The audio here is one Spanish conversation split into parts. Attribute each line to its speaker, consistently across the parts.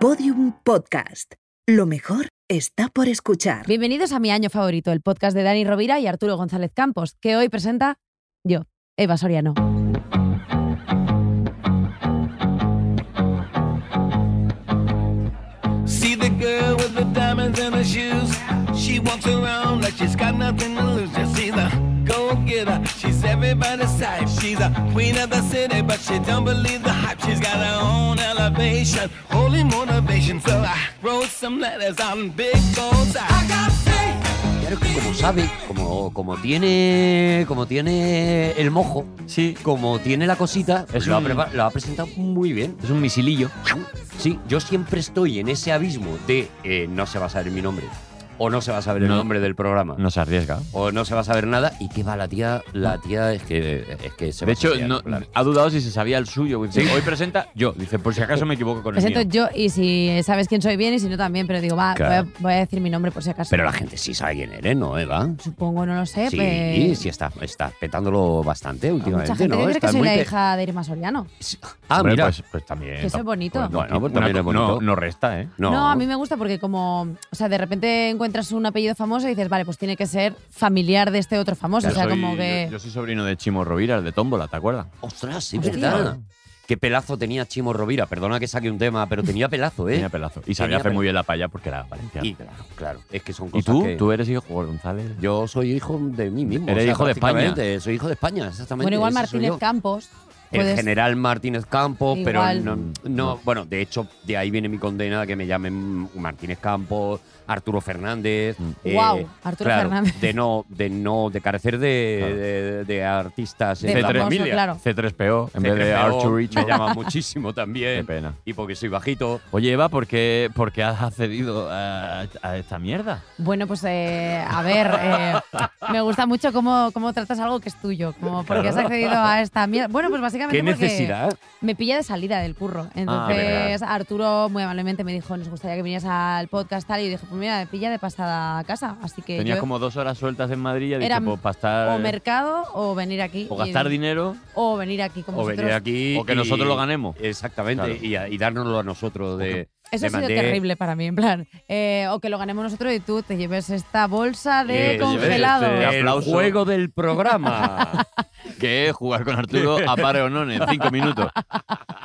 Speaker 1: Podium Podcast. Lo mejor está por escuchar.
Speaker 2: Bienvenidos a mi año favorito, el podcast de Dani Rovira y Arturo González Campos, que hoy presenta yo, Eva Soriano.
Speaker 3: See the girl with the diamonds and the shoes. She walks around like she's got nothing to lose. Just she's a go getter. She's everybody's type. She's a queen of the city, but she don't believe the hype. She's got her own elevation, holy motivation. So I wrote some letters on big bold I got faith.
Speaker 4: Claro que como sabe, como, como tiene como tiene el mojo,
Speaker 5: Sí,
Speaker 4: como tiene la cosita, pues
Speaker 5: Es
Speaker 4: lo, ha
Speaker 5: un-
Speaker 4: prepar- lo ha presentado muy bien.
Speaker 5: es un misilillo.
Speaker 4: Sí, yo siempre estoy en ese abismo de eh, no se va a saber mi nombre, o no se va a saber el
Speaker 5: No.
Speaker 4: nombre del programa,
Speaker 5: No se arriesga.
Speaker 4: o no se va a saber nada, y que va la tía, la tía es que, es que se va
Speaker 5: De
Speaker 4: a
Speaker 5: hecho,
Speaker 4: liar,
Speaker 5: no-
Speaker 4: claro.
Speaker 5: ha dudado si se sabía el suyo. Dice, Hoy presenta yo. Dice, por si acaso me equivoco con el
Speaker 2: Presento
Speaker 5: mío.
Speaker 2: yo y si sabes quién soy bien y si no también, pero digo, va,
Speaker 4: Claro.
Speaker 2: voy, a, voy a decir mi nombre por si acaso.
Speaker 4: Pero la gente sí sabe quién eres, ¿no, Eva?
Speaker 2: Supongo, no lo sé,
Speaker 4: Sí,
Speaker 2: pero...
Speaker 4: sí, estás está petándolo bastante últimamente,
Speaker 2: Mucha gente
Speaker 4: ¿no?
Speaker 2: que cree que
Speaker 4: Estás
Speaker 2: soy
Speaker 4: muy
Speaker 2: la
Speaker 4: pe-
Speaker 2: hija de Irma Soriano.
Speaker 4: Ah,
Speaker 5: Hombre,
Speaker 4: mira.
Speaker 5: Pues, pues también.
Speaker 2: Que eso es
Speaker 5: tam-
Speaker 2: bonito.
Speaker 5: pues no-
Speaker 4: Bueno, pues también
Speaker 5: una-
Speaker 4: es bonito.
Speaker 5: No, no resta, ¿eh?
Speaker 4: no.
Speaker 2: a mí me gusta porque como, o sea, de repente encuentras un apellido famoso y dices, vale, pues tiene que ser familiar de este otro famoso,
Speaker 5: Yo
Speaker 2: o sea,
Speaker 5: soy-
Speaker 2: como que...
Speaker 5: yo, yo soy sobrino de Chimo Rovira, el de Tómbola, ¿te acuerdas?
Speaker 4: Ostras, sí,
Speaker 2: Hostia.
Speaker 4: verdad. Qué pelazo tenía Chimo Rovira. Perdona que saque un tema, pero tenía pelazo, ¿eh?
Speaker 5: Tenía pelazo. Y sabía
Speaker 4: Tenía
Speaker 5: hacer
Speaker 4: pelazo.
Speaker 5: muy bien la palla porque era valenciano.
Speaker 4: Y
Speaker 5: ¿Y,
Speaker 4: claro, claro, es que son cosas
Speaker 5: tú?
Speaker 4: que-
Speaker 5: ¿Tú eres hijo de González?
Speaker 4: Yo soy hijo de mí mismo.
Speaker 5: Eres hijo de España.
Speaker 4: prácticamente, Soy hijo de España, exactamente.
Speaker 2: Bueno, igual
Speaker 4: ese soy
Speaker 2: Martínez
Speaker 4: yo.
Speaker 2: Campos.
Speaker 4: El
Speaker 2: puedes-
Speaker 4: general Martínez Campos,
Speaker 2: Igual.
Speaker 4: pero no, no, bueno, de hecho, de ahí viene mi condena, que me llamen Martínez Campos, Arturo Fernández. eh,
Speaker 5: Mm.
Speaker 2: Guau, Arturo
Speaker 4: claro,
Speaker 2: Fernández.
Speaker 4: De no, de no, de carecer de,
Speaker 5: Claro.
Speaker 4: de- de artistas.
Speaker 2: De
Speaker 4: en la
Speaker 2: famoso,
Speaker 4: familia.
Speaker 2: claro.
Speaker 5: C3PO en vez de
Speaker 4: C3PO,
Speaker 5: Archurich.
Speaker 4: Me llama muchísimo también.
Speaker 5: Qué pena.
Speaker 4: Y porque soy bajito.
Speaker 5: Oye, Eva, ¿por qué, por qué has accedido a, a esta mierda?
Speaker 2: Bueno, pues eh, a ver, eh, me gusta mucho cómo, cómo tratas algo que es tuyo, como porque has accedido a esta mierda. Bueno, pues básicamente
Speaker 4: ¿Qué
Speaker 2: porque
Speaker 4: necesidad?
Speaker 2: me pilla de salida del curro.
Speaker 5: Ah,
Speaker 2: Entonces Arturo muy amablemente me dijo, nos gustaría que vinieras al podcast tal, y yo dije, pues mira, me pilla de pasada a casa, así que
Speaker 5: Tenías
Speaker 2: yo-
Speaker 5: como dos horas sueltas en Madrid y ya
Speaker 2: Era
Speaker 5: dije, pues, para estar-
Speaker 2: o mercado o venir aquí.
Speaker 5: o
Speaker 2: y-
Speaker 5: gastar dinero
Speaker 2: O venir aquí con
Speaker 4: O
Speaker 2: vosotros.
Speaker 4: venir aquí.
Speaker 5: o que
Speaker 4: y-
Speaker 5: nosotros lo ganemos.
Speaker 4: Exactamente,
Speaker 5: Claro.
Speaker 4: y, a- y dárnoslo a nosotros. De,
Speaker 2: Eso
Speaker 4: le
Speaker 2: ha sido
Speaker 4: mandé-
Speaker 2: terrible para mí, en plan, eh, o que lo ganemos nosotros y tú te lleves esta bolsa
Speaker 4: Eh,
Speaker 2: de
Speaker 4: lleves
Speaker 2: congelado.
Speaker 5: este
Speaker 4: el
Speaker 5: aplauso.
Speaker 4: juego del programa.
Speaker 5: que es jugar con Arturo a pare o non en cinco minutos.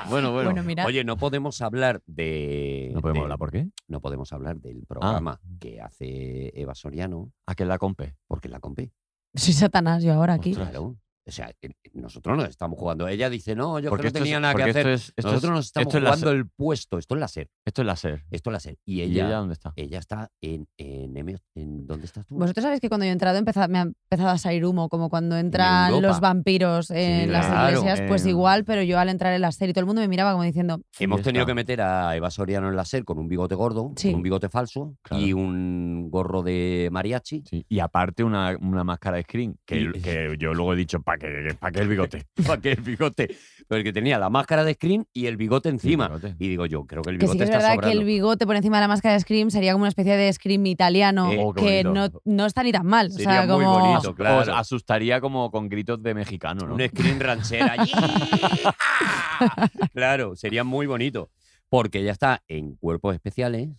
Speaker 5: Bueno, bueno.
Speaker 2: Bueno, mira.
Speaker 4: Oye, no podemos hablar de.
Speaker 5: no podemos
Speaker 4: de-
Speaker 5: hablar, ¿por Ah. qué?
Speaker 4: No podemos hablar del programa que hace Eva Soriano,
Speaker 5: A que la compe.
Speaker 4: porque la compé.
Speaker 2: Soy Satanás yo ahora aquí.
Speaker 5: Ostras.
Speaker 4: Claro. O sea, eh, nosotros nos estamos jugando. Ella dice, no, yo
Speaker 5: porque
Speaker 4: creo que no
Speaker 5: esto
Speaker 4: tenía
Speaker 5: es-
Speaker 4: nada que
Speaker 5: porque
Speaker 4: hacer.
Speaker 5: Esto es, esto
Speaker 4: nosotros
Speaker 5: es-
Speaker 4: nos estamos
Speaker 5: esto es la
Speaker 4: jugando
Speaker 5: ser.
Speaker 4: el puesto. Esto es la SER.
Speaker 5: Esto es la ser.
Speaker 4: Esto es la SER. Y
Speaker 5: ¿Y
Speaker 4: ella,
Speaker 5: ella
Speaker 4: ella?
Speaker 5: dónde está?
Speaker 4: está en, en, M- en- ¿Dónde estás tú?
Speaker 2: Vosotros sabéis que cuando yo he entrado he empezado- me ha empezado a salir humo, como cuando entran
Speaker 4: Europa.
Speaker 2: los vampiros en las
Speaker 4: claro,
Speaker 2: iglesias, pues
Speaker 5: en-
Speaker 2: igual, pero yo al entrar en la serie, todo el mundo me miraba como diciendo,
Speaker 4: Hemos
Speaker 5: Ya
Speaker 4: tenido
Speaker 5: está.
Speaker 4: que meter a Eva Soriano en la SER con un bigote gordo,
Speaker 2: Sí.
Speaker 4: con un bigote falso
Speaker 5: Claro.
Speaker 4: y un gorro de mariachi.
Speaker 5: Sí, Y aparte una, una máscara de screen que,
Speaker 4: Y-
Speaker 5: que yo luego he dicho, ¿para qué, pa' qué el bigote?
Speaker 4: ¿Para qué el bigote? Porque tenía la máscara de screen y el bigote encima.
Speaker 5: El bigote.
Speaker 4: Y digo yo, creo que el
Speaker 2: que
Speaker 4: bigote
Speaker 2: sí que es
Speaker 4: está
Speaker 2: verdad que
Speaker 4: sobrando.
Speaker 2: el bigote por encima de la máscara de Scream sería como una especie de Scream italiano,
Speaker 4: Eh,
Speaker 5: oh, qué
Speaker 2: que no,
Speaker 5: bonito.
Speaker 2: no está ni tan mal. o sea,
Speaker 4: Sería muy
Speaker 2: como...
Speaker 4: bonito. claro.
Speaker 5: Os asustaría como con gritos de mexicano, ¿no?
Speaker 4: Un screen ranchera. ¡Yee-ah! claro, sería muy bonito. Porque ya está en cuerpos especiales,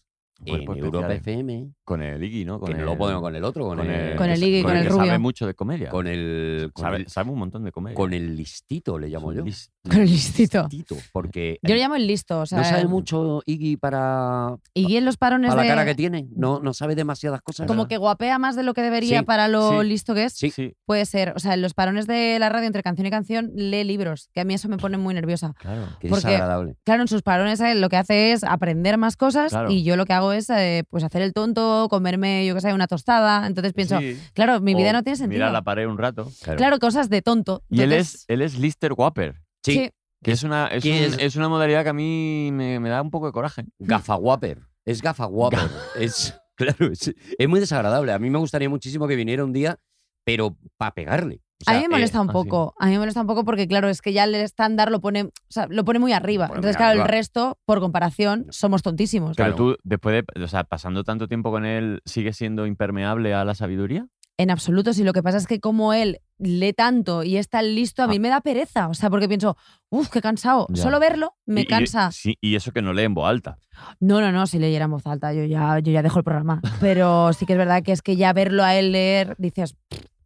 Speaker 5: Cuerpos
Speaker 4: en Europa
Speaker 5: especiales.
Speaker 4: FM,
Speaker 5: Con el Iggy, ¿no?
Speaker 4: que no lo podemos con el otro, con, el,
Speaker 2: Con el Iggy, con el
Speaker 5: que
Speaker 2: rubio.
Speaker 5: Sabe mucho de comedia.
Speaker 4: con el- eh, con
Speaker 5: sabe,
Speaker 4: el-
Speaker 5: sabe un montón de comedia.
Speaker 4: con el listito, le llamo yo.
Speaker 5: Lis-
Speaker 2: Con el listito.
Speaker 4: Listito, porque
Speaker 2: Yo lo llamo el listo, o sea,
Speaker 4: no sabe mucho Iggy para,
Speaker 2: y en los parones
Speaker 4: para la
Speaker 2: de-
Speaker 4: cara que tiene. No, no sabe demasiadas cosas.
Speaker 2: Como que guapea más de lo que debería
Speaker 4: Sí,
Speaker 2: para lo
Speaker 5: sí.
Speaker 2: listo que es.
Speaker 4: Sí.
Speaker 5: sí.
Speaker 2: Puede ser, o sea, en los parones de la radio entre canción y canción lee libros, que a mí eso me pone muy nerviosa.
Speaker 5: Claro.
Speaker 4: Qué
Speaker 2: porque-
Speaker 4: desagradable.
Speaker 2: Claro, en sus parones eh, lo que hace es aprender más cosas
Speaker 5: Claro.
Speaker 2: y yo lo que hago es eh, pues hacer el tonto, comerme, yo qué sé, una tostada. Entonces pienso,
Speaker 5: Sí.
Speaker 2: claro, mi vida
Speaker 5: O
Speaker 2: no tiene sentido.
Speaker 5: Mirar la pared un rato.
Speaker 2: Claro, cosas de tonto.
Speaker 5: Y él
Speaker 2: Entonces,
Speaker 5: es, eh, él es Lister Whopper,
Speaker 4: Sí,
Speaker 2: sí.
Speaker 5: que es una, es,
Speaker 4: ¿Qué
Speaker 5: un-
Speaker 4: es?
Speaker 5: es una modalidad que a mí me, me da un poco de coraje.
Speaker 4: Gafa Whopper. Es Gafa Whopper. es, claro, es, es muy desagradable. A mí me gustaría muchísimo que viniera un día, pero para pegarle. O sea,
Speaker 2: a mí me molesta
Speaker 4: eh,
Speaker 2: un
Speaker 5: así.
Speaker 2: poco, a mí me molesta un poco porque claro, es que ya el estándar lo pone, o sea, lo pone muy arriba.
Speaker 4: Lo pone
Speaker 2: Entonces,
Speaker 4: muy
Speaker 2: claro, el
Speaker 4: arriba.
Speaker 2: resto, por comparación, somos tontísimos.
Speaker 5: Pero
Speaker 4: Claro.
Speaker 5: tú, después de, o sea, pasando tanto tiempo con él, ¿sigues siendo impermeable a la sabiduría?
Speaker 2: En absoluto, si lo que pasa es que como él lee tanto y es tan listo, a mí me da pereza. O sea, porque pienso, uff, qué cansado.
Speaker 5: Ah. Ya.
Speaker 2: Solo verlo me
Speaker 5: Y- y-
Speaker 2: cansa.
Speaker 5: sí, Y, eso que no lee en voz alta.
Speaker 2: No, no, no, si leyera en voz alta, yo ya, yo ya dejo el programa. Pero sí que es verdad que es que ya verlo a él leer, dices,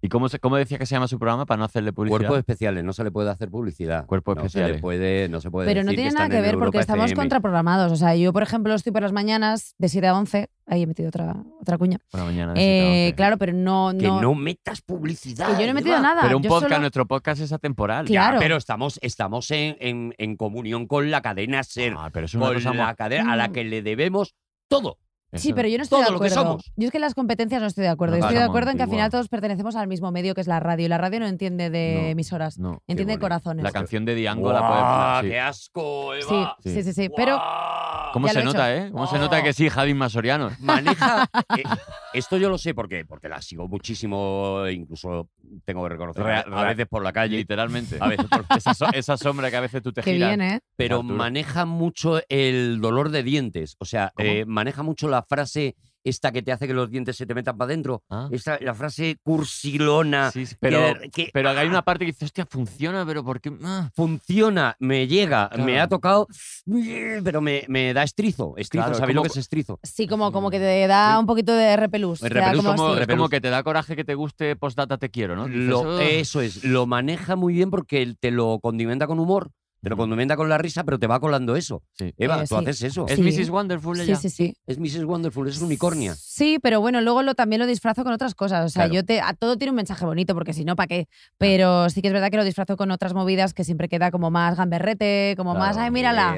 Speaker 5: ¿Y cómo, se- cómo decía que se llama su programa para no hacerle publicidad?
Speaker 4: Cuerpos especiales, no se le puede hacer publicidad.
Speaker 5: Cuerpos
Speaker 4: no se le
Speaker 5: especiales.
Speaker 4: puede, no se puede
Speaker 2: pero no
Speaker 4: decir
Speaker 2: tiene
Speaker 4: que
Speaker 2: nada
Speaker 4: están
Speaker 2: que
Speaker 4: en
Speaker 2: ver porque
Speaker 4: Europa
Speaker 2: estamos
Speaker 4: FM.
Speaker 2: contraprogramados. O sea, yo, por ejemplo, estoy por las mañanas de 7 a 11, ahí he metido otra, otra cuña.
Speaker 5: Por la mañana. Ah, de siete a
Speaker 2: Eh,
Speaker 5: once.
Speaker 2: claro, pero no.
Speaker 4: Que
Speaker 2: no,
Speaker 4: no, metas publicidad.
Speaker 2: que yo no he metido
Speaker 4: Eva.
Speaker 2: nada.
Speaker 5: Pero un
Speaker 2: yo
Speaker 5: podcast,
Speaker 2: solo-
Speaker 5: nuestro podcast es atemporal.
Speaker 4: Ya,
Speaker 2: Claro.
Speaker 4: pero estamos, estamos en, en- en comunión con la cadena SER,
Speaker 5: Ah, pero es una
Speaker 4: con
Speaker 5: cosa
Speaker 4: la
Speaker 5: mo-
Speaker 4: cadena a la que le debemos todo.
Speaker 2: Sí,
Speaker 5: eso-
Speaker 2: pero yo no estoy de
Speaker 4: todo lo que
Speaker 2: acuerdo.
Speaker 4: somos.
Speaker 2: Yo es que en las competencias no estoy de acuerdo.
Speaker 5: No,
Speaker 2: Yo estoy de
Speaker 5: claro,
Speaker 2: acuerdo en que al
Speaker 5: igual.
Speaker 2: final todos pertenecemos al mismo medio que es la radio. Y la radio no entiende de
Speaker 5: No,
Speaker 2: emisoras,
Speaker 5: No.
Speaker 2: entiende de
Speaker 4: bonito.
Speaker 2: corazones.
Speaker 5: La canción de Diango la puede
Speaker 4: ¡Guau,
Speaker 5: sí.
Speaker 4: pues, ah, ¡Qué asco, Eva!
Speaker 2: sí, sí, sí, sí, Pero
Speaker 4: ¡Guau!
Speaker 5: ¿Cómo
Speaker 2: Ya
Speaker 5: se
Speaker 2: lo he
Speaker 5: nota, eh? ¿Cómo se nota
Speaker 4: Oh.
Speaker 5: que sí, Javi Masoriano?
Speaker 4: maneja. eh, esto yo lo sé porque, porque la sigo muchísimo, incluso tengo que reconocer
Speaker 5: Re-
Speaker 4: a- a
Speaker 5: re-
Speaker 4: veces por la calle,
Speaker 5: Literalmente.
Speaker 4: a veces por-
Speaker 5: Esa, so- esa sombra que a veces tú te
Speaker 2: qué
Speaker 5: giras.
Speaker 2: bien, ¿eh?
Speaker 4: pero
Speaker 5: Arturo.
Speaker 4: maneja mucho el dolor de dientes. O sea,
Speaker 5: ¿Cómo?
Speaker 4: eh, maneja mucho la frase esta que te hace que los dientes se te metan para adentro.
Speaker 5: Ah,
Speaker 4: Esta- la frase cursilona.
Speaker 5: sí, sí,
Speaker 4: que
Speaker 5: pero,
Speaker 4: de- que
Speaker 5: pero hay una parte que dice, hostia, funciona, pero ¿por qué? Ah,
Speaker 4: funciona, me llega, me
Speaker 5: Claro.
Speaker 4: ha tocado, mm, pero me, me da estrizo. Estrizo,
Speaker 5: Claro,
Speaker 4: ¿sabéis lo
Speaker 5: como-
Speaker 4: que es estrizo?
Speaker 2: Sí, como, como que te da un poquito de repelús.
Speaker 4: El
Speaker 2: te da
Speaker 4: Mm. repelús
Speaker 5: es como,
Speaker 2: así.
Speaker 5: es
Speaker 4: repelús.
Speaker 5: como que te da coraje que te guste postdata te quiero, ¿no? Ah, Dices, "Oh".
Speaker 4: Lo-
Speaker 5: "Ugh".
Speaker 4: eso es, lo maneja muy bien porque él te lo condimenta con humor, te lo
Speaker 5: Ujú.
Speaker 4: condimenta con la risa, pero te va colando eso.
Speaker 5: Sí.
Speaker 4: Eva,
Speaker 2: Eh, sí.
Speaker 4: tú haces eso.
Speaker 5: Es
Speaker 2: Sí.
Speaker 5: Mrs. Wonderful
Speaker 2: Sí,
Speaker 5: ella.
Speaker 2: sí, sí.
Speaker 4: Es Mrs. Wonderful, es unicornia.
Speaker 2: Sí, pero bueno, luego lo, también lo disfrazo con otras cosas. O sea,
Speaker 4: Claro.
Speaker 2: yo te, a todo tiene un mensaje bonito, porque si no, ¿para qué? Pero sí que es verdad que lo disfrazo con otras movidas que siempre queda como más gamberrete, como más, ay,
Speaker 5: Eh,
Speaker 2: mírala,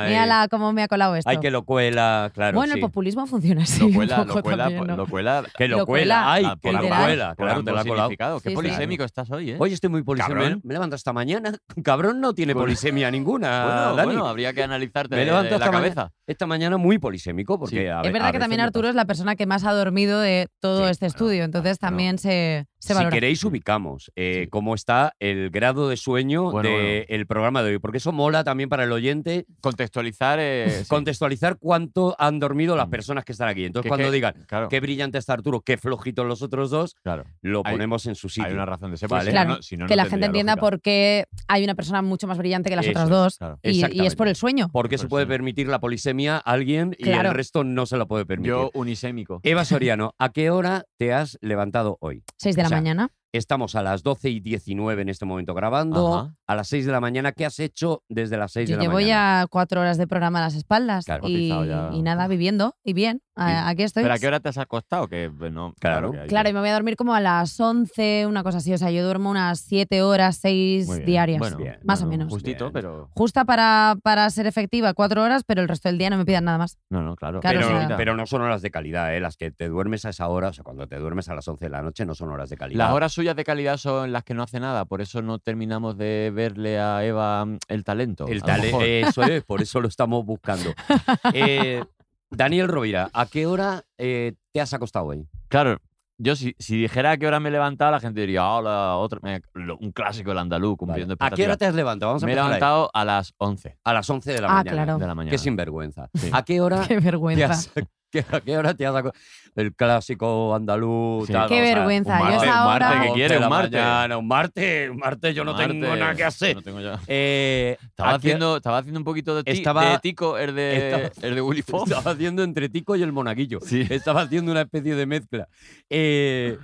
Speaker 4: Ay,
Speaker 2: mírala cómo me ha colado esto.
Speaker 4: Ay, que lo cuela, claro.
Speaker 2: bueno,
Speaker 4: sí.
Speaker 2: el populismo funciona así.
Speaker 5: Lo
Speaker 2: un
Speaker 5: cuela, lo
Speaker 2: poco
Speaker 5: cuela,
Speaker 2: también,
Speaker 5: po-
Speaker 2: ¿no?
Speaker 5: lo cuela.
Speaker 4: que pues, lo,
Speaker 2: lo
Speaker 4: cuela.
Speaker 2: cuela.
Speaker 4: Ay,
Speaker 5: Ah,
Speaker 4: que
Speaker 5: por
Speaker 4: lo
Speaker 2: literal.
Speaker 4: cuela,
Speaker 5: por
Speaker 4: claro, te
Speaker 5: ambos
Speaker 4: la ha colado.
Speaker 5: significados. Qué
Speaker 2: Sí, sí.
Speaker 5: polisémico estás hoy, ¿eh?
Speaker 4: Hoy estoy muy polisemia.
Speaker 5: Cabrón.
Speaker 4: Me levanto hasta mañana. Cabrón, no tiene
Speaker 5: Bueno.
Speaker 4: polisemia ninguna,
Speaker 5: Ah, bueno,
Speaker 4: Dani.
Speaker 5: bueno, habría que analizarte
Speaker 4: Me
Speaker 5: de-
Speaker 4: levanto
Speaker 5: de la
Speaker 4: hasta mañana.
Speaker 5: cabeza.
Speaker 4: Esta mañana muy polisémico porque...
Speaker 5: Sí.
Speaker 4: a ve-
Speaker 2: Es verdad
Speaker 4: a
Speaker 2: que
Speaker 4: veces
Speaker 2: también
Speaker 4: me
Speaker 2: Arturo es la persona que más ha dormido de todo
Speaker 4: Sí,
Speaker 2: este
Speaker 4: bueno,
Speaker 2: estudio, entonces
Speaker 4: claro.
Speaker 2: también se, se
Speaker 4: si
Speaker 2: valora.
Speaker 4: queréis, ubicamos eh,
Speaker 5: Sí.
Speaker 4: cómo está el grado de sueño del
Speaker 5: Bueno, bueno.
Speaker 4: programa de hoy, porque eso mola también para el oyente
Speaker 5: Contextualizar eh, sí.
Speaker 4: contextualizar cuánto han dormido las
Speaker 5: Mm.
Speaker 4: personas que están aquí. Entonces,
Speaker 5: Que-
Speaker 4: cuando
Speaker 5: que-
Speaker 4: digan
Speaker 5: Claro,
Speaker 4: qué brillante está Arturo, qué flojito los otros dos,
Speaker 5: claro.
Speaker 4: lo
Speaker 5: Hay-
Speaker 4: ponemos en su sitio.
Speaker 5: Hay una razón de ser. porque
Speaker 4: Vale.
Speaker 5: si
Speaker 2: Claro,
Speaker 5: no, no- si no, no
Speaker 2: que la
Speaker 5: tendría
Speaker 2: gente entienda
Speaker 5: lógica.
Speaker 2: por qué hay una persona mucho más brillante que las
Speaker 4: Eso
Speaker 2: otras
Speaker 4: es,
Speaker 2: dos
Speaker 5: claro.
Speaker 2: y- y, es
Speaker 4: Exactamente.
Speaker 2: por el sueño.
Speaker 4: ¿Por qué se
Speaker 5: Por
Speaker 4: puede
Speaker 5: eso.
Speaker 4: permitir la polisemia a alguien y
Speaker 2: Claro.
Speaker 4: el resto no se la puede permitir?
Speaker 5: Yo unisémico.
Speaker 4: Eva Soriano, ¿a qué hora te has levantado hoy?
Speaker 2: 6 de
Speaker 4: o
Speaker 2: la
Speaker 4: sea,
Speaker 2: mañana.
Speaker 4: Estamos a las 12 y 19 en este momento grabando.
Speaker 5: Ajá.
Speaker 4: A las 6 de la mañana, ¿qué has hecho desde las 6
Speaker 2: Yo
Speaker 4: de la
Speaker 2: llevo
Speaker 4: mañana?
Speaker 2: ya cuatro horas de programa a las espaldas
Speaker 4: Claro,
Speaker 2: y,
Speaker 5: cotizado ya.
Speaker 2: y nada, viviendo y bien. a- Aquí estoy.
Speaker 5: ¿Pero a qué hora te has acostado? Que pues, no,
Speaker 4: Claro.
Speaker 5: que hay
Speaker 2: Claro, y
Speaker 5: que-
Speaker 2: me voy a dormir como a las 11, una cosa así. O sea, yo duermo unas 7 horas, 6
Speaker 5: Muy bien.
Speaker 2: diarias.
Speaker 5: Bueno,
Speaker 4: Bien.
Speaker 2: Más o menos.
Speaker 5: Justito,
Speaker 4: Bien.
Speaker 5: pero.
Speaker 2: Justa para, para ser efectiva, 4 horas, pero el resto del día no me pidan nada más.
Speaker 5: No, no, claro.
Speaker 2: Claro,
Speaker 4: pero,
Speaker 2: o sea-
Speaker 4: pero no son horas de calidad, ¿eh? las que te duermes a esa hora, o sea, cuando te duermes a las 11 de la noche no son horas de calidad.
Speaker 5: Las horas suyas de calidad son las que no hace nada, por eso no terminamos de verle a Eva mm, el talento.
Speaker 4: El
Speaker 5: a lo
Speaker 4: tale- eh,
Speaker 5: mejor.
Speaker 4: eso es, por eso lo estamos buscando. Eh, Daniel Rovira, ¿a qué hora eh, te has acostado hoy?
Speaker 5: Claro, yo si, si dijera a qué hora me he levantado, la gente diría, hola, otra, me- lo- un clásico del andaluz cumpliendo
Speaker 4: Vale. ¿A qué hora
Speaker 5: expectativas.
Speaker 4: te has levantado? Vamos a
Speaker 5: Me he
Speaker 4: empezar ahí.
Speaker 5: levantado a las 11
Speaker 4: a las 11 de la
Speaker 2: Ah,
Speaker 4: mañana.
Speaker 2: claro.
Speaker 5: de la mañana.
Speaker 4: Qué sinvergüenza.
Speaker 5: Sí.
Speaker 4: ¿A qué
Speaker 5: Ah,
Speaker 4: hora
Speaker 2: Qué
Speaker 4: te
Speaker 2: vergüenza.
Speaker 4: has- qué- a qué hora te has acostado? El clásico andaluz.
Speaker 5: Sí.
Speaker 4: tal,
Speaker 2: Qué
Speaker 4: o sea,
Speaker 2: vergüenza.
Speaker 5: un
Speaker 2: yo
Speaker 5: martes,
Speaker 2: esa
Speaker 5: un
Speaker 2: hora-
Speaker 5: martes que
Speaker 4: once
Speaker 5: quiere,
Speaker 4: de la
Speaker 5: un martes.
Speaker 4: mañana, un martes, un martes, yo no tengo
Speaker 5: Martes,
Speaker 4: nada que hacer.
Speaker 5: no tengo ya-
Speaker 4: Eh,
Speaker 5: Estaba
Speaker 4: ¿a qué-
Speaker 5: haciendo, estaba haciendo un poquito de, ti-
Speaker 4: Estaba-
Speaker 5: de tico, el de, el de Willy Fox.
Speaker 4: Estaba haciendo entre Tico y el monaguillo.
Speaker 5: Sí.
Speaker 4: Estaba haciendo una especie de mezcla. Eh,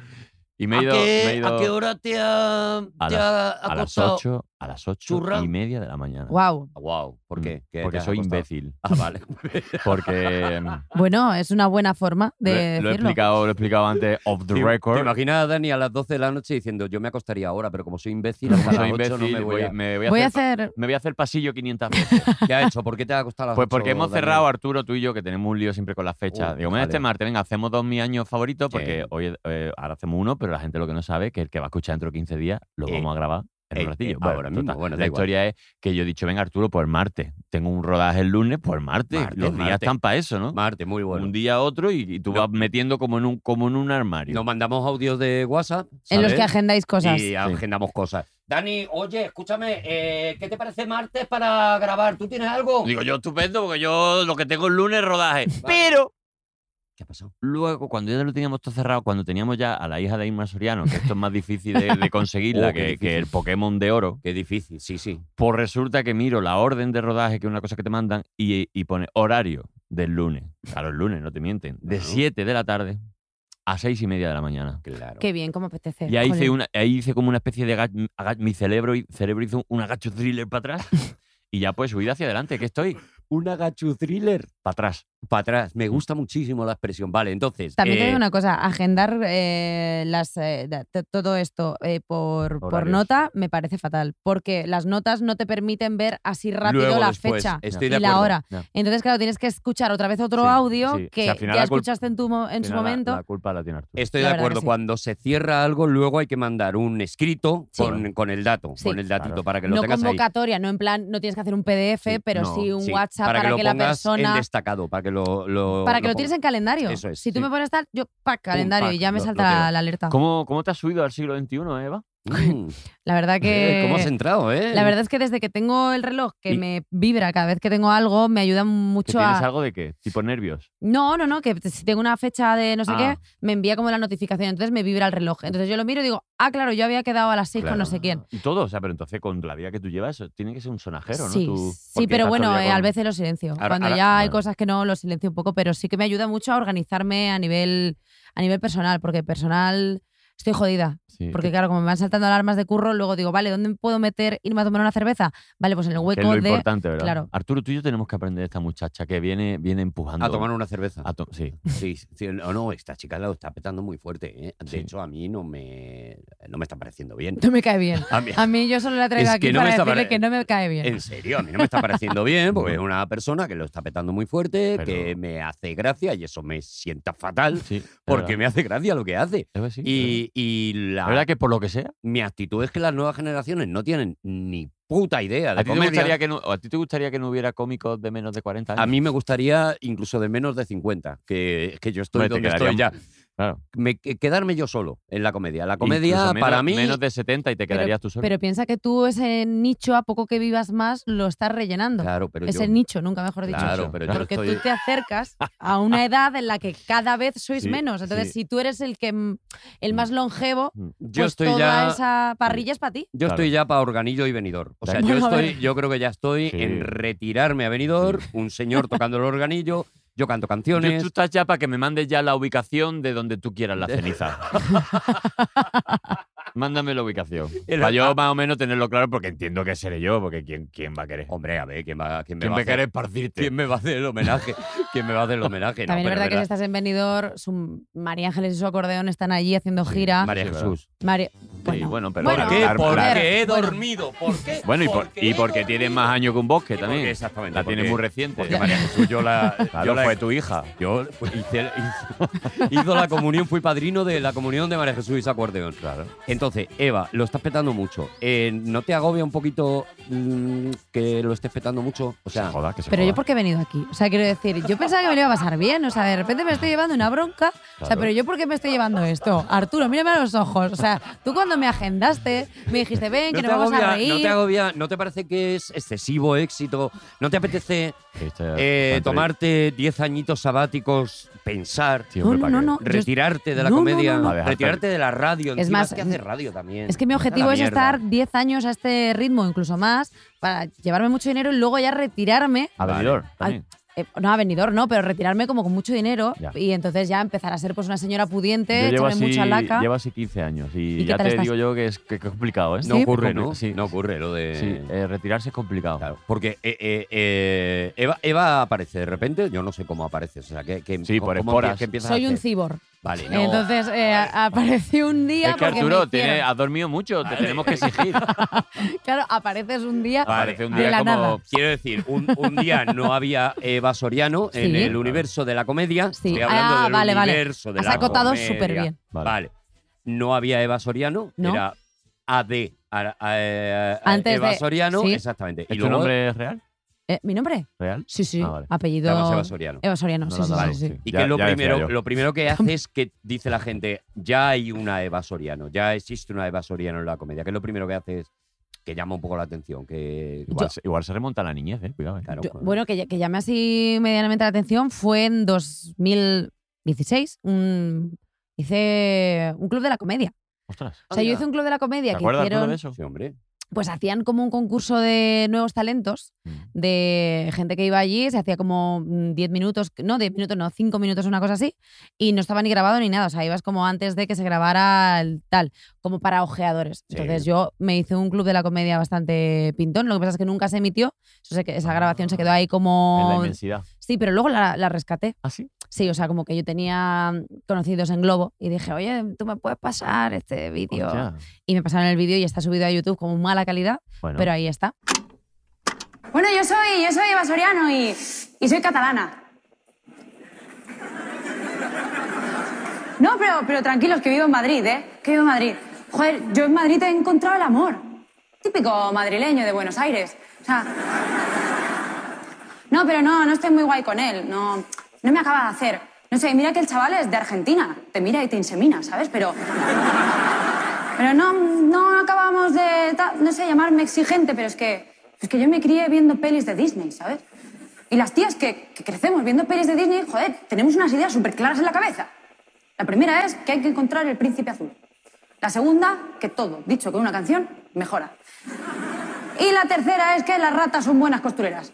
Speaker 5: Y me he ido.
Speaker 4: ¿a, qué,
Speaker 5: me he ido
Speaker 4: a qué hora te ha,
Speaker 5: A
Speaker 4: te
Speaker 5: las-
Speaker 4: ha
Speaker 5: a las
Speaker 4: acostado?
Speaker 5: 8, a las 8
Speaker 4: Churra.
Speaker 5: y media de la mañana.
Speaker 2: Wow.
Speaker 4: Wow, ¿por qué?
Speaker 5: Mm,
Speaker 4: ¿Qué
Speaker 5: Porque
Speaker 4: te has
Speaker 5: soy
Speaker 4: acostado?
Speaker 5: imbécil.
Speaker 4: Ah, vale.
Speaker 5: Porque mm,
Speaker 2: Bueno, es una buena forma de
Speaker 5: lo, lo he
Speaker 2: decirlo.
Speaker 5: explicado, lo he explicado antes off the
Speaker 4: Te- ¿Te
Speaker 5: record.
Speaker 4: imaginas a Dani a las 12 de la noche diciendo yo me acostaría ahora, pero como soy imbécil,
Speaker 5: Como
Speaker 4: hasta
Speaker 5: soy
Speaker 4: las 8 no
Speaker 5: imbécil,
Speaker 4: me voy
Speaker 5: voy,
Speaker 4: a...
Speaker 5: me voy a
Speaker 2: Voy a
Speaker 5: hacer,
Speaker 2: hacer.
Speaker 5: me voy a hacer pasillo 500 veces.
Speaker 4: ¿Qué ha hecho? ¿Por qué te has acostado a las
Speaker 5: Pues porque
Speaker 4: 8,
Speaker 5: hemos
Speaker 4: Dani?
Speaker 5: cerrado, Arturo, tú y yo, que tenemos un lío siempre con las fechas.
Speaker 4: Uh,
Speaker 5: Digo, mira,
Speaker 4: vale.
Speaker 5: este martes, venga, hacemos dos mis años favoritos, porque
Speaker 4: Sí.
Speaker 5: hoy eh, ahora hacemos uno, pero la gente lo que no sabe es que el que va a escuchar dentro de 15 días lo
Speaker 4: Eh,
Speaker 5: vamos a grabar en
Speaker 4: eh,
Speaker 5: un ratillo.
Speaker 4: eh, ahora
Speaker 5: total,
Speaker 4: mismo, bueno, da
Speaker 5: la
Speaker 4: igual.
Speaker 5: historia es que yo he dicho, venga, Arturo, pues martes. Tengo un rodaje el lunes, pues martes.
Speaker 4: Martes,
Speaker 5: Los días
Speaker 4: martes.
Speaker 5: están para eso, ¿no?
Speaker 4: Marte, muy bueno.
Speaker 5: Un día a otro y, y tú
Speaker 4: No.
Speaker 5: vas metiendo como en un, como en un armario.
Speaker 4: Nos mandamos audios de WhatsApp.
Speaker 2: En los
Speaker 4: ¿sabes?
Speaker 2: que agendáis cosas.
Speaker 4: Y agendamos cosas. Dani, oye, escúchame, eh, ¿qué te parece martes para grabar? ¿Tú tienes algo?
Speaker 5: Digo yo, estupendo, porque yo lo que tengo el lunes es rodaje. Pero
Speaker 4: ¿Qué ha pasado?
Speaker 5: Luego, cuando ya lo teníamos todo cerrado, cuando teníamos ya a la hija de Irma Soriano, que esto es más difícil de, de conseguirla
Speaker 4: Oh, qué
Speaker 5: que,
Speaker 4: difícil.
Speaker 5: que el Pokémon de oro,
Speaker 4: Qué difícil, sí, sí.
Speaker 5: pues resulta que miro la orden de rodaje, que es una cosa que te mandan, y, y pone horario del lunes. Claro, el lunes, no te mienten. De
Speaker 4: Claro.
Speaker 5: 7 de la tarde a 6 y media de la mañana.
Speaker 4: Claro.
Speaker 2: Qué bien, como
Speaker 4: Eh,
Speaker 2: apetece.
Speaker 5: Y ahí hice,
Speaker 2: Jolín.
Speaker 5: una, ahí hice como una especie de aga- aga- mi cerebro, hi- cerebro hizo un agacho thriller para atrás y ya pues subida hacia adelante, que estoy
Speaker 4: Una gachu thriller Mm.
Speaker 5: para atrás.
Speaker 4: para atrás. Me gusta muchísimo la expresión. Vale, entonces.
Speaker 2: También te
Speaker 4: eh,
Speaker 2: digo una cosa, agendar eh, las, eh, da- t- todo esto eh, por, por
Speaker 5: Horarios.
Speaker 2: nota me parece fatal, porque las notas no te permiten ver así rápido
Speaker 4: luego
Speaker 2: la
Speaker 4: después.
Speaker 2: fecha.
Speaker 4: Estoy
Speaker 2: y
Speaker 4: de
Speaker 2: la
Speaker 4: acuerdo.
Speaker 2: hora.
Speaker 5: Ya.
Speaker 2: Entonces, claro, tienes que escuchar otra vez otro
Speaker 5: Sí,
Speaker 2: audio
Speaker 5: sí.
Speaker 2: que
Speaker 5: Si al final
Speaker 2: ya
Speaker 5: la culpa-
Speaker 2: escuchaste en, tu, mo- en su
Speaker 5: Tiene la-
Speaker 2: momento.
Speaker 5: La culpa la tiene Arturo.
Speaker 4: Estoy
Speaker 2: La
Speaker 4: de
Speaker 2: verdad que
Speaker 4: acuerdo.
Speaker 2: sí.
Speaker 4: Cuando se cierra algo, luego hay que mandar un escrito
Speaker 2: Sí.
Speaker 4: con, con el dato,
Speaker 2: Sí.
Speaker 4: con el datito,
Speaker 5: Claro.
Speaker 4: para que lo
Speaker 2: No
Speaker 4: tengas ahí.
Speaker 2: convocatoria, no en plan, no tienes que hacer un PDF,
Speaker 4: Sí,
Speaker 2: pero
Speaker 5: no,
Speaker 2: sí un
Speaker 4: Sí,
Speaker 2: WhatsApp para, que, la
Speaker 4: pongas en
Speaker 2: persona.
Speaker 4: destacado, para que lo, lo-
Speaker 2: Para que lo
Speaker 4: pongas.
Speaker 2: tienes en calendario.
Speaker 4: Eso es,
Speaker 2: si tú
Speaker 4: sí.
Speaker 2: me pones tal, yo, pack, calendario,
Speaker 4: pack,
Speaker 2: y ya me
Speaker 4: lo- lo
Speaker 2: salta
Speaker 4: tengo.
Speaker 2: la alerta.
Speaker 5: ¿Cómo, ¿Cómo te has subido al siglo XXI, eh, Eva?
Speaker 4: Mm,
Speaker 2: La verdad que.
Speaker 4: eh, ¿Cómo has entrado, eh?
Speaker 5: Mm.
Speaker 2: La verdad es que desde que tengo el reloj que
Speaker 4: Y-
Speaker 2: me vibra cada vez que tengo algo, me ayuda
Speaker 5: ¿Que
Speaker 2: mucho
Speaker 5: ¿Tienes
Speaker 2: a.
Speaker 5: algo de qué? ¿Tipo nervios?
Speaker 2: No, no, no, que si tengo una fecha de no sé
Speaker 5: Ah.
Speaker 2: qué, me envía como la notificación, entonces me vibra el reloj. Entonces yo lo miro y digo, ah, claro, yo había quedado a las seis con no sé quién.
Speaker 5: Y todo, o sea, pero entonces con la vida que tú llevas, tiene que ser un sonajero, ¿no?
Speaker 2: sí,
Speaker 5: Tú-
Speaker 2: sí,
Speaker 5: porque
Speaker 2: pero
Speaker 5: estás todo
Speaker 2: bueno,
Speaker 5: el
Speaker 2: eh,
Speaker 5: día
Speaker 2: a
Speaker 5: con-
Speaker 2: veces lo silencio.
Speaker 4: Ahora-
Speaker 2: Cuando
Speaker 4: ahora-
Speaker 2: ya hay
Speaker 5: bueno.
Speaker 2: cosas que no, lo silencio un poco, pero sí que me ayuda mucho a organizarme a nivel, a nivel personal, porque personal estoy jodida.
Speaker 5: Sí.
Speaker 2: Porque claro, como me van saltando alarmas de curro, luego digo, vale, ¿dónde puedo meter irme a tomar una cerveza? Vale, pues en el
Speaker 5: Que es lo
Speaker 2: hueco de...
Speaker 5: importante, ¿verdad?
Speaker 2: claro.
Speaker 5: Arturo, tú y yo tenemos que aprender de esta muchacha que viene, viene empujando.
Speaker 4: A tomar una cerveza.
Speaker 2: Ah.
Speaker 5: a to- Sí.
Speaker 4: Sí, sí, no, no, esta chica la está petando muy fuerte. ¿eh? De
Speaker 5: Sí.
Speaker 4: hecho, a mí no me, no me está pareciendo bien.
Speaker 2: No me cae bien.
Speaker 4: A mí-
Speaker 2: A mí yo solo la traigo
Speaker 4: Es
Speaker 2: aquí
Speaker 4: que no
Speaker 2: para
Speaker 4: me está
Speaker 2: decirle
Speaker 4: pare-
Speaker 2: que no me cae bien.
Speaker 4: en serio, a mí no me está pareciendo bien, porque es una persona que lo está petando muy fuerte,
Speaker 5: Pero-
Speaker 4: que me hace gracia y eso me sienta fatal,
Speaker 5: sí, es
Speaker 4: porque
Speaker 5: verdad.
Speaker 4: me hace gracia lo que hace.
Speaker 5: Es verdad, sí, es
Speaker 4: Y, y la,
Speaker 5: verdad. La verdad que por lo que sea,
Speaker 4: mi actitud es que las nuevas generaciones no tienen ni puta idea de
Speaker 5: ¿A ti, te
Speaker 4: comedia.
Speaker 5: gustaría que no, ¿A ti te gustaría que no hubiera cómicos de menos de 40 años?
Speaker 4: A mí me gustaría incluso de menos de 50, que, que yo estoy
Speaker 5: Hombre, te
Speaker 4: donde estoy ya.
Speaker 5: quedarían- Claro.
Speaker 4: Me- que- quedarme yo solo en la comedia. La
Speaker 5: Incluso
Speaker 4: comedia
Speaker 5: menos-
Speaker 4: para mí...
Speaker 5: Menos de 70 y te quedarías tú solo.
Speaker 2: Pero piensa que tú ese nicho, a poco que vivas más, lo estás rellenando.
Speaker 4: Claro, pero
Speaker 2: ese
Speaker 4: yo-
Speaker 2: nicho, nunca mejor dicho.
Speaker 4: Claro,
Speaker 5: eso.
Speaker 4: pero yo
Speaker 2: Porque
Speaker 4: estoy-
Speaker 2: tú te acercas a una edad en la que cada vez sois
Speaker 5: Sí,
Speaker 2: menos. Entonces,
Speaker 5: sí.
Speaker 2: si tú eres el que mm, el más
Speaker 5: Mm.
Speaker 2: longevo,
Speaker 4: yo
Speaker 2: pues
Speaker 4: estoy
Speaker 2: toda
Speaker 4: ya... Eh,
Speaker 2: esa parrilla es para ti.
Speaker 4: Yo
Speaker 5: Claro.
Speaker 4: estoy ya para organillo y venidor. O sea, yo,
Speaker 2: Bueno, a ver.
Speaker 4: estoy, yo creo que ya estoy
Speaker 5: Sí.
Speaker 4: en retirarme a venidor, un señor tocando el organillo, yo canto
Speaker 5: Yo-
Speaker 4: canciones.
Speaker 5: tú estás ya para que me mandes ya la ubicación de donde tú quieras la ceniza. Mándame la ubicación.
Speaker 4: El-
Speaker 5: Para yo más o menos tenerlo claro, porque entiendo que seré yo, porque ¿quién, quién va a querer?
Speaker 4: Hombre, a ver, ¿quién, va, quién me
Speaker 5: ¿Quién
Speaker 4: va
Speaker 5: va
Speaker 4: a
Speaker 5: a querer
Speaker 4: hacer,
Speaker 5: esparcirte?
Speaker 4: ¿quién me va a hacer el homenaje? ¿Quién me va a hacer el homenaje? No,
Speaker 2: También es
Speaker 4: pero
Speaker 2: verdad que si estás en Benidorm, su- María Ángeles y su acordeón están allí haciendo gira.
Speaker 4: María
Speaker 5: Sí,
Speaker 4: Jesús.
Speaker 2: María-
Speaker 5: Sí,
Speaker 2: Bueno,
Speaker 5: bueno, pero
Speaker 4: ¿Por
Speaker 5: la-
Speaker 4: qué?
Speaker 5: la-
Speaker 4: Porque
Speaker 5: la-
Speaker 4: he
Speaker 2: Bueno.
Speaker 4: dormido. ¿Por qué?
Speaker 5: Bueno, y, por- y porque tiene más años que un bosque
Speaker 4: porque-
Speaker 5: también.
Speaker 4: exactamente,
Speaker 5: La tiene
Speaker 4: porque-
Speaker 5: muy reciente.
Speaker 4: Porque María Jesús, yo la. yo
Speaker 5: Claro,
Speaker 4: la-
Speaker 5: fue tu hija.
Speaker 4: Yo fui- hice, hizo, hizo la comunión, fui padrino de la comunión de María Jesús y su acordeón.
Speaker 5: Claro.
Speaker 4: Entonces, Eva, lo estás petando mucho. Eh, ¿No te agobia un poquito mm, que lo estés petando mucho? O sea,
Speaker 5: Joda, que se
Speaker 2: Pero yo
Speaker 5: joda.
Speaker 2: porque he venido aquí. O sea, quiero decir, yo pensaba que me lo iba a pasar bien. O sea, de repente me estoy llevando una bronca. O sea,
Speaker 5: Claro.
Speaker 2: pero yo por qué me estoy llevando esto. Arturo, mírame a los ojos. O sea, tú cuando me agendaste, me dijiste, ven, que nos vamos a
Speaker 4: no
Speaker 2: reír.
Speaker 4: te agobia, no te parece que es excesivo éxito, no te apetece
Speaker 5: Este-
Speaker 4: eh,
Speaker 5: tanto-
Speaker 4: tomarte 10 añitos sabáticos, pensar,
Speaker 5: Sí,
Speaker 2: no,
Speaker 5: hombre,
Speaker 2: no,
Speaker 5: ¿para
Speaker 2: no,
Speaker 5: qué?
Speaker 2: no. Yo-
Speaker 4: retirarte de la
Speaker 2: no, no,
Speaker 4: comedia,
Speaker 2: no,
Speaker 5: no. A dejar-
Speaker 4: retirarte de la radio.
Speaker 2: Es
Speaker 4: encima
Speaker 2: más,
Speaker 4: que hace radio también.
Speaker 2: es que mi
Speaker 4: Vete a la
Speaker 2: objetivo es
Speaker 4: mierda.
Speaker 2: estar 10 años a este ritmo, incluso más, para llevarme mucho dinero y luego ya retirarme.
Speaker 5: A
Speaker 4: Vale.
Speaker 5: Benidorm también.
Speaker 2: eh, no, a venidor no, pero retirarme como con mucho dinero
Speaker 5: Ya.
Speaker 2: y entonces ya empezar a ser pues una señora pudiente,
Speaker 5: Yo llevo
Speaker 2: echarme
Speaker 5: así,
Speaker 2: mucha laca.
Speaker 5: llevo así 15 años y,
Speaker 2: ¿Y qué
Speaker 5: ya
Speaker 2: tal
Speaker 5: te
Speaker 2: estás?
Speaker 5: digo yo que es que- que es complicado, ¿eh?
Speaker 4: No ocurre,
Speaker 5: Es compli-
Speaker 4: ¿no?
Speaker 5: Sí,
Speaker 4: No ocurre lo de.
Speaker 5: sí, eh, retirarse es complicado.
Speaker 4: Claro, porque eh, eh, eh, Eva, Eva aparece de repente, yo no sé cómo aparece, o sea, que, que-
Speaker 5: Sí,
Speaker 4: co-
Speaker 5: por
Speaker 4: cómo
Speaker 5: esporas.
Speaker 4: empie- que empieza
Speaker 2: Soy
Speaker 4: a
Speaker 2: un
Speaker 4: hacer.
Speaker 2: cibor.
Speaker 4: Vale, no.
Speaker 2: Entonces eh, aparecí un día
Speaker 5: Es que
Speaker 2: porque me
Speaker 5: Arturo, tiene-
Speaker 2: hicieron-
Speaker 5: has dormido mucho, te tenemos que exigir.
Speaker 2: Claro, apareces un día
Speaker 4: Vale,
Speaker 5: Parece un
Speaker 2: de
Speaker 5: día
Speaker 2: la
Speaker 5: como
Speaker 2: nada.
Speaker 4: Quiero decir, un, un día no había Eva Soriano en
Speaker 2: Sí.
Speaker 4: el universo de la comedia.
Speaker 2: Sí.
Speaker 4: Estoy hablando
Speaker 2: Ah,
Speaker 4: del
Speaker 2: vale, vale.
Speaker 4: universo de
Speaker 2: Has
Speaker 4: la
Speaker 2: acotado
Speaker 4: comedia.
Speaker 2: superbién.
Speaker 4: Vale. No había Eva Soriano,
Speaker 2: No.
Speaker 4: era AD. a- a- a- a-
Speaker 2: Antes
Speaker 4: Eva
Speaker 2: de-
Speaker 4: Soriano,
Speaker 2: sí.
Speaker 4: exactamente.
Speaker 5: ¿Es
Speaker 4: Y
Speaker 5: tu
Speaker 4: luego
Speaker 5: Este nombre es real?
Speaker 2: Eh, ¿Mi nombre?
Speaker 5: ¿Real?
Speaker 2: Sí, sí.
Speaker 5: Ah, vale.
Speaker 2: Apellido
Speaker 4: llamas Eva Soriano.
Speaker 2: Eva Soriano,
Speaker 5: No
Speaker 2: Ah, sí,
Speaker 5: lo
Speaker 2: sí,
Speaker 5: has dado,
Speaker 2: sí, sí.
Speaker 5: sí.
Speaker 4: Y
Speaker 5: Ya-
Speaker 4: que lo
Speaker 5: ya decía
Speaker 4: primero,
Speaker 5: yo.
Speaker 4: lo primero que hace es que dice la gente, ya hay una Eva Soriano, ya existe una Eva Soriano en la comedia, que lo primero que hace es que llama un poco la atención, que
Speaker 5: Igual, se, igual se remonta a la niñez, ¿eh? Cuidado. eh.
Speaker 4: claro,
Speaker 2: Yo- bueno, que, ll- que llame así medianamente la atención fue en 2000, 16, un- hice un club de la comedia.
Speaker 5: Ostras.
Speaker 2: O sea, yo
Speaker 4: Anda.
Speaker 2: hice un club de la
Speaker 5: ¿Te
Speaker 2: comedia que
Speaker 5: acuerdas alguno
Speaker 2: hicieron,
Speaker 5: de eso?
Speaker 4: Sí, hombre.
Speaker 2: pues hacían como un concurso de nuevos talentos
Speaker 5: Mm.
Speaker 2: de gente que iba allí, se hacía como mm, 10 minutos, no 10 minutos, no, 5 minutos, una cosa así, y no estaba ni grabado ni nada, o sea, ibas como antes de que se grabara el tal, como para ojeadores.
Speaker 4: Sí.
Speaker 2: Entonces yo me hice un club de la comedia bastante pintón, lo que pasa es que nunca se emitió, eso sé que esa grabación se quedó ahí
Speaker 5: Ah. En la
Speaker 2: como...
Speaker 5: inmensidad.
Speaker 2: Sí, pero luego la, la rescaté.
Speaker 5: ¿Ah, sí?
Speaker 2: Sí, o sea, como que yo tenía mm, conocidos en Globo y dije, oye, tú me puedes pasar este vídeo.
Speaker 5: Hostia.
Speaker 2: Y me pasaron el vídeo y está subido a YouTube con mala calidad,
Speaker 5: Bueno,
Speaker 2: pero ahí está.
Speaker 6: Bueno, yo soy, yo soy Eva Soriano y, y soy catalana. No, pero, pero tranquilos, que vivo en Madrid, ¿eh? Que vivo en Madrid. Joder, yo en Madrid he encontrado el amor. Típico madrileño de Buenos Aires. O sea... No, pero no, no estoy muy guay con él. No, no me acaba de hacer. No sé, mira que el chaval es de Argentina. Te mira y te insemina, ¿sabes? Pero... Pero no, no acabamos de, ta- no sé, llamarme exigente, pero es que, es que yo me crié viendo pelis de Disney, ¿sabes? Y las tías que, que crecemos viendo pelis de Disney, joder, tenemos unas ideas súper claras en la cabeza. La primera es que hay que encontrar el príncipe azul. La segunda, que todo, dicho con una canción, mejora. Y la tercera es que las ratas son buenas costureras.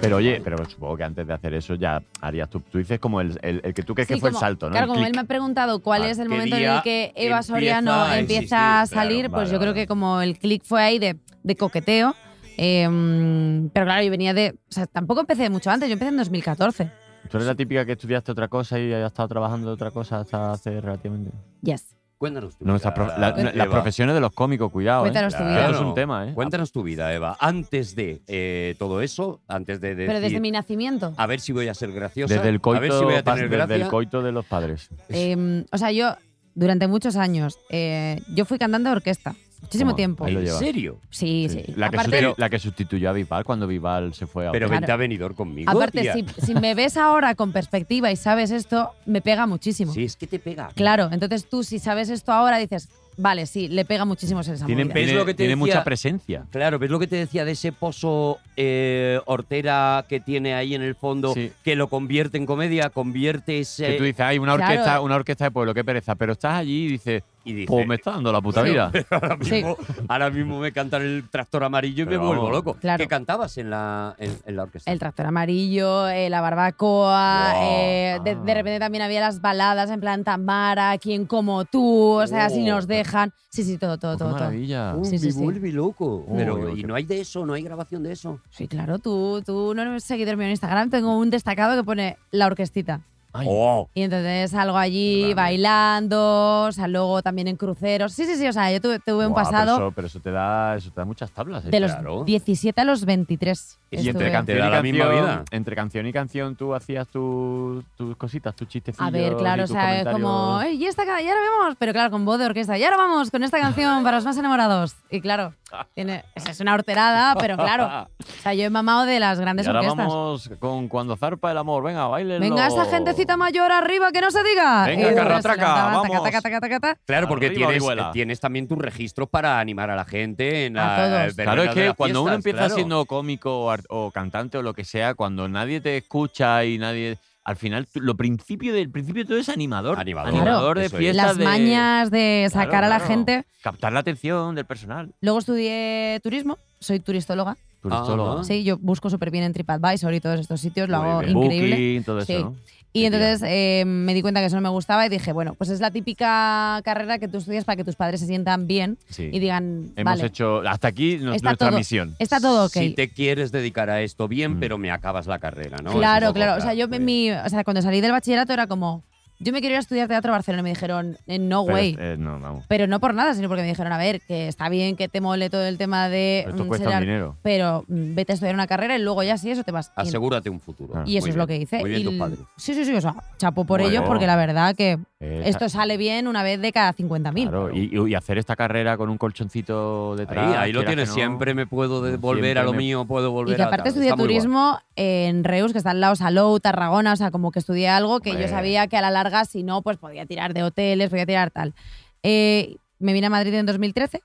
Speaker 5: pero oye, pero supongo que antes de hacer eso ya harías tú. Tú dices como el, el- el que tú crees
Speaker 2: Sí,
Speaker 5: que fue
Speaker 2: como-
Speaker 5: el salto, ¿no?
Speaker 2: Claro,
Speaker 5: El
Speaker 2: como él
Speaker 5: clic.
Speaker 2: me ha preguntado cuál
Speaker 5: Ah,
Speaker 2: es el
Speaker 4: ¿qué
Speaker 2: momento en el
Speaker 4: día
Speaker 2: que Eva
Speaker 4: empieza
Speaker 2: Soriano empieza a
Speaker 4: a existir? Claro,
Speaker 2: salir, pues
Speaker 5: vale,
Speaker 2: yo creo
Speaker 5: vale.
Speaker 2: que como el click fue ahí de, de coqueteo. eh, pero claro, yo venía de. O sea, tampoco empecé mucho antes, yo empecé en 2014.
Speaker 5: Tú eres la típica que estudiaste otra cosa y has estado trabajando de otra cosa hasta hace relativamente.
Speaker 2: Yes.
Speaker 4: Cuéntanos tu
Speaker 5: No,
Speaker 4: vida.
Speaker 5: esas profe- la- la- las
Speaker 4: Eva.
Speaker 5: profesiones de los cómicos, cuidado. ¿eh?
Speaker 2: Cuéntanos tu
Speaker 5: Que
Speaker 2: vida.
Speaker 5: Esto es un tema, ¿eh?
Speaker 4: Cuéntanos tu vida, Eva. Antes de eh, todo eso, antes de decir,
Speaker 2: Pero desde mi nacimiento.
Speaker 5: Ah,
Speaker 4: a ver si voy a ser graciosa,
Speaker 5: eh. Desde el
Speaker 4: a ver si
Speaker 5: coito,
Speaker 4: voy a
Speaker 5: pas-
Speaker 4: tener
Speaker 5: desde el
Speaker 4: gracia.
Speaker 5: coito de los padres.
Speaker 2: eh, o sea, yo durante muchos años, eh, yo fui cantante de orquesta. Muchísimo
Speaker 5: Toma,
Speaker 2: tiempo.
Speaker 5: ahí lo
Speaker 4: ¿En
Speaker 5: lleva.
Speaker 4: serio?
Speaker 2: Sí, sí.
Speaker 5: La, que
Speaker 2: Aparte-
Speaker 5: sustitu- la que sustituyó a Vival cuando Vival se fue a
Speaker 4: Pero
Speaker 5: Open.
Speaker 4: vente a venidor conmigo,
Speaker 2: Aparte,
Speaker 4: tía.
Speaker 2: si, si me ves ahora con perspectiva y sabes esto, me pega muchísimo.
Speaker 4: Sí, es que te pega.
Speaker 2: Claro, entonces tú si sabes esto ahora dices, vale, sí, le pega muchísimo esa
Speaker 5: tiene,
Speaker 2: movida.
Speaker 4: pe-
Speaker 5: tiene-
Speaker 4: Es lo que te
Speaker 5: tiene
Speaker 4: decía-
Speaker 5: mucha presencia.
Speaker 4: Claro, ¿ves lo que te decía de ese pozo eh, hortera que tiene ahí en el fondo
Speaker 5: Sí.
Speaker 4: que lo convierte en comedia? Convierte
Speaker 5: Que
Speaker 4: ese.
Speaker 5: tú dices, hay una
Speaker 2: Claro.
Speaker 5: orquesta, una orquesta de pueblo, qué pereza. Pero estás allí y dices,
Speaker 4: y dice,
Speaker 5: pues me está dando la puta
Speaker 2: Sí.
Speaker 5: vida. Pues
Speaker 4: ahora,
Speaker 2: Sí.
Speaker 4: mismo, ahora mismo me cantan el tractor amarillo y
Speaker 5: Pero
Speaker 4: me vuelvo
Speaker 5: vamos.
Speaker 4: loco.
Speaker 2: Claro.
Speaker 4: ¿Qué cantabas en la, en, en la orquesta?
Speaker 2: El tractor amarillo, eh, la barbacoa,
Speaker 5: Wow.
Speaker 2: eh, de, de
Speaker 5: Ah.
Speaker 2: repente también había las baladas en plan Tamara, quien como tú, o sea, si
Speaker 4: Oh.
Speaker 2: nos dejan. Sí, sí, todo, todo,
Speaker 5: Oh, Qué
Speaker 2: todo. todo.
Speaker 5: maravilla.
Speaker 4: Uy,
Speaker 2: Sí, sí,
Speaker 4: me
Speaker 2: sí.
Speaker 4: vuelve loco. Ah.
Speaker 5: Uy,
Speaker 4: Pero,
Speaker 5: uy,
Speaker 4: ¿y
Speaker 5: qué-
Speaker 4: no hay de eso? ¿No hay grabación de eso?
Speaker 2: Sí, claro, tú, tú no eres seguidor mío en Instagram, tengo un destacado que pone la orquestita.
Speaker 5: Ay,
Speaker 4: ¡Oh!
Speaker 2: Y entonces salgo allí
Speaker 5: Vale.
Speaker 2: bailando, o sea, luego también en cruceros. Sí, sí, sí, o sea, yo tuve, tuve un
Speaker 5: guau,
Speaker 2: pasado
Speaker 5: Pero eso, pero eso te da, eso te da muchas tablas. ¿eh?
Speaker 2: de los
Speaker 4: claro.
Speaker 2: 17 a los 23.
Speaker 4: Y
Speaker 5: Y entre
Speaker 2: estuve.
Speaker 5: canción,
Speaker 4: Te da
Speaker 5: y
Speaker 4: la misma
Speaker 5: canción-
Speaker 4: vida.
Speaker 5: entre canción y canción tú hacías tu- tus cositas, tus chistecillos.
Speaker 2: A ver, claro,
Speaker 5: y
Speaker 2: o
Speaker 5: tus
Speaker 2: sea, es como, ¿eh?
Speaker 5: comentarios.
Speaker 2: "Ey, y esta ca- ya la vemos, pero claro, con voz de orquesta, y ahora vamos con esta canción para los más enamorados. Y claro, tiene, esa es una horterada, pero claro, o sea, yo he mamado de las
Speaker 5: Y
Speaker 2: grandes
Speaker 5: ahora
Speaker 2: orquestas.
Speaker 5: vamos con Cuando zarpa el amor. Venga, baile.
Speaker 2: Venga, esa gentecita mayor arriba, que no se diga.
Speaker 5: Venga,
Speaker 2: Y
Speaker 5: carratraca,
Speaker 2: se levantaban, taca,
Speaker 5: vamos.
Speaker 2: taca, taca, taca, taca.
Speaker 4: Claro, porque
Speaker 5: Arriba,
Speaker 4: tienes,
Speaker 5: Orihuela.
Speaker 4: tienes también tu registro para animar a la gente en
Speaker 2: A
Speaker 4: la eh,
Speaker 2: todos.
Speaker 4: verbenas
Speaker 5: Claro, es
Speaker 4: de
Speaker 5: que
Speaker 4: las
Speaker 5: cuando uno
Speaker 4: fiestas,
Speaker 5: empieza
Speaker 4: claro.
Speaker 5: siendo cómico o, ar- o cantante o lo que sea, cuando nadie te escucha y nadie. Al final, tú- lo principio del principio todo es animador.
Speaker 4: Animador,
Speaker 5: de
Speaker 4: eso es.
Speaker 5: fiestas.
Speaker 2: Las
Speaker 5: de-
Speaker 2: mañas de
Speaker 5: Claro,
Speaker 2: sacar a la
Speaker 5: claro.
Speaker 2: gente.
Speaker 5: Captar la atención del personal.
Speaker 2: Luego estudié turismo, soy turistóloga.
Speaker 5: Turistólogo.
Speaker 4: Ah.
Speaker 2: Sí, yo busco súper bien en TripAdvisor y todos estos sitios, lo
Speaker 4: Muy
Speaker 2: hago
Speaker 4: bien.
Speaker 2: increíble.
Speaker 5: Booking, todo
Speaker 2: Sí.
Speaker 5: eso. ¿no?
Speaker 2: Y
Speaker 5: Qué
Speaker 2: entonces eh, me di cuenta que eso no me gustaba y dije, bueno, pues es la típica carrera que tú estudias para que tus padres se sientan bien
Speaker 5: Sí.
Speaker 2: y digan,
Speaker 5: Hemos
Speaker 2: vale,
Speaker 5: hecho. Hasta aquí nos-
Speaker 2: Está
Speaker 5: nuestra
Speaker 2: todo.
Speaker 5: misión.
Speaker 2: está todo ok.
Speaker 4: Si te quieres dedicar a esto bien,
Speaker 5: Mm.
Speaker 4: pero me acabas la carrera, ¿no? Es un
Speaker 2: claro,
Speaker 4: poco,
Speaker 2: claro. O sea, yo
Speaker 4: muy
Speaker 2: me-
Speaker 4: bien.
Speaker 2: mi, o sea, cuando salí del bachillerato era como, yo me quiero ir a estudiar teatro a Barcelona y me dijeron, eh, no
Speaker 5: Pero,
Speaker 2: way.
Speaker 5: eh, no, vamos.
Speaker 2: Pero no por nada, sino porque me dijeron, a ver, que está bien que te mole todo el tema de
Speaker 5: Esto
Speaker 2: mm,
Speaker 5: cuesta
Speaker 2: ser
Speaker 5: un
Speaker 2: ar-
Speaker 5: dinero.
Speaker 2: pero mm, vete a estudiar una carrera y luego ya sí, eso te vas. Y-
Speaker 4: Asegúrate un futuro.
Speaker 5: Ah.
Speaker 2: Y, eso
Speaker 4: Muy
Speaker 2: es lo que
Speaker 4: bien.
Speaker 2: hice.
Speaker 4: Muy
Speaker 2: Y
Speaker 4: bien tus
Speaker 2: l-
Speaker 4: padres.
Speaker 2: Sí, sí, sí, o sea, chapo por
Speaker 5: Muy
Speaker 2: ellos
Speaker 5: bien.
Speaker 2: porque la verdad que
Speaker 5: Eh,
Speaker 2: esto
Speaker 5: esta-
Speaker 2: sale bien una vez de cada 50.000.
Speaker 5: Claro, y, y hacer esta carrera con un colchoncito detrás.
Speaker 4: Ahí, ahí lo
Speaker 5: quieras
Speaker 4: tienes,
Speaker 5: que no.
Speaker 4: siempre me puedo de- volver
Speaker 5: Siempre
Speaker 4: a lo
Speaker 5: me-
Speaker 4: mío, puedo volver
Speaker 2: Y que
Speaker 4: a
Speaker 2: aparte
Speaker 4: tal.
Speaker 2: estudié
Speaker 4: Está muy guay.
Speaker 2: turismo en Reus, que está al lado Salou, Tarragona, o sea, como que estudié algo que yo
Speaker 5: Hombre.
Speaker 2: sabía que a la larga, si no, pues podía tirar de hoteles, podía tirar tal. Eh, me vine a Madrid en 2013 y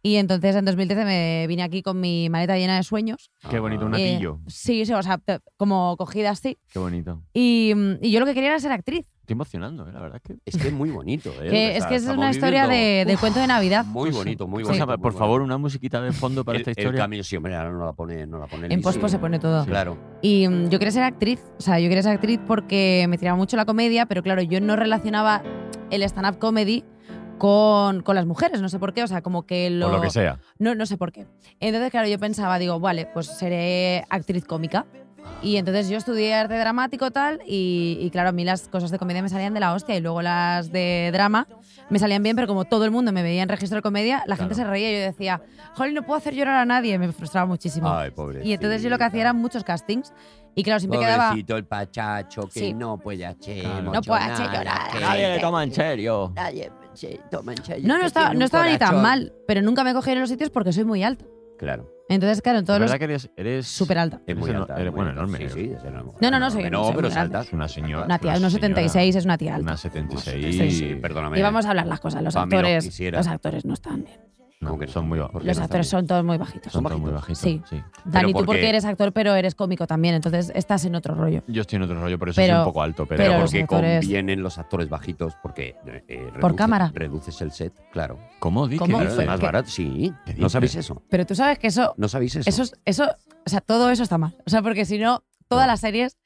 Speaker 2: Y entonces en 2013 me vine aquí con mi maleta llena de sueños.
Speaker 5: Qué bonito, un
Speaker 4: Ah,
Speaker 2: Eh,
Speaker 5: atillo.
Speaker 2: sí, sí, o sea, pe- como cogida así.
Speaker 5: Qué bonito.
Speaker 2: Y, mm, y yo lo que quería era ser actriz.
Speaker 5: Estoy emocionando, ¿eh? la verdad es que.
Speaker 4: Es que es muy bonito,
Speaker 2: que
Speaker 4: ¿eh? O
Speaker 2: es
Speaker 4: sea,
Speaker 2: que es
Speaker 4: estamos
Speaker 2: una historia de,
Speaker 4: viviendo-
Speaker 2: de cuento de Navidad. Pues
Speaker 4: Muy bonito, muy
Speaker 5: Cosa,
Speaker 4: bonito. muy
Speaker 5: por
Speaker 4: bonito.
Speaker 5: favor, una musiquita de fondo para
Speaker 4: El-
Speaker 5: esta historia.
Speaker 4: El camino sí, hombre, ahora no la pone, no la pone
Speaker 2: En
Speaker 4: Elvis,
Speaker 2: pospo
Speaker 4: sí.
Speaker 2: se pone todo.
Speaker 4: Claro.
Speaker 2: Y mm, yo quería ser actriz, o sea, yo quería ser actriz porque me tiraba mucho la comedia, pero claro, yo no relacionaba el stand-up comedy con, con las mujeres, no sé por qué, o sea, como que lo...
Speaker 5: O lo que sea.
Speaker 2: No, no sé por qué. Entonces, claro, yo pensaba, digo, vale, pues seré actriz cómica. Y entonces yo estudié arte dramático tal y, y claro, a mí las cosas de comedia me salían de la hostia y luego las de drama me salían bien, pero como todo el mundo me veía en registro de comedia, la gente se reía y yo decía, jolín, no puedo hacer llorar a nadie, me frustraba muchísimo.
Speaker 4: Ay, pobre.
Speaker 2: Y entonces yo lo que hacía eran muchos castings. Y claro, siempre quedaba.
Speaker 4: Pobrecito el pachacho que
Speaker 2: Sí.
Speaker 4: no puede hacer
Speaker 5: Claro.
Speaker 4: mucho
Speaker 2: No puede hacer
Speaker 4: nada,
Speaker 2: llorar.
Speaker 4: que-
Speaker 5: Nadie le toma en serio.
Speaker 4: Nadie se toma en serio
Speaker 2: No, no
Speaker 4: que
Speaker 2: estaba,
Speaker 4: tiene un
Speaker 2: no estaba ni tan
Speaker 4: corazón.
Speaker 2: mal, pero nunca me cogieron los sitios porque soy muy alta.
Speaker 4: Claro,
Speaker 2: Entonces, claro, en
Speaker 5: La
Speaker 2: todos los.
Speaker 5: verdad que eres. eres
Speaker 2: Súper alta.
Speaker 4: es
Speaker 5: Eres
Speaker 4: muy
Speaker 5: eno-
Speaker 4: alta.
Speaker 5: eres-
Speaker 4: muy
Speaker 5: bueno,
Speaker 4: alta.
Speaker 5: enorme
Speaker 4: Sí,
Speaker 5: eres.
Speaker 4: sí, es enorme.
Speaker 2: No, no, no, soy- soy
Speaker 4: Enorme, No, pero
Speaker 2: muy
Speaker 4: es
Speaker 2: alta.
Speaker 4: alta.
Speaker 5: Es una señora.
Speaker 2: Una tía,
Speaker 5: una
Speaker 2: unos
Speaker 5: señora.
Speaker 2: 76 es una tía alta.
Speaker 5: Una 76.
Speaker 4: Sí, sí, perdóname.
Speaker 2: Y vamos a hablar las cosas. Los
Speaker 4: Pa' mí lo
Speaker 2: actores,
Speaker 4: quisiera.
Speaker 2: los actores no están bien.
Speaker 5: No,
Speaker 4: Aunque
Speaker 5: son muy bajos.
Speaker 4: ¿Por qué
Speaker 2: Los
Speaker 4: no están
Speaker 2: actores
Speaker 4: bien?
Speaker 2: son todos muy bajitos.
Speaker 5: Son
Speaker 4: son
Speaker 5: todos muy bajitos.
Speaker 4: bajitos.
Speaker 5: Sí.
Speaker 2: Dani, tú
Speaker 4: porque-
Speaker 2: porque eres actor, pero eres cómico también. Entonces estás en otro rollo.
Speaker 5: Yo estoy en otro rollo, por eso
Speaker 2: Pero-
Speaker 5: soy un poco alto, pero.
Speaker 4: Pero
Speaker 2: los
Speaker 4: porque
Speaker 2: actores-
Speaker 4: convienen los actores bajitos, porque eh, eh,
Speaker 2: Por
Speaker 4: reduces-
Speaker 2: cámara.
Speaker 4: reduces el set, claro.
Speaker 5: ¿Cómo dices?
Speaker 2: ¿Cómo?
Speaker 4: Claro,
Speaker 2: dices?
Speaker 4: es más
Speaker 2: ¿Qué-
Speaker 4: barato, sí.
Speaker 5: qué
Speaker 4: No
Speaker 5: dices?
Speaker 4: sabéis eso.
Speaker 2: Pero tú sabes que eso.
Speaker 4: No sabéis eso.
Speaker 2: Eso, es- eso o sea, todo eso está mal. O sea, porque si no, todas las series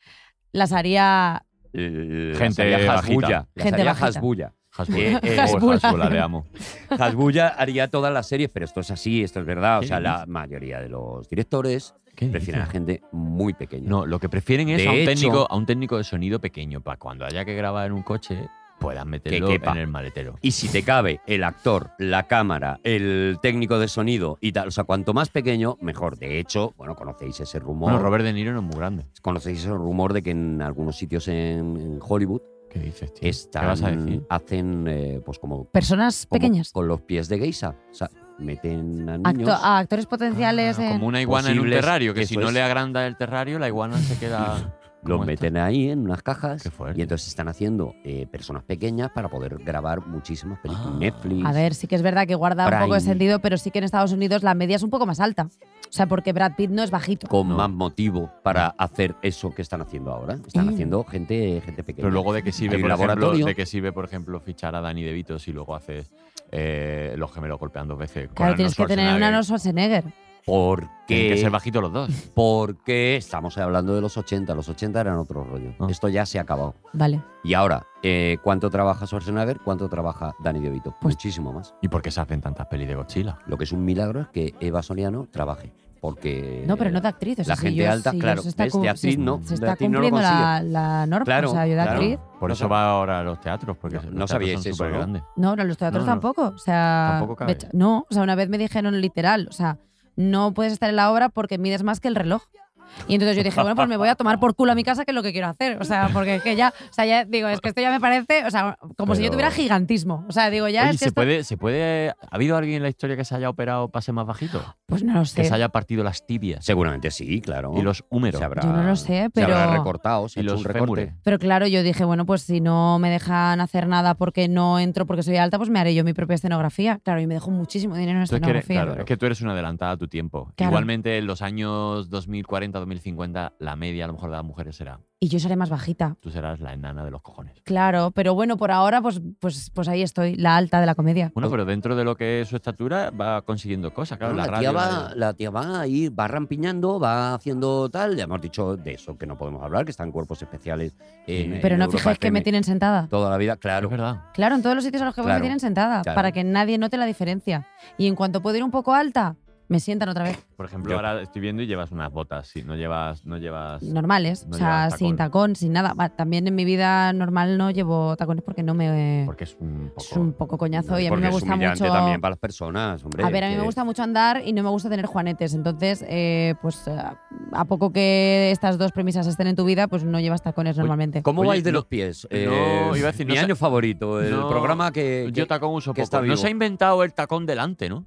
Speaker 2: las haría.
Speaker 4: Eh,
Speaker 5: Gente
Speaker 4: las haría
Speaker 5: bajita.
Speaker 4: Hasbulla, las
Speaker 2: Gente
Speaker 4: haría
Speaker 2: bajita.
Speaker 4: Hasbulla.
Speaker 5: Hasbula.
Speaker 4: Eh, eh,
Speaker 5: Oh,
Speaker 2: Hasbula.
Speaker 5: Hasbula, le amo.
Speaker 4: Hasbulla haría todas las series, pero esto es así, esto es verdad. O
Speaker 5: ¿Qué
Speaker 4: sea, la mayoría de los directores
Speaker 5: ¿Qué
Speaker 4: prefieren a
Speaker 5: dices?
Speaker 4: gente muy pequeña.
Speaker 5: No, lo que prefieren es
Speaker 4: De
Speaker 5: a un,
Speaker 4: hecho-
Speaker 5: técnico, a un técnico de sonido pequeño, para cuando haya que grabar en un coche, puedas meterlo
Speaker 4: quepa.
Speaker 5: en el maletero.
Speaker 4: Y si te cabe el actor, la cámara, el técnico de sonido y tal, o sea, cuanto más pequeño, mejor. De hecho, bueno, conocéis ese rumor.
Speaker 5: Bueno, Robert De Niro no es muy grande.
Speaker 4: Conocéis ese rumor de que en algunos sitios en, en Hollywood
Speaker 5: ¿Qué dices, tío?
Speaker 4: están,
Speaker 5: ¿Qué vas a decir?
Speaker 4: hacen eh, pues como,
Speaker 2: Personas
Speaker 4: como
Speaker 2: pequeñas.
Speaker 4: con los pies de geisa. O sea, meten a
Speaker 2: Acto-
Speaker 4: niños.
Speaker 2: a actores potenciales.
Speaker 5: Ah,
Speaker 2: en-
Speaker 5: como una iguana en un
Speaker 4: posibles-
Speaker 5: terrario, que si
Speaker 4: eso
Speaker 5: no
Speaker 4: es.
Speaker 5: le agranda el terrario, la iguana se queda.
Speaker 4: Los
Speaker 5: como esto.
Speaker 4: meten ahí en unas cajas
Speaker 5: Qué fuerte.
Speaker 4: y entonces están haciendo eh, personas pequeñas para poder grabar muchísimas películas.
Speaker 5: Ah.
Speaker 4: Netflix.
Speaker 2: A ver, sí que es verdad que guarda un poco de
Speaker 4: Prime.
Speaker 2: sentido, pero sí que en Estados Unidos la media es un poco más alta. O sea, porque Brad Pitt no es bajito.
Speaker 4: con
Speaker 5: No.
Speaker 4: más motivo para hacer eso que están haciendo ahora. Están
Speaker 2: Eh.
Speaker 4: haciendo gente, gente pequeña.
Speaker 5: Pero luego de qué sirve,
Speaker 4: Hay un
Speaker 5: por ejemplo,
Speaker 4: laboratorio.
Speaker 5: de qué sirve, por ejemplo, fichar a Dani De Vito si luego haces eh, los gemelos golpean dos veces. con
Speaker 2: Claro,
Speaker 5: Arnold
Speaker 2: tienes que tener un
Speaker 5: Schwarzenegger?
Speaker 2: Arnold Schwarzenegger.
Speaker 4: ¿Por
Speaker 5: Tienen que ser
Speaker 4: qué?
Speaker 5: bajitos los dos.
Speaker 4: Porque estamos hablando de los 80. Los 80 eran otro rollo.
Speaker 5: Ah.
Speaker 4: Esto ya se ha acabado.
Speaker 2: Vale.
Speaker 4: Y ahora, eh, ¿cuánto trabaja Schwarzenegger? ¿Cuánto trabaja Dani De Vito?
Speaker 2: Pues-
Speaker 4: Muchísimo más.
Speaker 5: ¿Y por qué se hacen tantas pelis de Godzilla?
Speaker 4: Lo que es un milagro es que Eva Soriano trabaje. Porque.
Speaker 2: No, pero no de actriz. O sea,
Speaker 4: la
Speaker 2: si
Speaker 4: gente
Speaker 2: yo-
Speaker 4: alta,
Speaker 2: si yo
Speaker 4: claro,
Speaker 2: Se está,
Speaker 4: ves,
Speaker 2: cum-
Speaker 4: de
Speaker 2: se-
Speaker 4: actriz no,
Speaker 2: se
Speaker 4: de
Speaker 2: está
Speaker 4: actriz no lo
Speaker 2: cumpliendo la,
Speaker 4: consigue.
Speaker 2: la norma.
Speaker 4: Claro,
Speaker 2: o sea, yo de
Speaker 4: claro.
Speaker 2: actriz.
Speaker 5: Por
Speaker 4: No
Speaker 5: eso
Speaker 4: sab-
Speaker 5: va ahora a los teatros, porque
Speaker 4: No-
Speaker 5: los
Speaker 4: no
Speaker 5: teatros
Speaker 4: sabíais
Speaker 5: son
Speaker 4: eso, ¿no?
Speaker 5: supergrandes.
Speaker 2: No, no, los teatros
Speaker 5: No, no.
Speaker 2: tampoco. O sea,
Speaker 5: Tampoco cabe.
Speaker 2: becha- no, o sea, una vez me dijeron literal, o sea, no puedes estar en la obra porque mides más que el reloj. Y entonces yo dije, bueno, pues me voy a tomar por culo a mi casa, que es lo que quiero hacer. O sea, porque es que ya, o sea, ya digo, es que esto ya me parece, o sea, como si yo
Speaker 5: Pero-
Speaker 2: tuviera gigantismo. O sea, digo, ya
Speaker 5: Oye,
Speaker 2: es que
Speaker 5: ¿se,
Speaker 2: esto-
Speaker 5: puede, ¿se puede. ¿Ha habido alguien en la historia que se haya operado para ser más bajito?
Speaker 2: Pues no lo
Speaker 5: Que
Speaker 2: sé.
Speaker 5: se haya partido las tibias
Speaker 4: Seguramente sí, claro.
Speaker 5: y los húmeros.
Speaker 4: Se habrá-
Speaker 2: Yo no lo sé,
Speaker 4: Se habrá
Speaker 2: Eh, pero-
Speaker 4: recortado, se
Speaker 5: Y
Speaker 4: ha hecho
Speaker 5: los
Speaker 4: un recorte.
Speaker 5: fémures.
Speaker 2: Pero claro, yo dije, bueno, pues si no me dejan hacer nada porque no entro porque soy alta, pues me haré yo mi propia escenografía. Claro, y me dejó muchísimo dinero en
Speaker 5: Tú es que, eres-
Speaker 2: escenografía.
Speaker 5: claro, es que tú eres una adelantada a tu tiempo.
Speaker 2: Claro.
Speaker 5: Igualmente, en los años 2040, 2050, la media a lo mejor de las mujeres será.
Speaker 2: Y yo seré más bajita.
Speaker 5: Tú serás la enana de los cojones.
Speaker 2: Claro, pero bueno, por ahora, pues, pues, pues ahí estoy, la alta de la comedia.
Speaker 4: Pues
Speaker 5: Bueno, pero dentro de lo que es su estatura va consiguiendo cosas. Claro,
Speaker 4: No,
Speaker 5: la,
Speaker 4: la, tía
Speaker 5: radio,
Speaker 4: va,
Speaker 5: la-
Speaker 4: la tía va a ir, va rampiñando, va haciendo tal. Ya hemos dicho de eso que no podemos hablar, que están cuerpos especiales. En,
Speaker 5: Sí.
Speaker 2: Pero
Speaker 4: Pues, en
Speaker 2: no
Speaker 4: Europa
Speaker 2: fijáis que me
Speaker 4: FM
Speaker 2: tienen sentada.
Speaker 4: Toda la vida,
Speaker 5: Es
Speaker 4: claro.
Speaker 5: verdad.
Speaker 2: Claro, en todos los sitios a los que voy me
Speaker 4: Claro,
Speaker 2: tienen sentada,
Speaker 4: claro.
Speaker 2: para que nadie note la diferencia. Y en cuanto puedo ir un poco alta, me sientan otra vez
Speaker 5: Por ejemplo,
Speaker 4: Yo-
Speaker 5: ahora estoy viendo y llevas unas botas. Sí, no llevas. No llevas
Speaker 2: normales,
Speaker 5: No
Speaker 2: o sea,
Speaker 5: llevas
Speaker 2: sin tacón, sin nada. Va, También en mi vida normal no llevo tacones porque no me...
Speaker 5: Porque es un poco.
Speaker 2: es un poco coñazo y a mí
Speaker 4: Porque
Speaker 2: me gusta
Speaker 4: es humillante
Speaker 2: mucho...
Speaker 4: también para las personas, hombre.
Speaker 2: A ver, a mí
Speaker 4: que-
Speaker 2: me gusta mucho andar y no me gusta tener juanetes. Entonces, eh, pues eh, a poco que estas dos premisas estén en tu vida, pues no llevas tacones normalmente.
Speaker 4: ¿Cómo
Speaker 5: Oye,
Speaker 4: vais de
Speaker 5: no-
Speaker 4: los pies?
Speaker 5: no, iba a decir, no
Speaker 4: mi
Speaker 5: sé-
Speaker 4: año favorito, el
Speaker 5: no,
Speaker 4: programa que, eh, que-
Speaker 5: Yo tacón uso
Speaker 4: que
Speaker 5: poco.
Speaker 4: está
Speaker 5: No
Speaker 4: vivo.
Speaker 5: se ha inventado el tacón delante, ¿no?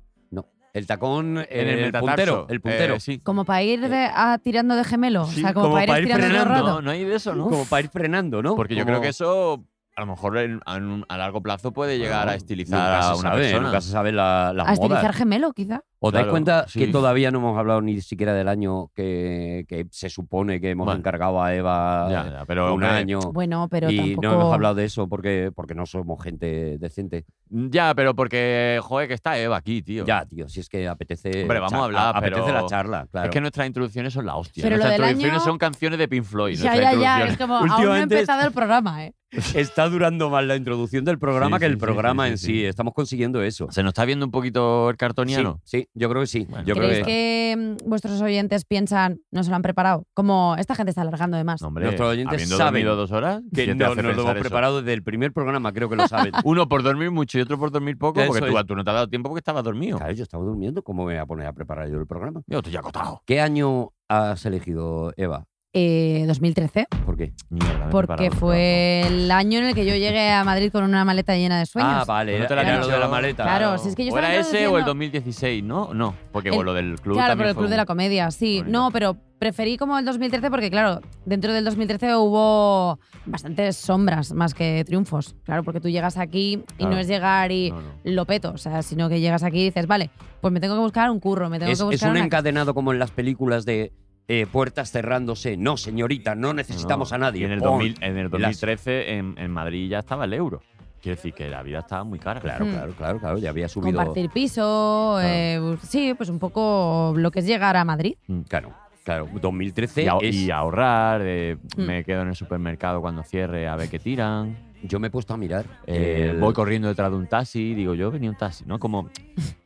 Speaker 4: el tacón, Eh, el,
Speaker 5: metatarso.
Speaker 4: puntero, el puntero.
Speaker 5: Eh, sí.
Speaker 2: Como para ir de- a- tirando de gemelo.
Speaker 5: Sí,
Speaker 2: o sea, como, para ir estirando todo el
Speaker 4: frenando.
Speaker 2: rato.
Speaker 5: No, no hay de eso, ¿no?
Speaker 4: Como para ir frenando, ¿no?
Speaker 5: Porque yo
Speaker 4: Como-
Speaker 5: creo que eso a lo mejor en- a un- a largo plazo puede llegar
Speaker 4: Bueno,
Speaker 5: a estilizar
Speaker 4: nunca se
Speaker 5: a una
Speaker 4: sabe,
Speaker 5: persona.
Speaker 4: Nunca se sabe la, las
Speaker 2: A estilizar
Speaker 4: modas.
Speaker 2: gemelo, quizá.
Speaker 4: ¿Os dais
Speaker 5: Claro,
Speaker 4: cuenta que
Speaker 5: sí.
Speaker 4: todavía no hemos hablado ni siquiera del año que, que se supone que hemos
Speaker 5: Bueno.
Speaker 4: encargado a Eva
Speaker 5: Ya, ya, pero
Speaker 4: un
Speaker 5: hombre,
Speaker 4: año?
Speaker 2: Bueno, pero
Speaker 4: y
Speaker 2: tampoco...
Speaker 4: no hemos hablado de eso porque, porque no somos gente decente.
Speaker 5: Ya, pero porque, joder, que está Eva aquí, tío.
Speaker 4: Ya, tío, si es que apetece.
Speaker 5: Hombre, vamos a hablar,
Speaker 4: apetece
Speaker 5: pero-
Speaker 4: la charla, claro.
Speaker 5: Es que nuestras introducciones son la hostia.
Speaker 2: Pero lo
Speaker 5: nuestras
Speaker 2: del
Speaker 5: introducciones
Speaker 2: año-
Speaker 5: son canciones de Pink Floyd.
Speaker 2: Ya,
Speaker 5: nuestras
Speaker 2: ya, ya. Es
Speaker 5: introducciones.
Speaker 2: como, aún no ha
Speaker 4: Últimamente
Speaker 2: empezado el programa, ¿eh?
Speaker 4: Está durando más la introducción del programa
Speaker 5: Sí,
Speaker 4: que
Speaker 5: sí,
Speaker 4: el
Speaker 5: sí,
Speaker 4: programa
Speaker 5: sí,
Speaker 4: en
Speaker 5: sí,
Speaker 4: sí.
Speaker 5: sí.
Speaker 4: Estamos consiguiendo eso.
Speaker 5: ¿Se nos está viendo un poquito el
Speaker 4: Sí,
Speaker 5: cartoniano?
Speaker 4: sí, yo creo que sí.
Speaker 5: Bueno,
Speaker 4: yo creo
Speaker 2: ¿Creéis
Speaker 4: que,
Speaker 2: que mm, vuestros oyentes piensan, no se lo han preparado? Como esta gente está alargando de más.
Speaker 5: No, hombre,
Speaker 4: Nuestros oyentes
Speaker 5: habiendo
Speaker 4: saben
Speaker 5: dormido dos horas,
Speaker 4: que
Speaker 5: ¿qué te
Speaker 4: no
Speaker 5: hace
Speaker 4: nos lo
Speaker 5: pensar
Speaker 4: hemos
Speaker 5: eso?
Speaker 4: preparado desde el primer programa, creo que lo saben.
Speaker 5: Uno por dormir mucho y otro por dormir poco,
Speaker 4: Eso
Speaker 5: porque tú,
Speaker 4: es.
Speaker 5: a- tú no te has dado tiempo porque estabas dormido.
Speaker 4: claro, yo estaba durmiendo, ¿cómo me voy a poner a preparar yo el programa?
Speaker 5: Yo estoy acotado.
Speaker 4: ¿Qué año has elegido, Eva?
Speaker 2: Eh, 2013,
Speaker 4: ¿Por qué?
Speaker 5: Mierda, me he
Speaker 2: porque
Speaker 5: preparado un
Speaker 2: fue el año en el que yo llegué a Madrid con una maleta llena de sueños.
Speaker 4: Ah, vale,
Speaker 5: Pues no te
Speaker 4: era
Speaker 5: la
Speaker 4: era
Speaker 5: han
Speaker 4: lo
Speaker 5: dicho.
Speaker 4: de la maleta.
Speaker 2: Claro, si es que yo
Speaker 5: O
Speaker 2: estaba
Speaker 5: era ese o el
Speaker 2: introduciendo-
Speaker 5: 2016, ¿no? No, porque
Speaker 2: El-
Speaker 5: bueno, lo del
Speaker 2: Claro,
Speaker 5: club
Speaker 2: por
Speaker 5: también
Speaker 2: el
Speaker 5: fue
Speaker 2: Club de
Speaker 5: un-
Speaker 2: la Comedia, sí.
Speaker 5: bonito.
Speaker 2: No, pero preferí como el 2013 porque, claro, dentro del 2013 hubo bastantes sombras más que triunfos. Claro, porque tú llegas aquí y
Speaker 5: Claro.
Speaker 2: no es llegar y
Speaker 5: No, no.
Speaker 2: lo peto, o sea, sino que llegas aquí y dices, vale, pues me tengo que buscar un curro, me tengo
Speaker 4: Es,
Speaker 2: que
Speaker 4: es
Speaker 2: buscar
Speaker 4: un
Speaker 2: una
Speaker 4: encadenado como en las películas de eh, puertas cerrándose. No, señorita, no necesitamos
Speaker 5: No,
Speaker 4: a nadie.
Speaker 5: y en el,
Speaker 4: Pon.
Speaker 5: 2000 en el
Speaker 4: las-
Speaker 5: 2013 en, en Madrid ya estaba el euro. Quiere decir que la vida estaba muy cara.
Speaker 4: Claro,
Speaker 2: Mm.
Speaker 4: claro, claro, claro, ya había subido.
Speaker 2: compartir piso, eh, bu- sí, pues un poco lo que es llegar a Madrid.
Speaker 4: Claro, claro. 2013
Speaker 5: Y, a-
Speaker 4: es-
Speaker 5: y ahorrar, eh,
Speaker 2: Mm.
Speaker 5: me quedo en el supermercado cuando cierre a ver qué tiran.
Speaker 4: Yo me he puesto a mirar.
Speaker 5: eh,
Speaker 4: el-
Speaker 5: Voy corriendo detrás de un taxi, digo yo venía un taxi, ¿no? Como,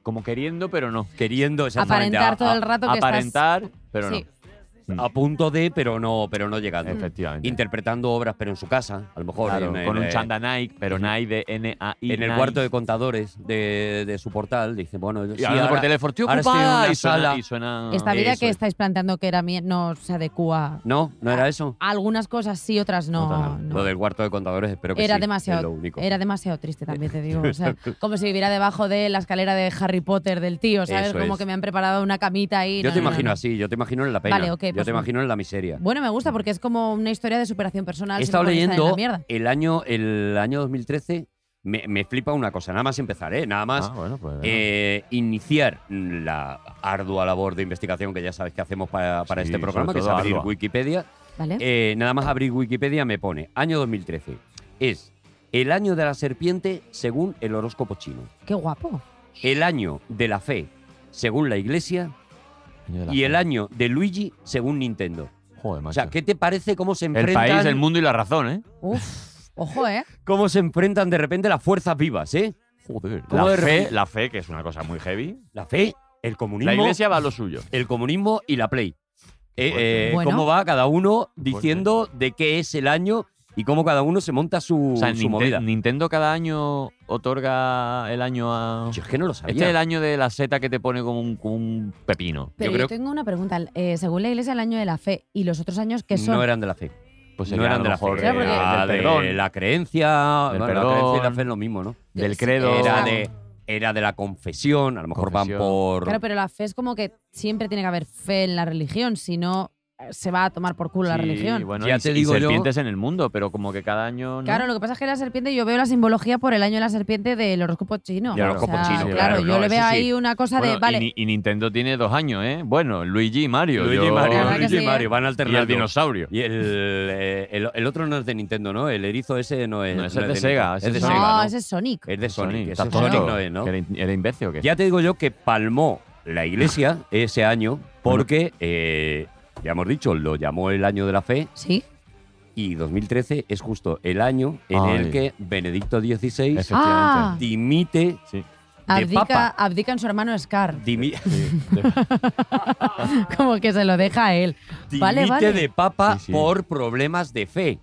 Speaker 5: como queriendo, pero no.
Speaker 4: queriendo exactamente
Speaker 2: Aparentar
Speaker 4: a-
Speaker 2: todo
Speaker 4: a-
Speaker 2: el rato que estás...
Speaker 5: Aparentar, pero
Speaker 2: Sí.
Speaker 5: no.
Speaker 4: a punto de, pero no, pero no llegando.
Speaker 5: Efectivamente.
Speaker 4: Interpretando obras, pero en su casa, a lo mejor.
Speaker 5: Claro,
Speaker 4: en el,
Speaker 5: con un
Speaker 4: eh,
Speaker 5: chanda Nike, pero Nike de N-A-I.
Speaker 4: En el
Speaker 5: Nike.
Speaker 4: cuarto de contadores de, de su portal, dice, bueno,
Speaker 5: Y
Speaker 4: sí,
Speaker 5: hablando por
Speaker 4: ahora-
Speaker 5: teléfono, tío,
Speaker 4: ahora estoy en
Speaker 5: ocupada",
Speaker 4: una
Speaker 5: y suena-
Speaker 4: sala.
Speaker 5: y suena-
Speaker 2: Esta vida
Speaker 4: Eso
Speaker 2: que
Speaker 4: es.
Speaker 2: estáis planteando que era mía no se adecua.
Speaker 4: No, no era eso.
Speaker 2: A algunas cosas sí, otras no.
Speaker 5: Otras no.
Speaker 2: no.
Speaker 4: Lo del cuarto de contadores, espero que
Speaker 2: Era
Speaker 4: sí,
Speaker 2: demasiado,
Speaker 4: Es lo único.
Speaker 2: era demasiado triste también, te digo. O sea, como si viviera debajo de la escalera de Harry Potter del tío, ¿sabes?
Speaker 4: Eso
Speaker 2: como
Speaker 4: es.
Speaker 2: que me han preparado una camita ahí.
Speaker 4: Yo
Speaker 2: No,
Speaker 4: te
Speaker 2: no, no,
Speaker 4: imagino
Speaker 2: no.
Speaker 4: así, yo te imagino en la pena.
Speaker 2: Vale, ok,
Speaker 4: yo
Speaker 2: pues
Speaker 4: te
Speaker 2: no.
Speaker 4: imagino en la miseria.
Speaker 2: Bueno, me gusta porque es como una historia de superación personal.
Speaker 4: He
Speaker 2: sin
Speaker 4: estado
Speaker 2: poder estar en
Speaker 4: leyendo
Speaker 2: la mierda.
Speaker 4: el año, el año 2013, me, me flipa una cosa, nada más empezar, ¿eh? Nada más
Speaker 5: Ah, bueno, pues, bueno.
Speaker 4: eh, iniciar la ardua labor de investigación que ya sabes que hacemos para, para
Speaker 5: Sí,
Speaker 4: este programa,
Speaker 5: sobre
Speaker 4: que es
Speaker 5: todo
Speaker 4: abrir
Speaker 5: ardua.
Speaker 4: Wikipedia.
Speaker 2: ¿Vale?
Speaker 4: Eh, nada más abrir Wikipedia me pone, año 2013, es el año de la serpiente según el horóscopo chino,
Speaker 2: Qué guapo.
Speaker 4: el año de la fe según la iglesia
Speaker 5: Año de la
Speaker 4: y el
Speaker 5: fe.
Speaker 4: año de Luigi según Nintendo. O
Speaker 5: Joder, macho.
Speaker 4: sea, ¿qué te parece cómo se
Speaker 5: el
Speaker 4: enfrentan,
Speaker 5: país, el mundo y la razón, ¿eh?
Speaker 2: Uf, ojo, ¿eh?
Speaker 4: cómo se enfrentan de repente las fuerzas vivas, eh?
Speaker 5: Joder.
Speaker 4: ¿Cómo de
Speaker 5: La
Speaker 4: repente-
Speaker 5: fe, la fe, que es una cosa muy heavy.
Speaker 4: La fe, el comunismo,
Speaker 5: La iglesia va a lo suyo.
Speaker 4: el comunismo y la play. Eh,
Speaker 5: fuerte.
Speaker 4: eh,
Speaker 2: Bueno.
Speaker 4: Cómo va cada uno
Speaker 5: fuerte.
Speaker 4: diciendo de qué es el año y cómo cada uno se monta su,
Speaker 5: O sea,
Speaker 4: Uh, su
Speaker 5: Ninten-
Speaker 4: movida.
Speaker 5: Nintendo cada año otorga el año a.
Speaker 4: Yo es que no lo sabía.
Speaker 5: Este es el año de la seta que te pone como un, como un pepino.
Speaker 2: Pero yo,
Speaker 4: creo-
Speaker 2: tengo una pregunta. Eh, según la iglesia, el año de la fe y los otros años, ¿qué son?
Speaker 4: No eran de la fe.
Speaker 5: Pues
Speaker 4: no
Speaker 5: sería a
Speaker 4: eran
Speaker 5: lo
Speaker 4: de la fe.
Speaker 5: mejor
Speaker 2: Claro,
Speaker 5: de-
Speaker 2: porque-
Speaker 4: era
Speaker 5: del
Speaker 4: de
Speaker 5: perdón,
Speaker 4: la creencia.
Speaker 5: Del
Speaker 4: bueno, la creencia y la
Speaker 5: perdón.
Speaker 4: fe es lo mismo, ¿no?
Speaker 5: del
Speaker 2: Sí,
Speaker 5: credo.
Speaker 4: Era de, era de la confesión. A lo mejor
Speaker 5: Confesión.
Speaker 4: van por.
Speaker 2: Claro, pero la fe es como que siempre tiene que haber fe en la religión, si no eh, se va a tomar por culo la
Speaker 5: Sí,
Speaker 2: religión.
Speaker 5: Bueno,
Speaker 4: Ya
Speaker 5: y,
Speaker 4: te
Speaker 5: y
Speaker 4: digo yo-
Speaker 5: serpientes en el mundo, pero como que cada año. ¿no?
Speaker 2: Claro, lo que pasa es que la serpiente, yo veo la simbología por el año de la serpiente del horóscopo chino.
Speaker 4: Del horóscopo
Speaker 5: chino,
Speaker 2: claro.
Speaker 5: claro,
Speaker 2: yo
Speaker 4: no,
Speaker 2: le
Speaker 4: eso
Speaker 2: veo
Speaker 4: sí.
Speaker 2: ahí una cosa
Speaker 5: Bueno,
Speaker 2: de, vale,
Speaker 5: y, Ni- y Nintendo tiene dos años, ¿eh? Bueno, Luigi y Mario.
Speaker 4: Luigi y
Speaker 5: yo-
Speaker 4: Mario,
Speaker 2: La verdad que
Speaker 4: Luigi y
Speaker 2: sí, ¿eh?
Speaker 4: Mario van
Speaker 5: y el
Speaker 4: alternando.
Speaker 5: dinosaurio.
Speaker 4: Y el, eh, el, el otro no es de Nintendo, ¿no? El erizo ese no es.
Speaker 5: No, ese es de
Speaker 4: Nintendo.
Speaker 5: Sega, ese
Speaker 4: Es de
Speaker 5: es
Speaker 2: no,
Speaker 4: Sega. ¿no?
Speaker 2: ese es Sonic.
Speaker 4: Es de Sonic. ese
Speaker 5: ¿estás
Speaker 4: es
Speaker 5: tonto?
Speaker 4: Sonic no es, ¿no?
Speaker 5: ¿Que ¿Era, in- era imbécil o qué?
Speaker 4: Ya te digo yo que palmó la iglesia ese año porque, eh, ya hemos dicho, lo llamó el año de la fe
Speaker 2: Sí.
Speaker 4: y 2013 es justo el año en el
Speaker 5: Ay.
Speaker 4: que Benedicto XVI
Speaker 2: Ah.
Speaker 5: Efectivamente.
Speaker 4: dimite.
Speaker 5: Sí.
Speaker 2: Abdica,
Speaker 4: papa.
Speaker 2: abdica en su hermano Scar.
Speaker 4: dimi-
Speaker 2: Como que se lo deja a él.
Speaker 4: dimite
Speaker 2: Vale, vale.
Speaker 4: de papa
Speaker 5: Sí, sí.
Speaker 4: por problemas de fe.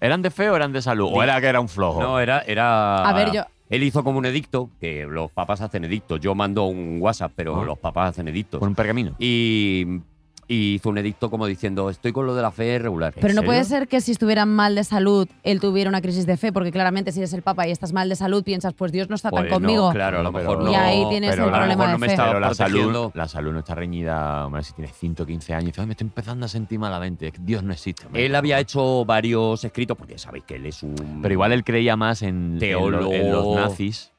Speaker 5: ¿Eran de fe o eran de salud?
Speaker 4: Di-
Speaker 5: ¿O era que era un flojo?
Speaker 4: No, era, era.
Speaker 2: A ver, yo-
Speaker 4: Él hizo como un edicto, que los papas hacen edictos. Yo mando un WhatsApp, pero
Speaker 5: Ah.
Speaker 4: los papas hacen edictos.
Speaker 5: Con un pergamino.
Speaker 4: Y y hizo un edicto como diciendo, estoy con lo de la fe regular.
Speaker 2: Pero no
Speaker 5: serio?
Speaker 2: puede ser que si estuvieran mal de salud, él tuviera una crisis de fe, porque claramente si eres el papa y estás mal de salud, piensas, pues Dios no está
Speaker 4: Pues
Speaker 2: tan
Speaker 4: no,
Speaker 2: conmigo.
Speaker 4: claro, a lo
Speaker 5: No,
Speaker 4: mejor
Speaker 5: pero-
Speaker 4: no.
Speaker 2: Y ahí tienes el
Speaker 4: pero a lo
Speaker 2: problema
Speaker 4: mejor
Speaker 2: de
Speaker 4: no me
Speaker 2: fe.
Speaker 4: estaba
Speaker 5: Pero la salud,
Speaker 4: protegiendo.
Speaker 5: la salud no está reñida, hombre, si tienes 115 años, dices, "Ay, me estoy empezando a sentir malamente, Dios no existe. hombre".
Speaker 4: Él había hecho varios escritos, porque sabéis que él es un...
Speaker 5: Pero igual él creía más en, en lo- en los
Speaker 4: Teólogo.
Speaker 5: nazis.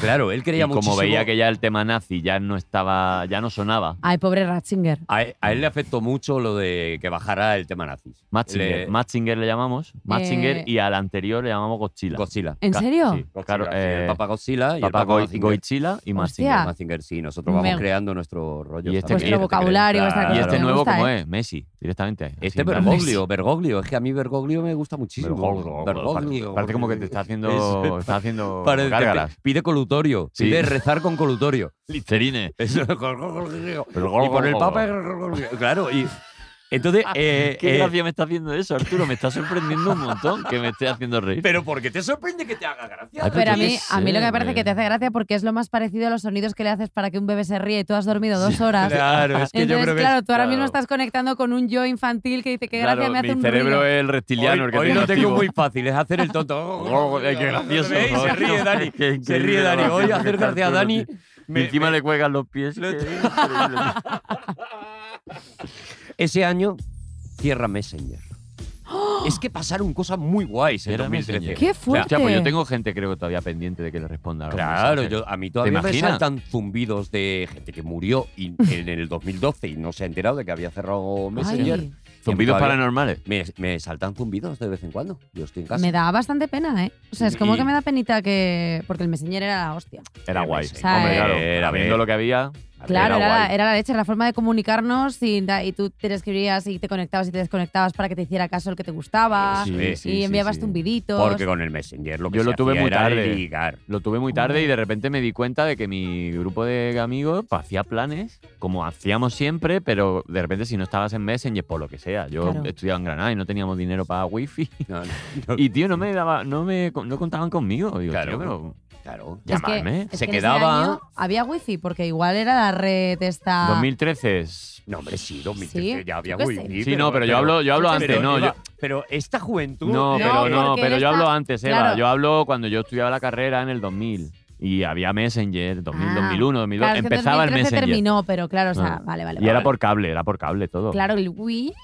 Speaker 4: Claro, él
Speaker 5: Y
Speaker 4: creía
Speaker 5: como
Speaker 4: muchísimo...
Speaker 5: veía que ya el tema nazi ya no estaba, ya no sonaba.
Speaker 2: Ay, pobre Ratzinger.
Speaker 4: A él, a él le afectó mucho lo de que bajara el tema nazis.
Speaker 5: Matzinger,
Speaker 4: Le-
Speaker 5: Matzinger le llamamos, Matzinger,
Speaker 2: Eh,
Speaker 5: y al anterior le llamamos Godzilla.
Speaker 4: Godzilla.
Speaker 2: ¿En
Speaker 5: Ca-
Speaker 2: serio?
Speaker 5: sí, claro,
Speaker 4: Godzilla, sí,
Speaker 5: eh,
Speaker 4: el Papa Godzilla y
Speaker 5: Papá
Speaker 4: el Papa
Speaker 5: Goi-
Speaker 4: Mazinger.
Speaker 5: Godzilla y
Speaker 2: Hostia.
Speaker 5: Matzinger.
Speaker 4: Mazinger, sí, nosotros vamos
Speaker 2: Me-
Speaker 4: creando nuestro rollo.
Speaker 5: Y este
Speaker 4: también,
Speaker 5: Vuestro
Speaker 4: no te creas.
Speaker 2: vocabulario, vuestra
Speaker 5: Y
Speaker 2: Claro.
Speaker 5: este
Speaker 2: Me
Speaker 5: nuevo,
Speaker 2: gusta,
Speaker 5: ¿cómo
Speaker 2: ¿eh?
Speaker 5: es? Messi, directamente. así,
Speaker 4: Este
Speaker 5: en plan-
Speaker 4: Bergoglio, Bergoglio, es que a mí Bergoglio me gusta muchísimo.
Speaker 5: Bergoglio,
Speaker 4: Bergoglio.
Speaker 5: Parece, parece como que te está haciendo,
Speaker 4: Es-
Speaker 5: está haciendo
Speaker 4: Parece-
Speaker 5: gárgaras.
Speaker 4: pide colutorio,
Speaker 5: Sí.
Speaker 4: pide rezar con colutorio.
Speaker 5: Listerine.
Speaker 4: Eso es Bergoglio.
Speaker 5: Bergoglio.
Speaker 4: Y con el Papa Bergoglio, claro. Y, entonces, eh,
Speaker 5: Qué
Speaker 4: eh,
Speaker 5: gracia me está haciendo eso, Arturo. Me está sorprendiendo un montón que me esté haciendo reír.
Speaker 4: eh, pero porque te sorprende que te haga gracia.
Speaker 5: Ay,
Speaker 2: Pero a
Speaker 5: yo qué
Speaker 2: mí, a mí lo que
Speaker 5: sé,
Speaker 2: me parece
Speaker 5: hombre.
Speaker 2: que te hace gracia porque es lo más parecido a los sonidos que le haces para que un bebé se ríe y tú has dormido dos horas.
Speaker 4: Claro, Ah, es que
Speaker 2: Entonces,
Speaker 4: yo creo que.
Speaker 2: claro, tú ahora mismo
Speaker 5: claro.
Speaker 2: estás conectando con un yo infantil que dice, qué
Speaker 5: Claro,
Speaker 2: gracia me hace
Speaker 5: mi
Speaker 2: un
Speaker 5: cerebro
Speaker 2: ruido.
Speaker 5: es el reptiliano. el
Speaker 4: hoy
Speaker 5: que
Speaker 4: hoy lo tengo
Speaker 5: activo.
Speaker 4: muy fácil, es hacer el tonto.
Speaker 5: Oh, ay, qué gracioso.
Speaker 4: ¿Veis? Se ríe Dani.
Speaker 5: Qué
Speaker 4: Se
Speaker 5: increíble
Speaker 4: ríe
Speaker 5: la
Speaker 4: Dani. Hoy
Speaker 5: gracia
Speaker 4: hacer
Speaker 5: que está
Speaker 4: gracia a
Speaker 5: Arturo,
Speaker 4: Dani.
Speaker 5: tío. Y
Speaker 4: me-
Speaker 5: encima le cuelgan los pies.
Speaker 4: Lo-
Speaker 5: que es increíble.
Speaker 4: Ese año cierra Messenger.
Speaker 2: ¡Oh!
Speaker 4: Es que pasaron cosas muy guays en
Speaker 5: Cierra
Speaker 4: 2013.
Speaker 5: Messenger.
Speaker 2: ¡Qué
Speaker 5: Hostia, pues
Speaker 2: fuerte!
Speaker 5: yo tengo gente, creo que todavía pendiente de que le responda. a los
Speaker 4: Claro,
Speaker 5: mensajes.
Speaker 4: yo, a mí todavía me
Speaker 5: imaginas?
Speaker 4: saltan zumbidos de gente que murió y- en el 2012 y no se ha enterado de que había cerrado Messenger.
Speaker 2: Ay,
Speaker 5: Zumbidos
Speaker 4: Todavía-
Speaker 5: paranormales.
Speaker 4: Me, me saltan zumbidos de vez en cuando. Yo estoy en casa.
Speaker 2: me da bastante pena, ¿eh? O sea, es como
Speaker 4: Y-
Speaker 2: que me da penita que... Porque el messenger era la hostia.
Speaker 5: Era
Speaker 4: Sí,
Speaker 5: guay.
Speaker 4: sí.
Speaker 2: sea,
Speaker 5: Hombre,
Speaker 2: eh,
Speaker 5: claro.
Speaker 4: era
Speaker 5: Viendo
Speaker 4: ver.
Speaker 5: lo que había.
Speaker 2: Claro, era, la-
Speaker 4: guay.
Speaker 2: era la leche, era la forma de comunicarnos y, da- y tú te escribías y te conectabas y te desconectabas para que te hiciera caso el que te gustaba
Speaker 4: Sí, sí,
Speaker 2: y enviabas
Speaker 5: un vídeo
Speaker 2: zumbiditos.
Speaker 4: Porque con el Messenger lo que
Speaker 5: Yo
Speaker 4: se
Speaker 5: lo tuve
Speaker 4: hacía
Speaker 5: muy
Speaker 4: era
Speaker 5: tarde.
Speaker 4: ligar.
Speaker 5: Lo tuve muy tarde y de repente me di cuenta de que mi grupo de amigos pues, hacía planes, como hacíamos siempre, pero de repente si no estabas en Messenger, por lo que sea. Yo
Speaker 2: Claro.
Speaker 5: estudiaba en Granada y no teníamos dinero para wifi.
Speaker 4: No, no,
Speaker 5: Y tío, no me daba, no me no contaban conmigo. Digo,
Speaker 4: Claro.
Speaker 5: tío, pero
Speaker 4: claro.
Speaker 2: Es que-
Speaker 5: llamarme.
Speaker 2: es
Speaker 4: Se
Speaker 2: que en ese
Speaker 4: quedaba-
Speaker 2: año había wifi, porque igual era la red esta...
Speaker 5: 2013 es-
Speaker 4: No, hombre, sí, 2013
Speaker 2: Sí,
Speaker 4: ya había
Speaker 2: yo qué sé.
Speaker 4: wifi.
Speaker 5: Sí, no, pero yo hablo, yo hablo antes,
Speaker 4: pero
Speaker 5: no, yo,
Speaker 4: iba- pero esta juventud.
Speaker 5: no,
Speaker 4: eh,
Speaker 5: pero no,
Speaker 2: porque
Speaker 5: pero
Speaker 2: él
Speaker 5: yo
Speaker 2: está-
Speaker 5: hablo antes, Eva.
Speaker 2: claro.
Speaker 5: Yo hablo cuando yo estudiaba la carrera en el 2000 y había Messenger, 2000,
Speaker 2: Ah.
Speaker 5: 2001, 2002,
Speaker 2: Claro, es que en
Speaker 5: empezaba el
Speaker 2: 2013
Speaker 5: Messenger.
Speaker 2: terminó, pero claro, o sea,
Speaker 5: Ah.
Speaker 2: vale, vale.
Speaker 5: Y
Speaker 2: vale.
Speaker 5: era por cable, era por cable todo.
Speaker 2: Claro, el Wii,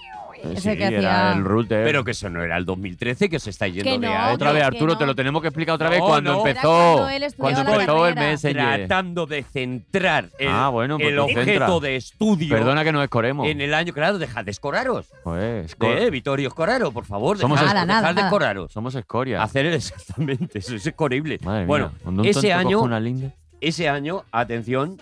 Speaker 4: Eh,
Speaker 5: Sí,
Speaker 2: ese que
Speaker 5: era
Speaker 2: hacía...
Speaker 5: el router.
Speaker 4: Pero que eso no era el 2013 que se está yendo
Speaker 2: Que
Speaker 4: de
Speaker 2: no,
Speaker 4: a
Speaker 5: otra vez,
Speaker 2: que
Speaker 5: Arturo,
Speaker 2: no.
Speaker 5: te lo tenemos que explicar otra vez
Speaker 4: No,
Speaker 5: cuando
Speaker 4: no.
Speaker 5: empezó.
Speaker 2: Era cuando él estudiaba
Speaker 5: cuando
Speaker 2: la
Speaker 5: empezó el
Speaker 2: carrera.
Speaker 5: Messenger.
Speaker 4: tratando de centrar el,
Speaker 5: Ah, bueno, pues
Speaker 4: el
Speaker 5: tú
Speaker 4: objeto
Speaker 5: centra.
Speaker 4: de estudio
Speaker 5: Perdona que nos escoremos.
Speaker 4: en el año. Claro, dejad de escoraros.
Speaker 5: Joder, escor-
Speaker 4: De, eh, Vitorio Escoraro, por favor.
Speaker 5: Somos
Speaker 4: dejad,
Speaker 2: Nada, nada,
Speaker 4: dejad de
Speaker 2: nada.
Speaker 4: escoraros.
Speaker 5: Somos escoria.
Speaker 4: Hacer el- exactamente, eso es escorible.
Speaker 5: Madre mía,
Speaker 4: bueno,
Speaker 5: cuando un
Speaker 4: ese
Speaker 5: tonto coge
Speaker 4: año,
Speaker 5: una linda-
Speaker 4: ese año, atención,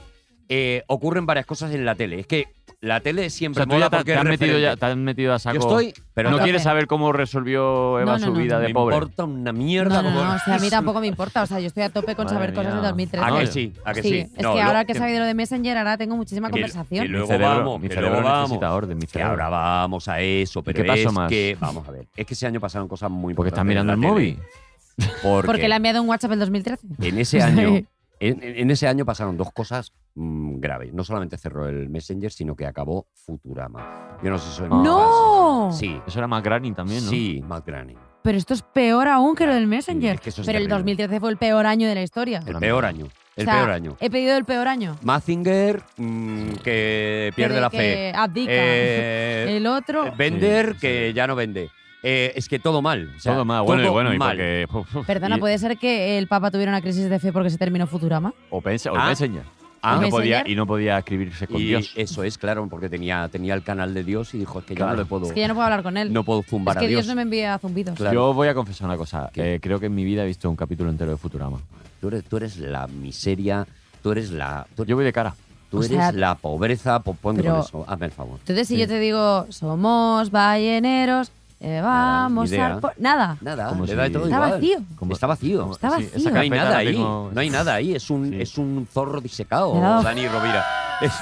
Speaker 4: eh, ocurren varias cosas en la tele. Es que la tele
Speaker 5: O
Speaker 4: siempre
Speaker 5: sea, tú
Speaker 4: mola
Speaker 5: ya te,
Speaker 4: porque
Speaker 5: te has
Speaker 4: es
Speaker 5: metido ya,
Speaker 4: referente.
Speaker 5: te has metido a saco.
Speaker 4: Yo estoy, pero
Speaker 5: no
Speaker 4: me-
Speaker 5: quieres saber cómo resolvió Eva
Speaker 2: No, no,
Speaker 5: su
Speaker 2: no,
Speaker 5: vida
Speaker 2: no.
Speaker 5: de
Speaker 4: me
Speaker 5: pobre.
Speaker 4: importa una
Speaker 2: No,
Speaker 4: mierda.
Speaker 2: no, no,
Speaker 4: como-
Speaker 2: o sea, a mí tampoco me importa. O sea, yo estoy a tope con
Speaker 5: Madre
Speaker 2: saber cosas
Speaker 5: mía.
Speaker 2: de 2013.
Speaker 4: ¿A
Speaker 5: No,
Speaker 4: Ah,
Speaker 5: eh,
Speaker 4: que
Speaker 5: yo-
Speaker 4: sí? ¿A que sí?
Speaker 2: Sí, es
Speaker 4: No,
Speaker 2: que
Speaker 4: lo-
Speaker 2: ahora que he sabido lo de Messenger, ahora tengo muchísima
Speaker 4: que-
Speaker 2: conversación.
Speaker 4: que luego
Speaker 5: Mi cerebro-
Speaker 4: vamos,
Speaker 5: mi
Speaker 4: que
Speaker 5: cerebro
Speaker 4: luego vamos.
Speaker 5: necesita orden, mi
Speaker 4: Que
Speaker 5: cerebro.
Speaker 4: ahora vamos a eso, pero
Speaker 5: qué pasó
Speaker 4: es
Speaker 5: más?
Speaker 4: que vamos a ver, es que ese año pasaron cosas muy
Speaker 5: Porque estás
Speaker 4: importantes en
Speaker 5: mirando
Speaker 4: la
Speaker 5: el
Speaker 4: tele.
Speaker 5: móvil.
Speaker 4: Porque,
Speaker 2: Porque le ha enviado un WhatsApp el 2013.
Speaker 4: en ese año en, en ese año pasaron dos cosas mm, graves. No solamente cerró el Messenger, sino que acabó Futurama. Yo no sé si soy muy
Speaker 2: ¡No!
Speaker 4: fan. Sí,
Speaker 5: Ah. Eso era más Granny también, ¿no?
Speaker 4: sí, Matt Groening.
Speaker 2: Pero esto es peor aún que lo del Messenger.
Speaker 4: Es que eso es
Speaker 2: Pero el
Speaker 4: terrible.
Speaker 2: 2013 fue el peor año de la historia.
Speaker 4: El peor año, el
Speaker 2: O sea,
Speaker 4: peor año.
Speaker 2: He pedido el peor año.
Speaker 4: Mazinger mm, que pierde
Speaker 2: Desde
Speaker 4: la
Speaker 2: que
Speaker 4: fe.
Speaker 2: Abdica.
Speaker 4: Eh,
Speaker 2: el otro.
Speaker 4: Vender
Speaker 5: Sí, sí.
Speaker 4: que ya no vende. Eh, es que todo mal. o sea,
Speaker 5: todo más. Bueno, y
Speaker 4: todo
Speaker 5: bueno, y
Speaker 4: mal.
Speaker 5: porque. uf,
Speaker 2: Perdona,
Speaker 5: y-
Speaker 2: ¿puede ser que el Papa tuviera una crisis de fe porque se terminó Futurama?
Speaker 5: O, pensa, o
Speaker 4: Ah.
Speaker 5: Messenger.
Speaker 4: Ah,
Speaker 5: y, no
Speaker 2: Messenger.
Speaker 5: podía, y no podía escribirse con
Speaker 4: Y
Speaker 5: Dios.
Speaker 4: eso es, claro, porque tenía, tenía el canal de Dios y dijo, es que yo
Speaker 5: Claro.
Speaker 4: no le puedo,
Speaker 2: Es que ya no puedo hablar con él.
Speaker 4: no puedo
Speaker 2: es
Speaker 4: zumbar
Speaker 2: que
Speaker 4: a Dios.
Speaker 2: Dios no me envía zumbidos.
Speaker 4: Claro.
Speaker 5: Yo voy a confesar una cosa.
Speaker 4: ¿Qué?
Speaker 5: Eh, creo que en mi vida he visto un capítulo entero de Futurama.
Speaker 4: tú, eres, tú eres la miseria, tú eres la, tú,
Speaker 5: Yo voy de cara.
Speaker 4: tú
Speaker 2: O
Speaker 4: eres
Speaker 2: sea,
Speaker 4: la pobreza, po- ponte
Speaker 2: pero-
Speaker 4: con eso, hazme el favor.
Speaker 2: Entonces, si yo te digo, somos balleneros, eh, vamos
Speaker 4: ni idea.
Speaker 2: al po-". Nada.
Speaker 4: Nada,
Speaker 5: Como
Speaker 4: le
Speaker 5: si-
Speaker 4: da todo
Speaker 2: Está
Speaker 4: igual.
Speaker 2: vacío.
Speaker 5: Como-
Speaker 4: Está vacío.
Speaker 2: Está
Speaker 5: Sí, esa
Speaker 2: vacío.
Speaker 4: No hay
Speaker 5: carpeta
Speaker 4: nada
Speaker 5: la
Speaker 4: ahí,
Speaker 5: tengo-
Speaker 4: no hay nada ahí, es un,
Speaker 5: Sí.
Speaker 4: es un zorro disecado,
Speaker 2: Me ha dado-
Speaker 4: Dani Rovira. Es-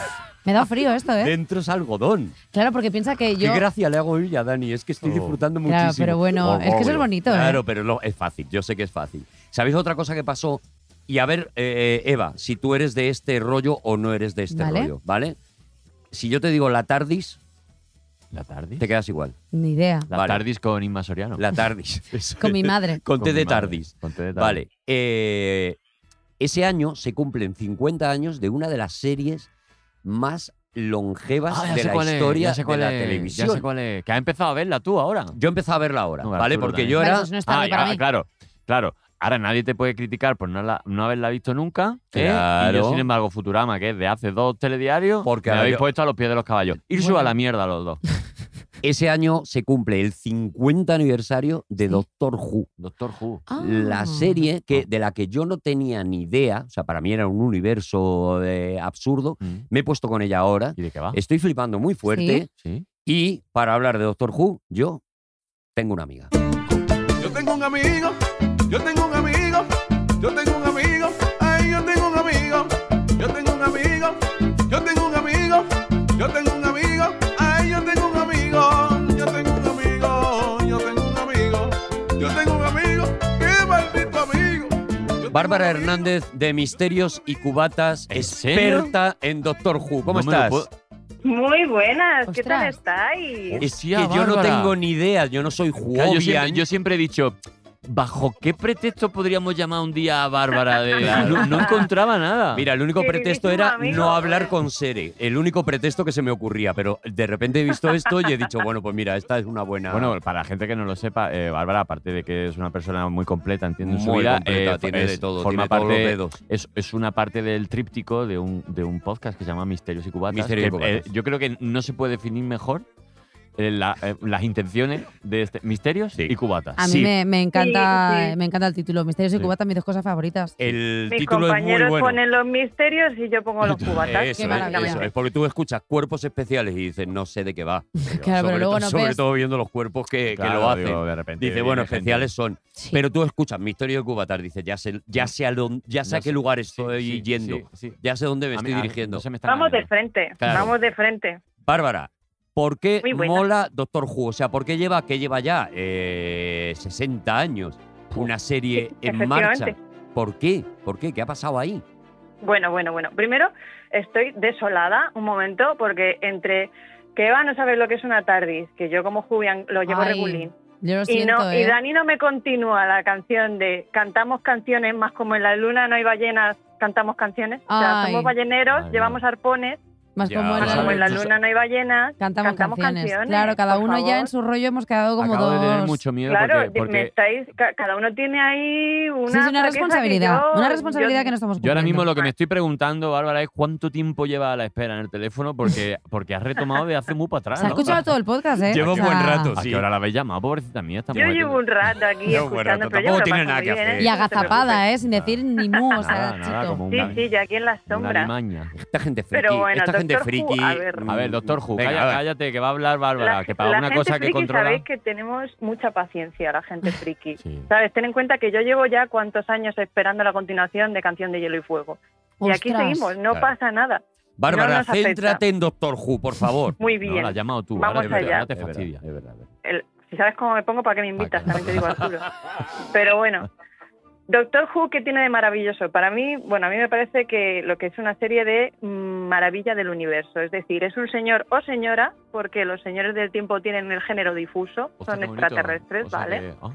Speaker 2: Me da frío esto, ¿eh?
Speaker 4: dentro es algodón.
Speaker 2: Claro, porque piensa que yo.
Speaker 4: Qué gracia le hago hoy a Dani, es que estoy
Speaker 5: Oh.
Speaker 4: disfrutando
Speaker 2: Claro,
Speaker 4: muchísimo.
Speaker 2: pero bueno, es que eso es bonito, ¿eh?
Speaker 4: Oh, Claro, pero lo- es fácil, yo sé que es fácil. ¿Sabéis otra cosa que pasó? Y a ver, eh, Eva, si tú eres de este rollo o no eres de este
Speaker 2: Vale.
Speaker 4: rollo, ¿vale? Si yo te digo la tardis,
Speaker 5: ¿La tardis?
Speaker 4: Te quedas igual.
Speaker 2: Ni idea.
Speaker 5: La
Speaker 4: Vale.
Speaker 5: tardis con Inma Soriano.
Speaker 4: La tardis. Eso
Speaker 2: Con
Speaker 4: es.
Speaker 2: mi madre.
Speaker 4: Con té
Speaker 5: mi
Speaker 4: de
Speaker 5: madre.
Speaker 4: tardis.
Speaker 5: Con té de tardis.
Speaker 4: Vale. eh, ese año se cumplen 50 años de una de las series más longevas
Speaker 5: Ah, ya
Speaker 4: de
Speaker 5: sé
Speaker 4: la
Speaker 5: cuál es,
Speaker 4: historia
Speaker 5: ya sé cuál
Speaker 4: de la
Speaker 5: es,
Speaker 4: televisión.
Speaker 5: Ya sé cuál es. Que has empezado a verla tú ahora.
Speaker 4: Yo empecé a verla ahora,
Speaker 5: No,
Speaker 4: ¿vale?
Speaker 5: Arturo
Speaker 4: Porque
Speaker 5: también.
Speaker 4: yo
Speaker 2: Vale,
Speaker 4: era...
Speaker 2: pues no es tarde
Speaker 5: Ah,
Speaker 2: para
Speaker 5: ah,
Speaker 2: mí.
Speaker 5: claro, claro. Ahora nadie te puede criticar por no, la- no haberla visto nunca. ¿eh?
Speaker 4: Claro.
Speaker 5: Y yo, sin embargo, Futurama, que es de hace dos telediarios,
Speaker 4: Porque
Speaker 5: me
Speaker 4: ahora
Speaker 5: habéis
Speaker 4: yo-
Speaker 5: puesto a los pies de los caballos. Irse
Speaker 2: Bueno.
Speaker 5: a la mierda los dos.
Speaker 4: Ese año se cumple el 50 aniversario de Doctor Who.
Speaker 5: Doctor Who.
Speaker 2: Ah.
Speaker 4: La serie
Speaker 5: Ah.
Speaker 4: que, de la que yo no tenía ni idea, o sea, para mí era un universo eh, absurdo.
Speaker 5: Mm.
Speaker 4: Me he puesto con ella ahora.
Speaker 5: ¿Y de qué va?
Speaker 4: Estoy flipando muy fuerte.
Speaker 5: Sí.
Speaker 4: Y para hablar de Doctor Who, yo tengo una amiga.
Speaker 7: Yo tengo un amigo, yo tengo un amigo, yo tengo un amigo, ay, yo tengo un amigo, yo tengo un amigo, yo tengo un amigo, yo tengo un amigo, ay, yo tengo un amigo, yo tengo un amigo, yo tengo un amigo, yo tengo un amigo, qué maldito amigo. Yo tengo
Speaker 4: Bárbara
Speaker 7: un amigo.
Speaker 4: Hernández de Misterios y Cubatas,
Speaker 5: ¿En serio?
Speaker 4: experta en Doctor Who. ¿Cómo
Speaker 5: No me lo
Speaker 4: estás?
Speaker 5: puedo-
Speaker 8: Muy buenas, ¿qué tal
Speaker 2: Ostras.
Speaker 8: estáis?
Speaker 4: Es que
Speaker 5: Hostia,
Speaker 4: yo no
Speaker 5: Bárbara.
Speaker 4: tengo ni idea, yo no soy
Speaker 5: Claro, yo, siempre,
Speaker 4: Whovian.
Speaker 5: yo siempre he dicho, ¿bajo qué pretexto podríamos llamar un día a Bárbara? De... No, no encontraba nada.
Speaker 4: Mira, el único pretexto
Speaker 8: Queridísimo
Speaker 4: era
Speaker 8: amigo,
Speaker 4: no hablar
Speaker 8: eh.
Speaker 4: con Sere. El único pretexto que se me ocurría, pero de repente he visto esto y he dicho, bueno, pues mira, esta es una buena.
Speaker 5: Bueno, para la gente que no lo sepa, eh, Bárbara, aparte de que es una persona muy completa, entiende su
Speaker 4: Muy
Speaker 5: vida,
Speaker 4: completa,
Speaker 5: eh,
Speaker 4: tiene
Speaker 5: es-
Speaker 4: de todo, tiene
Speaker 5: forma
Speaker 4: todos
Speaker 5: parte-
Speaker 4: los dedos.
Speaker 5: Es, es una parte del tríptico de un, de un podcast que se llama Misterios y Cubatas.
Speaker 4: Misterios y
Speaker 5: que, eh,
Speaker 4: Cubatas.
Speaker 5: yo creo que no se puede definir mejor eh, la- eh, las intenciones de este, Misterios
Speaker 4: Sí.
Speaker 5: y Cubatas.
Speaker 2: A mí
Speaker 4: Sí.
Speaker 2: me, me encanta,
Speaker 8: Sí, sí.
Speaker 2: me encanta el título. Misterios y
Speaker 5: Sí.
Speaker 2: Cubatas, mis dos cosas favoritas.
Speaker 4: El
Speaker 8: Mis
Speaker 4: título es muy
Speaker 8: compañeros
Speaker 4: bueno.
Speaker 8: ponen los misterios y yo pongo los cubatas.
Speaker 2: Qué
Speaker 4: Eso, es,
Speaker 2: maravilla.
Speaker 4: eso es, porque tú escuchas cuerpos especiales y dices, no sé de qué va.
Speaker 2: Claro, pero
Speaker 4: sobre
Speaker 2: luego
Speaker 4: to-
Speaker 2: no
Speaker 4: sobre
Speaker 2: ves.
Speaker 4: todo viendo los cuerpos que, que
Speaker 5: Claro,
Speaker 4: lo hacen.
Speaker 5: digo, de repente
Speaker 4: Dice,
Speaker 5: viene
Speaker 4: bueno,
Speaker 5: gente.
Speaker 4: especiales son.
Speaker 2: Sí.
Speaker 4: Pero tú escuchas Misterio de Cubatar, dices, ya sé, ya sé, a, dónde- ya sé
Speaker 5: No
Speaker 4: a qué
Speaker 5: sé,
Speaker 4: lugar
Speaker 5: sí,
Speaker 4: estoy
Speaker 5: sí,
Speaker 4: yendo,
Speaker 5: sí, sí.
Speaker 4: ya sé dónde me
Speaker 5: A mí-
Speaker 4: estoy
Speaker 5: a mí
Speaker 4: dirigiendo.
Speaker 5: no se me está
Speaker 8: Vamos de
Speaker 5: ganando.
Speaker 8: frente,
Speaker 4: Claro.
Speaker 8: vamos de frente.
Speaker 4: Bárbara, ¿por qué
Speaker 8: Muy buena.
Speaker 4: mola Doctor Who? O sea, ¿por qué lleva, que lleva ya eh, 60 años una serie en marcha? ¿Por qué? ¿Por qué? ¿Qué ha pasado ahí?
Speaker 8: Bueno, bueno, bueno. Primero, estoy desolada un momento porque entre que Eva no sabe lo que es una tardis, que yo como Julián lo llevo
Speaker 2: Ay,
Speaker 8: regulín,
Speaker 2: Yo lo
Speaker 8: y,
Speaker 2: siento,
Speaker 8: no,
Speaker 2: ¿eh?
Speaker 8: y Dani no me continúa la canción de cantamos canciones más como en la luna no hay ballenas, cantamos canciones. O sea,
Speaker 2: Ay.
Speaker 8: somos balleneros,
Speaker 5: Ay,
Speaker 8: llevamos arpones,
Speaker 2: Más
Speaker 4: Ya,
Speaker 2: como en
Speaker 8: más como en
Speaker 2: la...
Speaker 8: la luna no hay ballenas,
Speaker 2: Cantamos, canciones. Claro, cada
Speaker 8: por
Speaker 2: uno ya en
Speaker 8: favor.
Speaker 2: su rollo hemos quedado como
Speaker 5: Acabo
Speaker 2: dos.
Speaker 5: de tener mucho miedo
Speaker 8: Claro,
Speaker 5: porque,
Speaker 8: di-
Speaker 5: porque
Speaker 8: me estáis, ca- cada uno tiene ahí una,
Speaker 2: Sí, es una
Speaker 8: flaqueza que
Speaker 2: responsabilidad.
Speaker 8: yo-
Speaker 2: una responsabilidad
Speaker 8: yo-
Speaker 2: que no estamos
Speaker 5: yo ahora mismo
Speaker 2: cumpliendo.
Speaker 5: lo que me estoy preguntando, Bárbara, es cuánto tiempo lleva a la espera en el teléfono porque, porque has retomado de hace muy para atrás.
Speaker 2: Se ha
Speaker 5: ¿no?
Speaker 2: escuchado todo el podcast, ¿eh?
Speaker 4: Lleva
Speaker 2: O
Speaker 4: un buen
Speaker 2: sea,
Speaker 4: rato,
Speaker 5: ¿A
Speaker 4: sí.
Speaker 5: qué hora la habéis llamado? Pobrecita mía, esta
Speaker 8: Yo
Speaker 5: mujer.
Speaker 8: llevo un rato aquí
Speaker 4: Yo, bueno,
Speaker 8: escuchando, pero
Speaker 4: tampoco
Speaker 8: yo me lo
Speaker 4: tiene
Speaker 8: paso
Speaker 4: nada
Speaker 8: muy
Speaker 4: que
Speaker 8: bien,
Speaker 4: hacer.
Speaker 8: ¿eh?
Speaker 2: Y
Speaker 8: No te
Speaker 2: agazapada, ¿eh? Sin
Speaker 5: Nada,
Speaker 2: decir ni mu, o sea,
Speaker 5: Nada, nada,
Speaker 2: chico.
Speaker 5: como
Speaker 8: preocupes.
Speaker 5: una,
Speaker 8: Sí, sí, yo aquí en la
Speaker 5: una
Speaker 8: sombra.
Speaker 5: limaña.
Speaker 4: Esta gente friki,
Speaker 8: Pero bueno,
Speaker 4: esta gente
Speaker 8: Doctor Who,
Speaker 4: friki.
Speaker 8: a ver.
Speaker 5: A ver, doctor Who,
Speaker 4: Venga,
Speaker 5: calla-
Speaker 4: va.
Speaker 5: cállate, que va a hablar Bárbara,
Speaker 8: La-
Speaker 5: que para
Speaker 8: la
Speaker 5: una
Speaker 8: gente
Speaker 5: cosa que
Speaker 8: friki
Speaker 5: controla.
Speaker 8: Sabéis que tenemos mucha paciencia, la gente friki.
Speaker 5: Sí.
Speaker 8: ¿Sabes? Ten en cuenta que yo llevo ya cuántos años esperando la continuación de Canción de Hielo y Fuego. Y aquí
Speaker 2: Ostras.
Speaker 8: seguimos, no
Speaker 4: Claro.
Speaker 8: pasa nada.
Speaker 4: Bárbara,
Speaker 8: No nos afecta.
Speaker 4: céntrate en Doctor Who, por favor.
Speaker 8: Muy
Speaker 5: No,
Speaker 8: bien.
Speaker 5: la has llamado tú,
Speaker 8: Vamos
Speaker 5: ahora, te-
Speaker 8: allá.
Speaker 5: ahora te
Speaker 4: Es verdad,
Speaker 5: fastidia.
Speaker 4: es verdad, es verdad.
Speaker 8: El- si sabes cómo me pongo, ¿para qué me invitas?
Speaker 5: Para
Speaker 8: También te digo, Arturo. Pero bueno, Doctor Who, ¿qué tiene de maravilloso? Para mí, bueno, a mí me parece que lo que es una serie de mm, maravilla del universo. Es decir, es un señor o señora, porque los señores del tiempo tienen el género difuso,
Speaker 5: Hostia,
Speaker 8: son
Speaker 5: qué bonito.
Speaker 8: extraterrestres,
Speaker 5: O sea
Speaker 8: ¿vale?
Speaker 5: que- ah,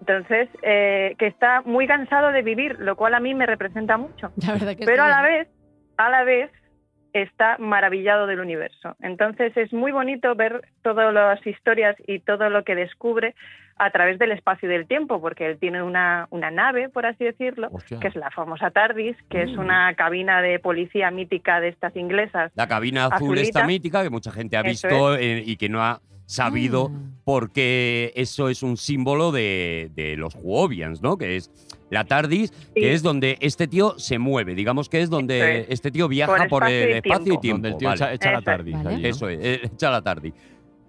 Speaker 8: Entonces, eh, que está muy cansado de vivir, lo cual a mí me representa mucho
Speaker 2: La verdad que
Speaker 8: pero a
Speaker 2: sí.
Speaker 8: la vez, a la vez está maravillado del universo. Entonces es muy bonito ver todas las historias y todo lo que descubre a través del espacio y del tiempo, porque él tiene una, una nave, por así decirlo,
Speaker 5: hostia.
Speaker 8: que es la famosa TARDIS, que es una cabina de policía mítica de estas inglesas.
Speaker 4: La cabina azul
Speaker 8: Azulita.
Speaker 4: esta mítica que mucha gente ha
Speaker 8: Eso Mm.
Speaker 4: visto eh, y que no ha sabido
Speaker 2: Ah.
Speaker 4: porque eso es un símbolo de, de los Whovians, ¿no? Que es la Tardis,
Speaker 8: Sí.
Speaker 4: que es donde este tío se mueve, digamos que es donde
Speaker 8: Eso
Speaker 4: este tío viaja
Speaker 8: Por
Speaker 4: por
Speaker 8: espacio
Speaker 4: el
Speaker 8: y
Speaker 4: espacio y tiempo.
Speaker 5: Donde el tío
Speaker 4: vale.
Speaker 5: echa, echa la
Speaker 8: Eso es.
Speaker 5: tarde.
Speaker 2: Vale.
Speaker 5: allí, ¿no?
Speaker 4: Eso es, eh, echa la tardi.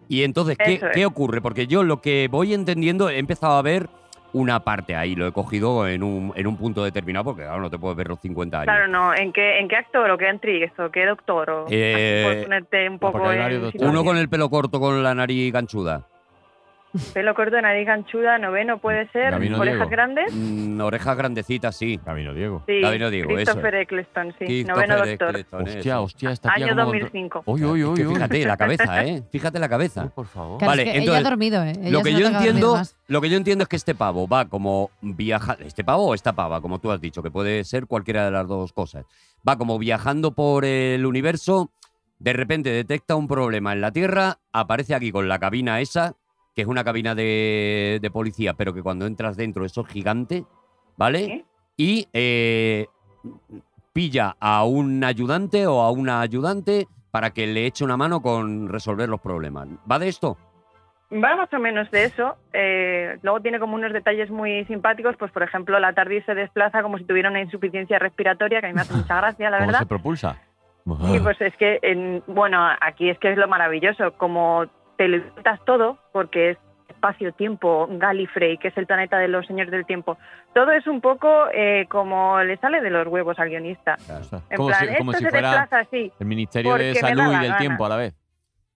Speaker 4: Y entonces, ¿qué,
Speaker 8: Eso es.
Speaker 4: qué ocurre? Porque yo lo que voy entendiendo, he empezado a ver una parte ahí, lo he cogido en un, en un punto determinado, porque claro, no te puedes ver los 50 años.
Speaker 8: Claro, no, ¿en qué, en qué actor o qué actriz o qué doctor? O,
Speaker 4: Eh,
Speaker 8: por ponerte un
Speaker 5: porque
Speaker 8: poco
Speaker 5: hay varios
Speaker 8: en
Speaker 5: doctores.
Speaker 8: situación.
Speaker 4: Uno con el pelo corto, con la nariz ganchuda.
Speaker 8: Pelo corto, nariz ganchuda, noveno puede ser.
Speaker 5: Gabino
Speaker 8: Orejas
Speaker 5: Diego.
Speaker 8: grandes.
Speaker 4: Mm, orejas grandecitas, sí.
Speaker 5: Camino Diego.
Speaker 8: Sí,
Speaker 4: Gabino Diego, eso
Speaker 8: Christopher Eccleston, sí.
Speaker 4: Christopher
Speaker 8: noveno doctor.
Speaker 4: Eccleston, eso.
Speaker 5: Hostia, hostia, esta tía
Speaker 8: Año
Speaker 5: como...
Speaker 8: 2005.
Speaker 5: Uy,
Speaker 4: este,
Speaker 5: uy,
Speaker 4: Es
Speaker 5: uy,
Speaker 4: que
Speaker 5: uy.
Speaker 4: fíjate la cabeza, ¿eh? Fíjate la
Speaker 5: Uy,
Speaker 4: cabeza.
Speaker 5: por favor.
Speaker 2: Claro,
Speaker 4: Vale,
Speaker 2: es que
Speaker 4: entonces,
Speaker 2: ella ha dormido, ¿eh? Ella
Speaker 4: Lo
Speaker 2: se nota
Speaker 4: que, yo
Speaker 2: ha dormido
Speaker 4: entiendo,
Speaker 2: más.
Speaker 4: lo que yo entiendo es que este pavo va como viaja este pavo o esta pava, como tú has dicho, que puede ser cualquiera de las dos cosas. Va como viajando por el universo, de repente detecta un problema en la Tierra, aparece aquí con la cabina esa, que es una cabina de, de policía, pero que cuando entras dentro eso es gigante, ¿vale? Y eh, pilla a un ayudante o a una ayudante para que le eche una mano con resolver los problemas. ¿Va de esto?
Speaker 8: Va más o menos de eso. eh, luego tiene como unos detalles muy simpáticos, pues por ejemplo, la tarde se desplaza como si tuviera una insuficiencia respiratoria, que a mí me hace mucha gracia, la
Speaker 5: ¿Cómo
Speaker 8: verdad.
Speaker 5: se propulsa? Ah,
Speaker 8: Sí, pues es que, en- bueno, aquí es que es lo maravilloso, como te limitas todo, porque es espacio-tiempo, Gallifrey, que es el planeta de los señores del tiempo, todo es un poco eh, como le sale de los huevos al guionista.
Speaker 5: O sea,
Speaker 8: En
Speaker 5: como
Speaker 8: plan,
Speaker 5: si,
Speaker 8: esto
Speaker 5: como si
Speaker 8: se
Speaker 5: fuera
Speaker 8: desplaza así.
Speaker 5: el Ministerio
Speaker 8: porque
Speaker 5: de
Speaker 8: me da
Speaker 5: Salud
Speaker 8: la
Speaker 5: y del
Speaker 8: gana.
Speaker 5: Tiempo a la vez.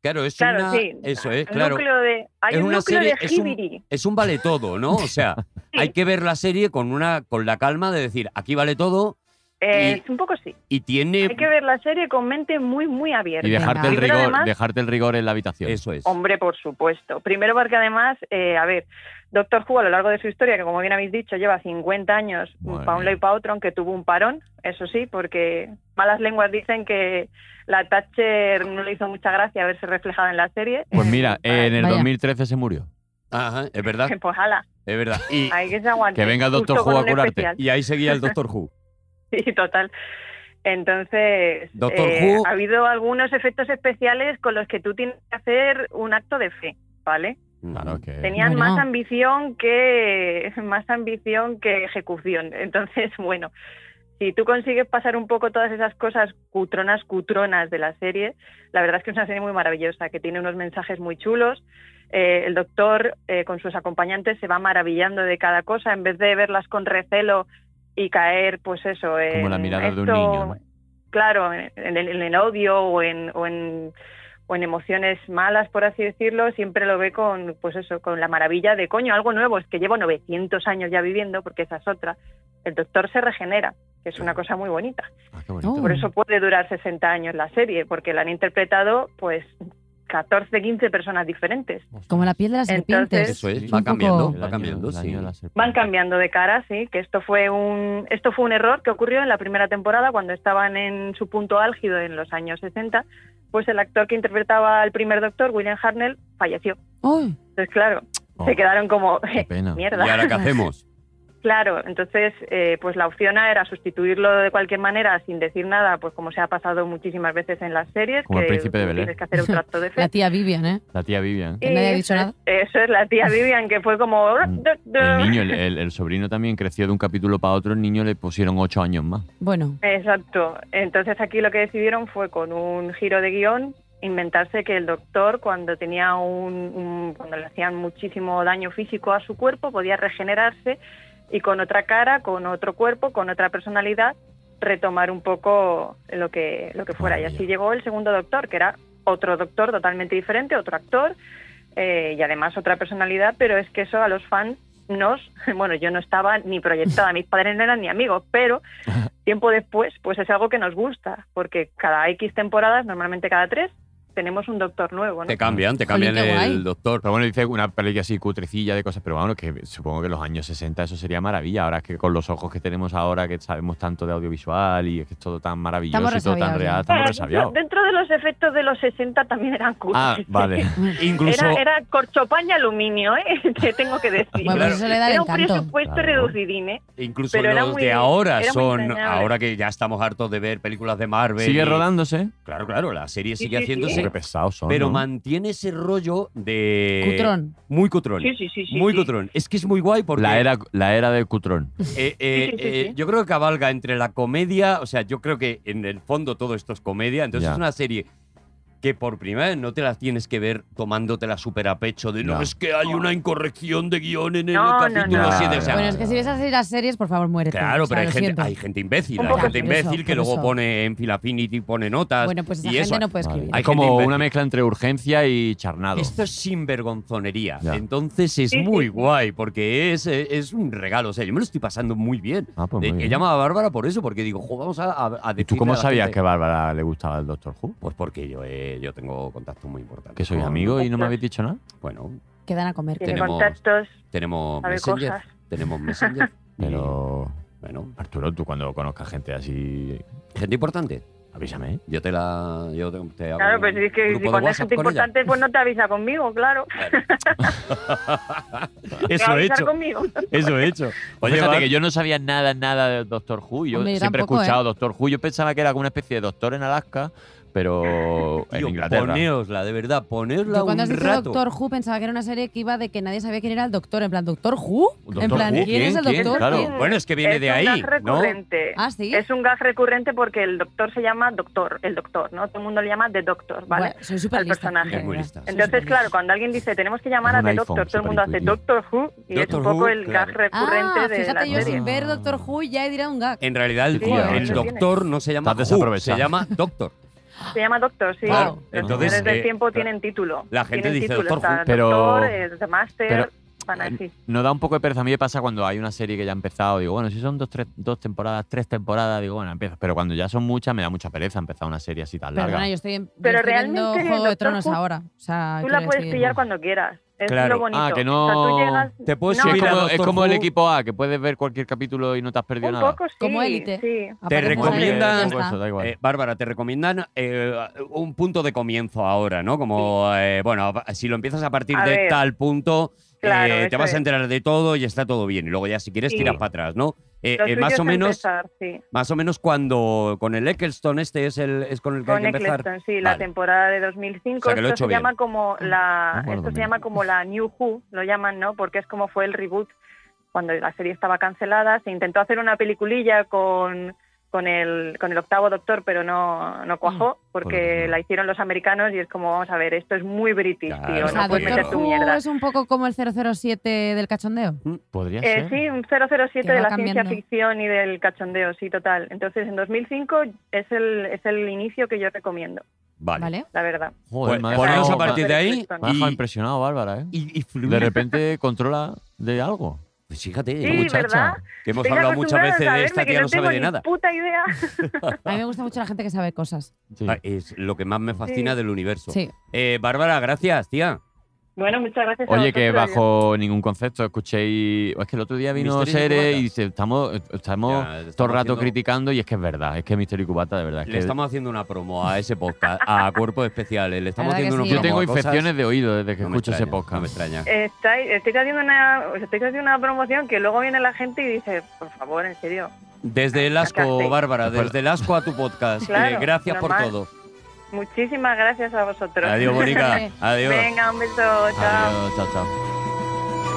Speaker 4: Claro, es
Speaker 8: Claro,
Speaker 4: una-
Speaker 8: sí.
Speaker 4: Eso es,
Speaker 8: Un
Speaker 4: claro.
Speaker 8: núcleo de, hay
Speaker 4: Es
Speaker 8: un
Speaker 4: una
Speaker 8: núcleo
Speaker 4: serie-
Speaker 8: de
Speaker 4: es un-
Speaker 8: jibiri.
Speaker 4: Es un vale todo, ¿no? O sea, hay que ver la serie con una con la calma de decir, aquí vale todo
Speaker 8: Eh,
Speaker 4: y-
Speaker 8: es un poco sí.
Speaker 4: y tiene
Speaker 8: Hay que ver la serie con mente muy, muy abierta.
Speaker 5: Y dejarte el
Speaker 8: Primero,
Speaker 5: rigor,
Speaker 8: además-
Speaker 5: dejarte el rigor en la habitación.
Speaker 4: eso es.
Speaker 8: Hombre, por supuesto. Primero porque además, eh, a ver, Doctor Who a lo largo de su historia, que como bien habéis dicho, lleva 50 años
Speaker 5: Madre
Speaker 8: para un
Speaker 5: mía.
Speaker 8: lado y para otro, aunque tuvo un parón, eso sí, porque malas lenguas dicen que la Thatcher no le hizo mucha gracia verse reflejada en la serie.
Speaker 5: Pues
Speaker 8: Eh,
Speaker 5: mira, en el
Speaker 2: Vaya.
Speaker 5: 2013 se murió.
Speaker 4: Ajá, es verdad,
Speaker 8: Pues ala,
Speaker 4: es verdad. Y,
Speaker 8: hay que se aguante.
Speaker 5: Ah. Que venga el Doctor
Speaker 8: Justo con
Speaker 5: Who a
Speaker 8: un
Speaker 5: curarte.
Speaker 8: especial.
Speaker 4: y ahí seguía el Doctor Who.
Speaker 8: Sí, total. Entonces,
Speaker 4: Doctor
Speaker 8: eh,
Speaker 4: Who.
Speaker 8: ha habido algunos efectos especiales con los que tú tienes que hacer un acto de fe, ¿vale?
Speaker 5: Claro
Speaker 4: Eh,
Speaker 5: que...
Speaker 8: Tenían
Speaker 2: Bueno.
Speaker 8: más ambición que más ambición que ejecución. Entonces, bueno, si tú consigues pasar un poco todas esas cosas cutronas, cutronas de la serie, la verdad es que es una serie muy maravillosa, que tiene unos mensajes muy chulos. Eh, el doctor eh, con sus acompañantes se va maravillando de cada cosa en vez de verlas con recelo y caer, pues eso, en
Speaker 5: la mirada de un
Speaker 8: esto-
Speaker 5: niño, ¿no?
Speaker 8: Claro, en, en el, en el odio o en, o en o en emociones malas, por así decirlo, siempre lo ve con, pues eso, con la maravilla de coño, algo nuevo, es que llevo 900 años ya viviendo, porque esa es otra. El doctor se regenera, que es una cosa muy bonita.
Speaker 5: Ah, qué bonito.
Speaker 2: Oh.
Speaker 8: Por eso puede durar 60 años la serie, porque la han interpretado, pues, 14, 15 personas diferentes.
Speaker 2: Oh, Como la piel de las serpientes.
Speaker 8: Entonces-
Speaker 4: Eso es,
Speaker 5: Sí.
Speaker 4: va
Speaker 2: Un poco-
Speaker 4: cambiando,
Speaker 5: El
Speaker 4: va
Speaker 5: año-
Speaker 4: cambiando,
Speaker 5: el año
Speaker 4: sí.
Speaker 5: de la serpiente.
Speaker 8: Van cambiando de cara, sí, que esto fue un esto fue un error que ocurrió en la primera temporada cuando estaban en su punto álgido en los años 60, pues el actor que interpretaba al primer doctor, William Hartnell, falleció.
Speaker 2: Uy,
Speaker 8: Entonces, claro,
Speaker 5: Oh,
Speaker 8: se quedaron como
Speaker 5: Qué pena.
Speaker 8: mierda.
Speaker 4: ¿Y ahora qué hacemos?
Speaker 8: Claro, entonces eh, pues la opción A era sustituirlo de cualquier manera sin decir nada, pues como se ha pasado muchísimas veces en las series,
Speaker 5: Como el
Speaker 8: que
Speaker 5: príncipe de Bel-Air.
Speaker 8: tienes que hacer otro acto de fe.
Speaker 2: la tía Vivian, ¿eh?
Speaker 5: La tía Vivian.
Speaker 2: Que nadie ha dicho
Speaker 8: eso,
Speaker 2: nada.
Speaker 8: es- eso es la tía Vivian, que fue como...
Speaker 5: Mm, El niño, el, el- el sobrino también creció de un capítulo para otro, el niño le pusieron ocho años más.
Speaker 2: Bueno,
Speaker 8: Exacto. Entonces aquí lo que decidieron fue con un giro de guión inventarse que el doctor cuando tenía un, un- cuando le hacían muchísimo daño físico a su cuerpo podía regenerarse y con otra cara, con otro cuerpo, con otra personalidad retomar un poco lo que lo que fuera y así
Speaker 5: Maravilla.
Speaker 8: llegó el segundo doctor que era otro doctor totalmente diferente, otro actor eh, y además otra personalidad, pero es que eso a los fans nos, bueno, yo no estaba ni proyectada, mis padres no eran ni amigos, pero tiempo después, pues es algo que nos gusta, porque cada X temporadas, normalmente cada tres, tenemos un doctor nuevo, ¿no?
Speaker 4: Te cambian, te
Speaker 2: Jolín,
Speaker 4: cambian
Speaker 2: qué guay.
Speaker 4: el doctor.
Speaker 5: Pero bueno, dice una película así cutrecilla de cosas, pero bueno, que supongo que en los años 60 eso sería maravilla. Ahora es que con los ojos que tenemos ahora, que sabemos tanto de audiovisual y es que es todo tan maravilloso
Speaker 2: Estamos
Speaker 5: y todo tan
Speaker 2: resabiados,
Speaker 5: real,
Speaker 2: ¿no?
Speaker 4: ¿eh?
Speaker 5: estamos
Speaker 8: Bueno,
Speaker 5: resabiados.
Speaker 8: Ah, dentro de los efectos de los 60 también eran cursos.
Speaker 5: Ah, vale.
Speaker 4: Incluso
Speaker 8: Era, era corchopaña aluminio, ¿eh? te tengo que decir.
Speaker 2: bueno pues eso le da el
Speaker 8: Era un
Speaker 2: encanto.
Speaker 8: presupuesto
Speaker 5: Claro.
Speaker 8: reducidín, ¿eh?
Speaker 4: Incluso
Speaker 8: Pero era
Speaker 4: los
Speaker 8: muy-
Speaker 4: de ahora
Speaker 8: era muy
Speaker 4: son,
Speaker 8: entrañable.
Speaker 4: ahora que ya estamos hartos de ver películas de Marvel.
Speaker 5: Sigue
Speaker 4: y-
Speaker 5: rodándose.
Speaker 4: Claro, claro, la serie
Speaker 8: Sí,
Speaker 4: sigue
Speaker 8: sí, sí.
Speaker 4: haciéndose,
Speaker 5: Como que pesados son.
Speaker 4: pero
Speaker 5: ¿no?
Speaker 4: mantiene ese rollo de...
Speaker 2: Cutrón.
Speaker 4: Muy cutrón.
Speaker 8: Sí, sí, sí. sí,
Speaker 4: muy
Speaker 8: sí.
Speaker 4: cutrón. Es que es muy guay porque...
Speaker 5: La era, la era del cutrón.
Speaker 4: Eh, eh,
Speaker 8: Sí, sí, sí,
Speaker 4: eh,
Speaker 8: sí.
Speaker 4: Yo creo que cabalga entre la comedia, o sea, yo creo que en el fondo todo esto es comedia, entonces
Speaker 5: Ya.
Speaker 4: es una serie que por primera vez no te las tienes que ver tomándotela súper a pecho de no,
Speaker 5: No.
Speaker 4: es que hay una incorrección de guión en el
Speaker 8: No, no,
Speaker 4: capítulo
Speaker 5: no.
Speaker 4: 7. O sea,
Speaker 2: Bueno, es que si ves así las series, por favor, muérete.
Speaker 4: Claro,
Speaker 2: O sea,
Speaker 4: pero hay
Speaker 2: lo
Speaker 4: gente,
Speaker 2: siento.
Speaker 4: hay gente imbécil,
Speaker 8: Un
Speaker 4: hay
Speaker 8: poco.
Speaker 4: gente
Speaker 2: Por eso,
Speaker 4: imbécil que
Speaker 2: por
Speaker 4: luego
Speaker 2: eso.
Speaker 4: pone en Filafinity, pone notas.
Speaker 2: Bueno, pues esa
Speaker 4: y eso,
Speaker 2: gente no puede
Speaker 5: Vale.
Speaker 2: escribir.
Speaker 4: Hay
Speaker 5: Es
Speaker 4: gente
Speaker 5: como una
Speaker 4: imbécil.
Speaker 5: mezcla entre urgencia y charnado.
Speaker 4: Esto es sinvergonzonería.
Speaker 5: Ya.
Speaker 4: Entonces es
Speaker 8: Sí, sí.
Speaker 4: muy guay porque es, eh, es un regalo. O sea, yo me lo estoy pasando muy bien.
Speaker 5: Ah, pues
Speaker 4: Eh,
Speaker 5: muy bien.
Speaker 4: He llamado a Bárbara por eso, porque digo, "Jo, vamos a, a, a
Speaker 5: ¿Y tú
Speaker 4: decirle a
Speaker 5: cómo
Speaker 4: la
Speaker 5: sabías
Speaker 4: gente".
Speaker 5: que a Bárbara le gustaba el Doctor Who?
Speaker 4: Pues porque yo, eh, yo tengo contacto muy importante.
Speaker 5: ¿Que sois
Speaker 4: con-
Speaker 5: amigos y no me habéis dicho nada?
Speaker 4: Bueno,
Speaker 2: Quedan a comer.
Speaker 8: Tiene
Speaker 4: Tenemos-
Speaker 8: contactos,
Speaker 4: tenemos
Speaker 8: sabe
Speaker 4: Messenger.
Speaker 8: cosas.
Speaker 4: Tenemos Messenger. y,
Speaker 5: Pero,
Speaker 4: Bueno,
Speaker 5: Arturo, tú cuando conozcas gente así,
Speaker 4: gente importante.
Speaker 5: avísame. ¿eh?
Speaker 4: Yo te la. Yo te, te hago
Speaker 8: Claro,
Speaker 4: un
Speaker 8: pero si es que si
Speaker 4: grupo de
Speaker 8: cuando es
Speaker 4: WhatsApp
Speaker 8: gente
Speaker 4: con ella.
Speaker 8: importante, pues no te avisa conmigo, claro. Te va
Speaker 4: Eso
Speaker 8: a
Speaker 4: he
Speaker 8: avisar
Speaker 4: hecho.
Speaker 8: conmigo.
Speaker 4: Eso he hecho.
Speaker 5: Fíjate
Speaker 4: Bar-
Speaker 5: que yo no sabía nada, nada de Doctor Who. Yo
Speaker 2: Hombre, yo
Speaker 5: siempre
Speaker 2: tampoco, ¿eh?
Speaker 5: he escuchado Doctor Who. Yo pensaba que era como una especie de doctor en Alaska, pero en
Speaker 4: Tío,
Speaker 5: Inglaterra.
Speaker 4: Poneosla, de verdad, poneosla
Speaker 2: Yo cuando has
Speaker 4: un
Speaker 2: dicho
Speaker 4: rato.
Speaker 2: Doctor Who pensaba que era una serie que iba de que nadie sabía quién era el doctor. En plan, ¿Doctor Who?
Speaker 5: ¿Doctor
Speaker 2: en plan,
Speaker 5: Who?
Speaker 2: ¿quién, es el
Speaker 5: ¿Quién?
Speaker 2: doctor?
Speaker 5: Claro.
Speaker 4: Bueno, es que viene
Speaker 8: es
Speaker 4: de
Speaker 8: un
Speaker 4: ahí,
Speaker 8: gag
Speaker 4: ¿no?
Speaker 8: recurrente.
Speaker 2: Ah, ¿sí?
Speaker 8: Es un gag recurrente porque el doctor se llama doctor, el doctor, ¿no? Todo el mundo le llama de doctor, ¿vale?
Speaker 2: Bueno, soy súper
Speaker 8: Al
Speaker 2: lista.
Speaker 8: personaje.
Speaker 4: Es muy lista.
Speaker 8: Entonces, claro, cuando alguien dice tenemos que llamar
Speaker 5: Es
Speaker 8: a
Speaker 5: un
Speaker 8: The
Speaker 5: iPhone,
Speaker 8: Doctor, todo el mundo hace
Speaker 5: superintuitivo.
Speaker 8: Doctor Who y es
Speaker 4: Doctor
Speaker 8: un poco
Speaker 4: Who,
Speaker 8: el
Speaker 4: claro.
Speaker 8: gag recurrente
Speaker 2: Ah,
Speaker 8: de la
Speaker 2: fíjate, yo
Speaker 8: serie.
Speaker 2: sin ver Doctor Who ya he dirá un gag.
Speaker 4: En realidad, el,
Speaker 8: Sí,
Speaker 5: Joder,
Speaker 4: el
Speaker 5: eso
Speaker 4: doctor no se llama
Speaker 5: Estás
Speaker 4: Who, se
Speaker 5: desaprovechado.
Speaker 4: llama doctor.
Speaker 8: Se llama Doctor, sí.
Speaker 4: Claro,
Speaker 8: Los
Speaker 4: entonces,
Speaker 8: señores del
Speaker 4: eh,
Speaker 8: tiempo
Speaker 4: la-
Speaker 8: tienen título.
Speaker 4: la gente
Speaker 8: Tienen
Speaker 4: dice
Speaker 8: título,
Speaker 4: Doctor Who,
Speaker 8: está
Speaker 5: pero-
Speaker 8: Doctor, eh, The Master,
Speaker 5: pero-
Speaker 8: van así.
Speaker 2: Ah,
Speaker 5: No da un poco de pereza. A mí me pasa cuando hay una serie que ya ha empezado. Digo, bueno, si son dos, tres, dos temporadas, tres temporadas, digo, bueno, empiezas. Pero cuando ya son muchas, me da mucha pereza empezar una serie así tan larga.
Speaker 2: Perdona, yo estoy, en, yo
Speaker 8: Pero
Speaker 2: estoy viendo
Speaker 8: realmente
Speaker 2: Juego de
Speaker 8: Doctor
Speaker 2: Tronos
Speaker 8: Who-
Speaker 2: ahora. O sea,
Speaker 8: Tú la
Speaker 2: quiero
Speaker 8: puedes
Speaker 2: decir-
Speaker 8: pillar cuando quieras. Es
Speaker 4: Claro.
Speaker 8: lo bonito.
Speaker 5: Ah, que
Speaker 8: O sea, tú
Speaker 5: no-
Speaker 8: llegas-
Speaker 4: Te puedes
Speaker 8: No.
Speaker 5: Sí, es
Speaker 4: subir a
Speaker 5: como,
Speaker 4: Doctor
Speaker 5: es como el
Speaker 4: Who.
Speaker 5: equipo A, que puedes ver cualquier capítulo y no te has perdido
Speaker 8: Un
Speaker 5: nada.
Speaker 8: poco sí.
Speaker 2: Como élite.
Speaker 8: Sí.
Speaker 4: Te
Speaker 2: Aparece una serie y ya
Speaker 4: recomiendan-
Speaker 5: Un poco
Speaker 2: está.
Speaker 5: eso, da igual.
Speaker 4: Pues Eh, Bárbara, te recomiendan eh, un punto de comienzo ahora, ¿no? Como, eh, bueno, si lo empiezas a partir
Speaker 8: A
Speaker 4: de
Speaker 8: ver.
Speaker 4: tal punto,
Speaker 8: Claro,
Speaker 4: eh, te
Speaker 8: eso
Speaker 4: vas
Speaker 8: es.
Speaker 4: a enterar de todo y está todo bien. Y luego ya si quieres
Speaker 8: Sí.
Speaker 4: tiras para atrás, ¿no? Eh,
Speaker 8: Lo
Speaker 4: eh,
Speaker 8: suyo
Speaker 4: más o
Speaker 8: es
Speaker 4: menos,
Speaker 8: empezar, sí.
Speaker 4: más o menos cuando con el Eccleston este es el es con el que hay
Speaker 8: Con
Speaker 4: que empezar.
Speaker 8: Eccleston, sí, la
Speaker 4: Vale.
Speaker 8: temporada de 2005.
Speaker 4: O sea, que lo he hecho
Speaker 8: esto se
Speaker 4: bien. pues
Speaker 8: llama como
Speaker 5: Ah,
Speaker 8: la,
Speaker 5: bueno,
Speaker 8: esto se
Speaker 5: mira.
Speaker 8: llama como la New Who, lo llaman, ¿no? Porque es como fue el reboot cuando la serie estaba cancelada. Se intentó hacer una peliculilla con con el, con el octavo doctor, pero no, no
Speaker 4: Mm.
Speaker 8: cuajó,
Speaker 4: pues
Speaker 8: porque
Speaker 5: no.
Speaker 8: la hicieron los americanos y es como, vamos a ver, esto es muy british,
Speaker 4: Claro, pues
Speaker 8: tío,
Speaker 2: O
Speaker 4: Pero
Speaker 2: sea,
Speaker 8: no puedes
Speaker 2: Doctor
Speaker 8: meter tu
Speaker 2: Who
Speaker 8: mierda.
Speaker 2: es un poco como el 007 del cachondeo.
Speaker 5: Podría
Speaker 8: Eh,
Speaker 5: ser.
Speaker 8: sí, un 007
Speaker 2: Que
Speaker 8: de
Speaker 2: va
Speaker 8: la
Speaker 2: cambiando.
Speaker 8: ciencia ficción y del cachondeo, sí, total. Entonces, en 2005 es el, es el inicio que yo recomiendo,
Speaker 4: Vale.
Speaker 2: ¿Vale?
Speaker 8: la verdad.
Speaker 5: Joder, me ha
Speaker 4: Pues, poneros
Speaker 5: dejado-
Speaker 4: a partir de ahí
Speaker 5: me ha dejado
Speaker 4: y,
Speaker 5: impresionado Bárbara, ¿eh?
Speaker 4: y, y fluir.
Speaker 5: De repente controla de algo.
Speaker 4: Pues fíjate,
Speaker 8: Sí,
Speaker 4: eh, muchacha,
Speaker 8: ¿verdad?
Speaker 4: que hemos
Speaker 8: Estoy
Speaker 4: hablado muchas
Speaker 8: acostumbrada a
Speaker 4: veces de
Speaker 8: saberme
Speaker 4: esta
Speaker 8: que
Speaker 4: tía, no
Speaker 8: tengo
Speaker 4: sabe de
Speaker 8: ni
Speaker 4: nada.
Speaker 8: puta idea.
Speaker 2: A mí me gusta mucho la gente que sabe cosas.
Speaker 5: Sí.
Speaker 4: Ah, Es lo que más me fascina del universo.
Speaker 2: Sí.
Speaker 4: Eh, Bárbara, gracias, tía.
Speaker 8: Bueno, muchas gracias. a
Speaker 5: Oye, que
Speaker 8: vosotros,
Speaker 5: bajo ningún concepto escuchéis. Es que el otro día vino
Speaker 4: Misterio y
Speaker 5: Sere
Speaker 4: Cubata.
Speaker 5: y dice, estamos, estamos
Speaker 4: Ya, estamos
Speaker 5: todo el rato
Speaker 4: haciendo-
Speaker 5: criticando y es que es verdad, es que Misterio y Cubata, de verdad. es
Speaker 4: Le
Speaker 5: que-
Speaker 4: estamos haciendo una promo a ese podcast, a Cuerpos Especiales. Le estamos
Speaker 2: La verdad
Speaker 4: haciendo
Speaker 2: que
Speaker 4: una
Speaker 2: sí.
Speaker 5: Yo
Speaker 4: promo.
Speaker 5: tengo
Speaker 4: a cosas-
Speaker 5: infecciones de oído desde que
Speaker 4: No me
Speaker 5: escucho ese
Speaker 4: extraña, No
Speaker 5: podcast.
Speaker 4: me extraña.
Speaker 8: Estáis, estáis haciendo una, os estáis haciendo una promoción que luego viene la gente y dice, por favor, en serio.
Speaker 4: Desde el asco,
Speaker 8: Sacaste.
Speaker 4: Bárbara,
Speaker 5: Recuerda-
Speaker 4: desde el asco a tu podcast.
Speaker 8: Claro,
Speaker 4: Eh, gracias por
Speaker 8: normal.
Speaker 4: todo.
Speaker 8: Muchísimas gracias a vosotros.
Speaker 4: Adiós, Mónica. Adiós.
Speaker 8: Venga, un beso. Chao.
Speaker 5: Adiós, chao, chao.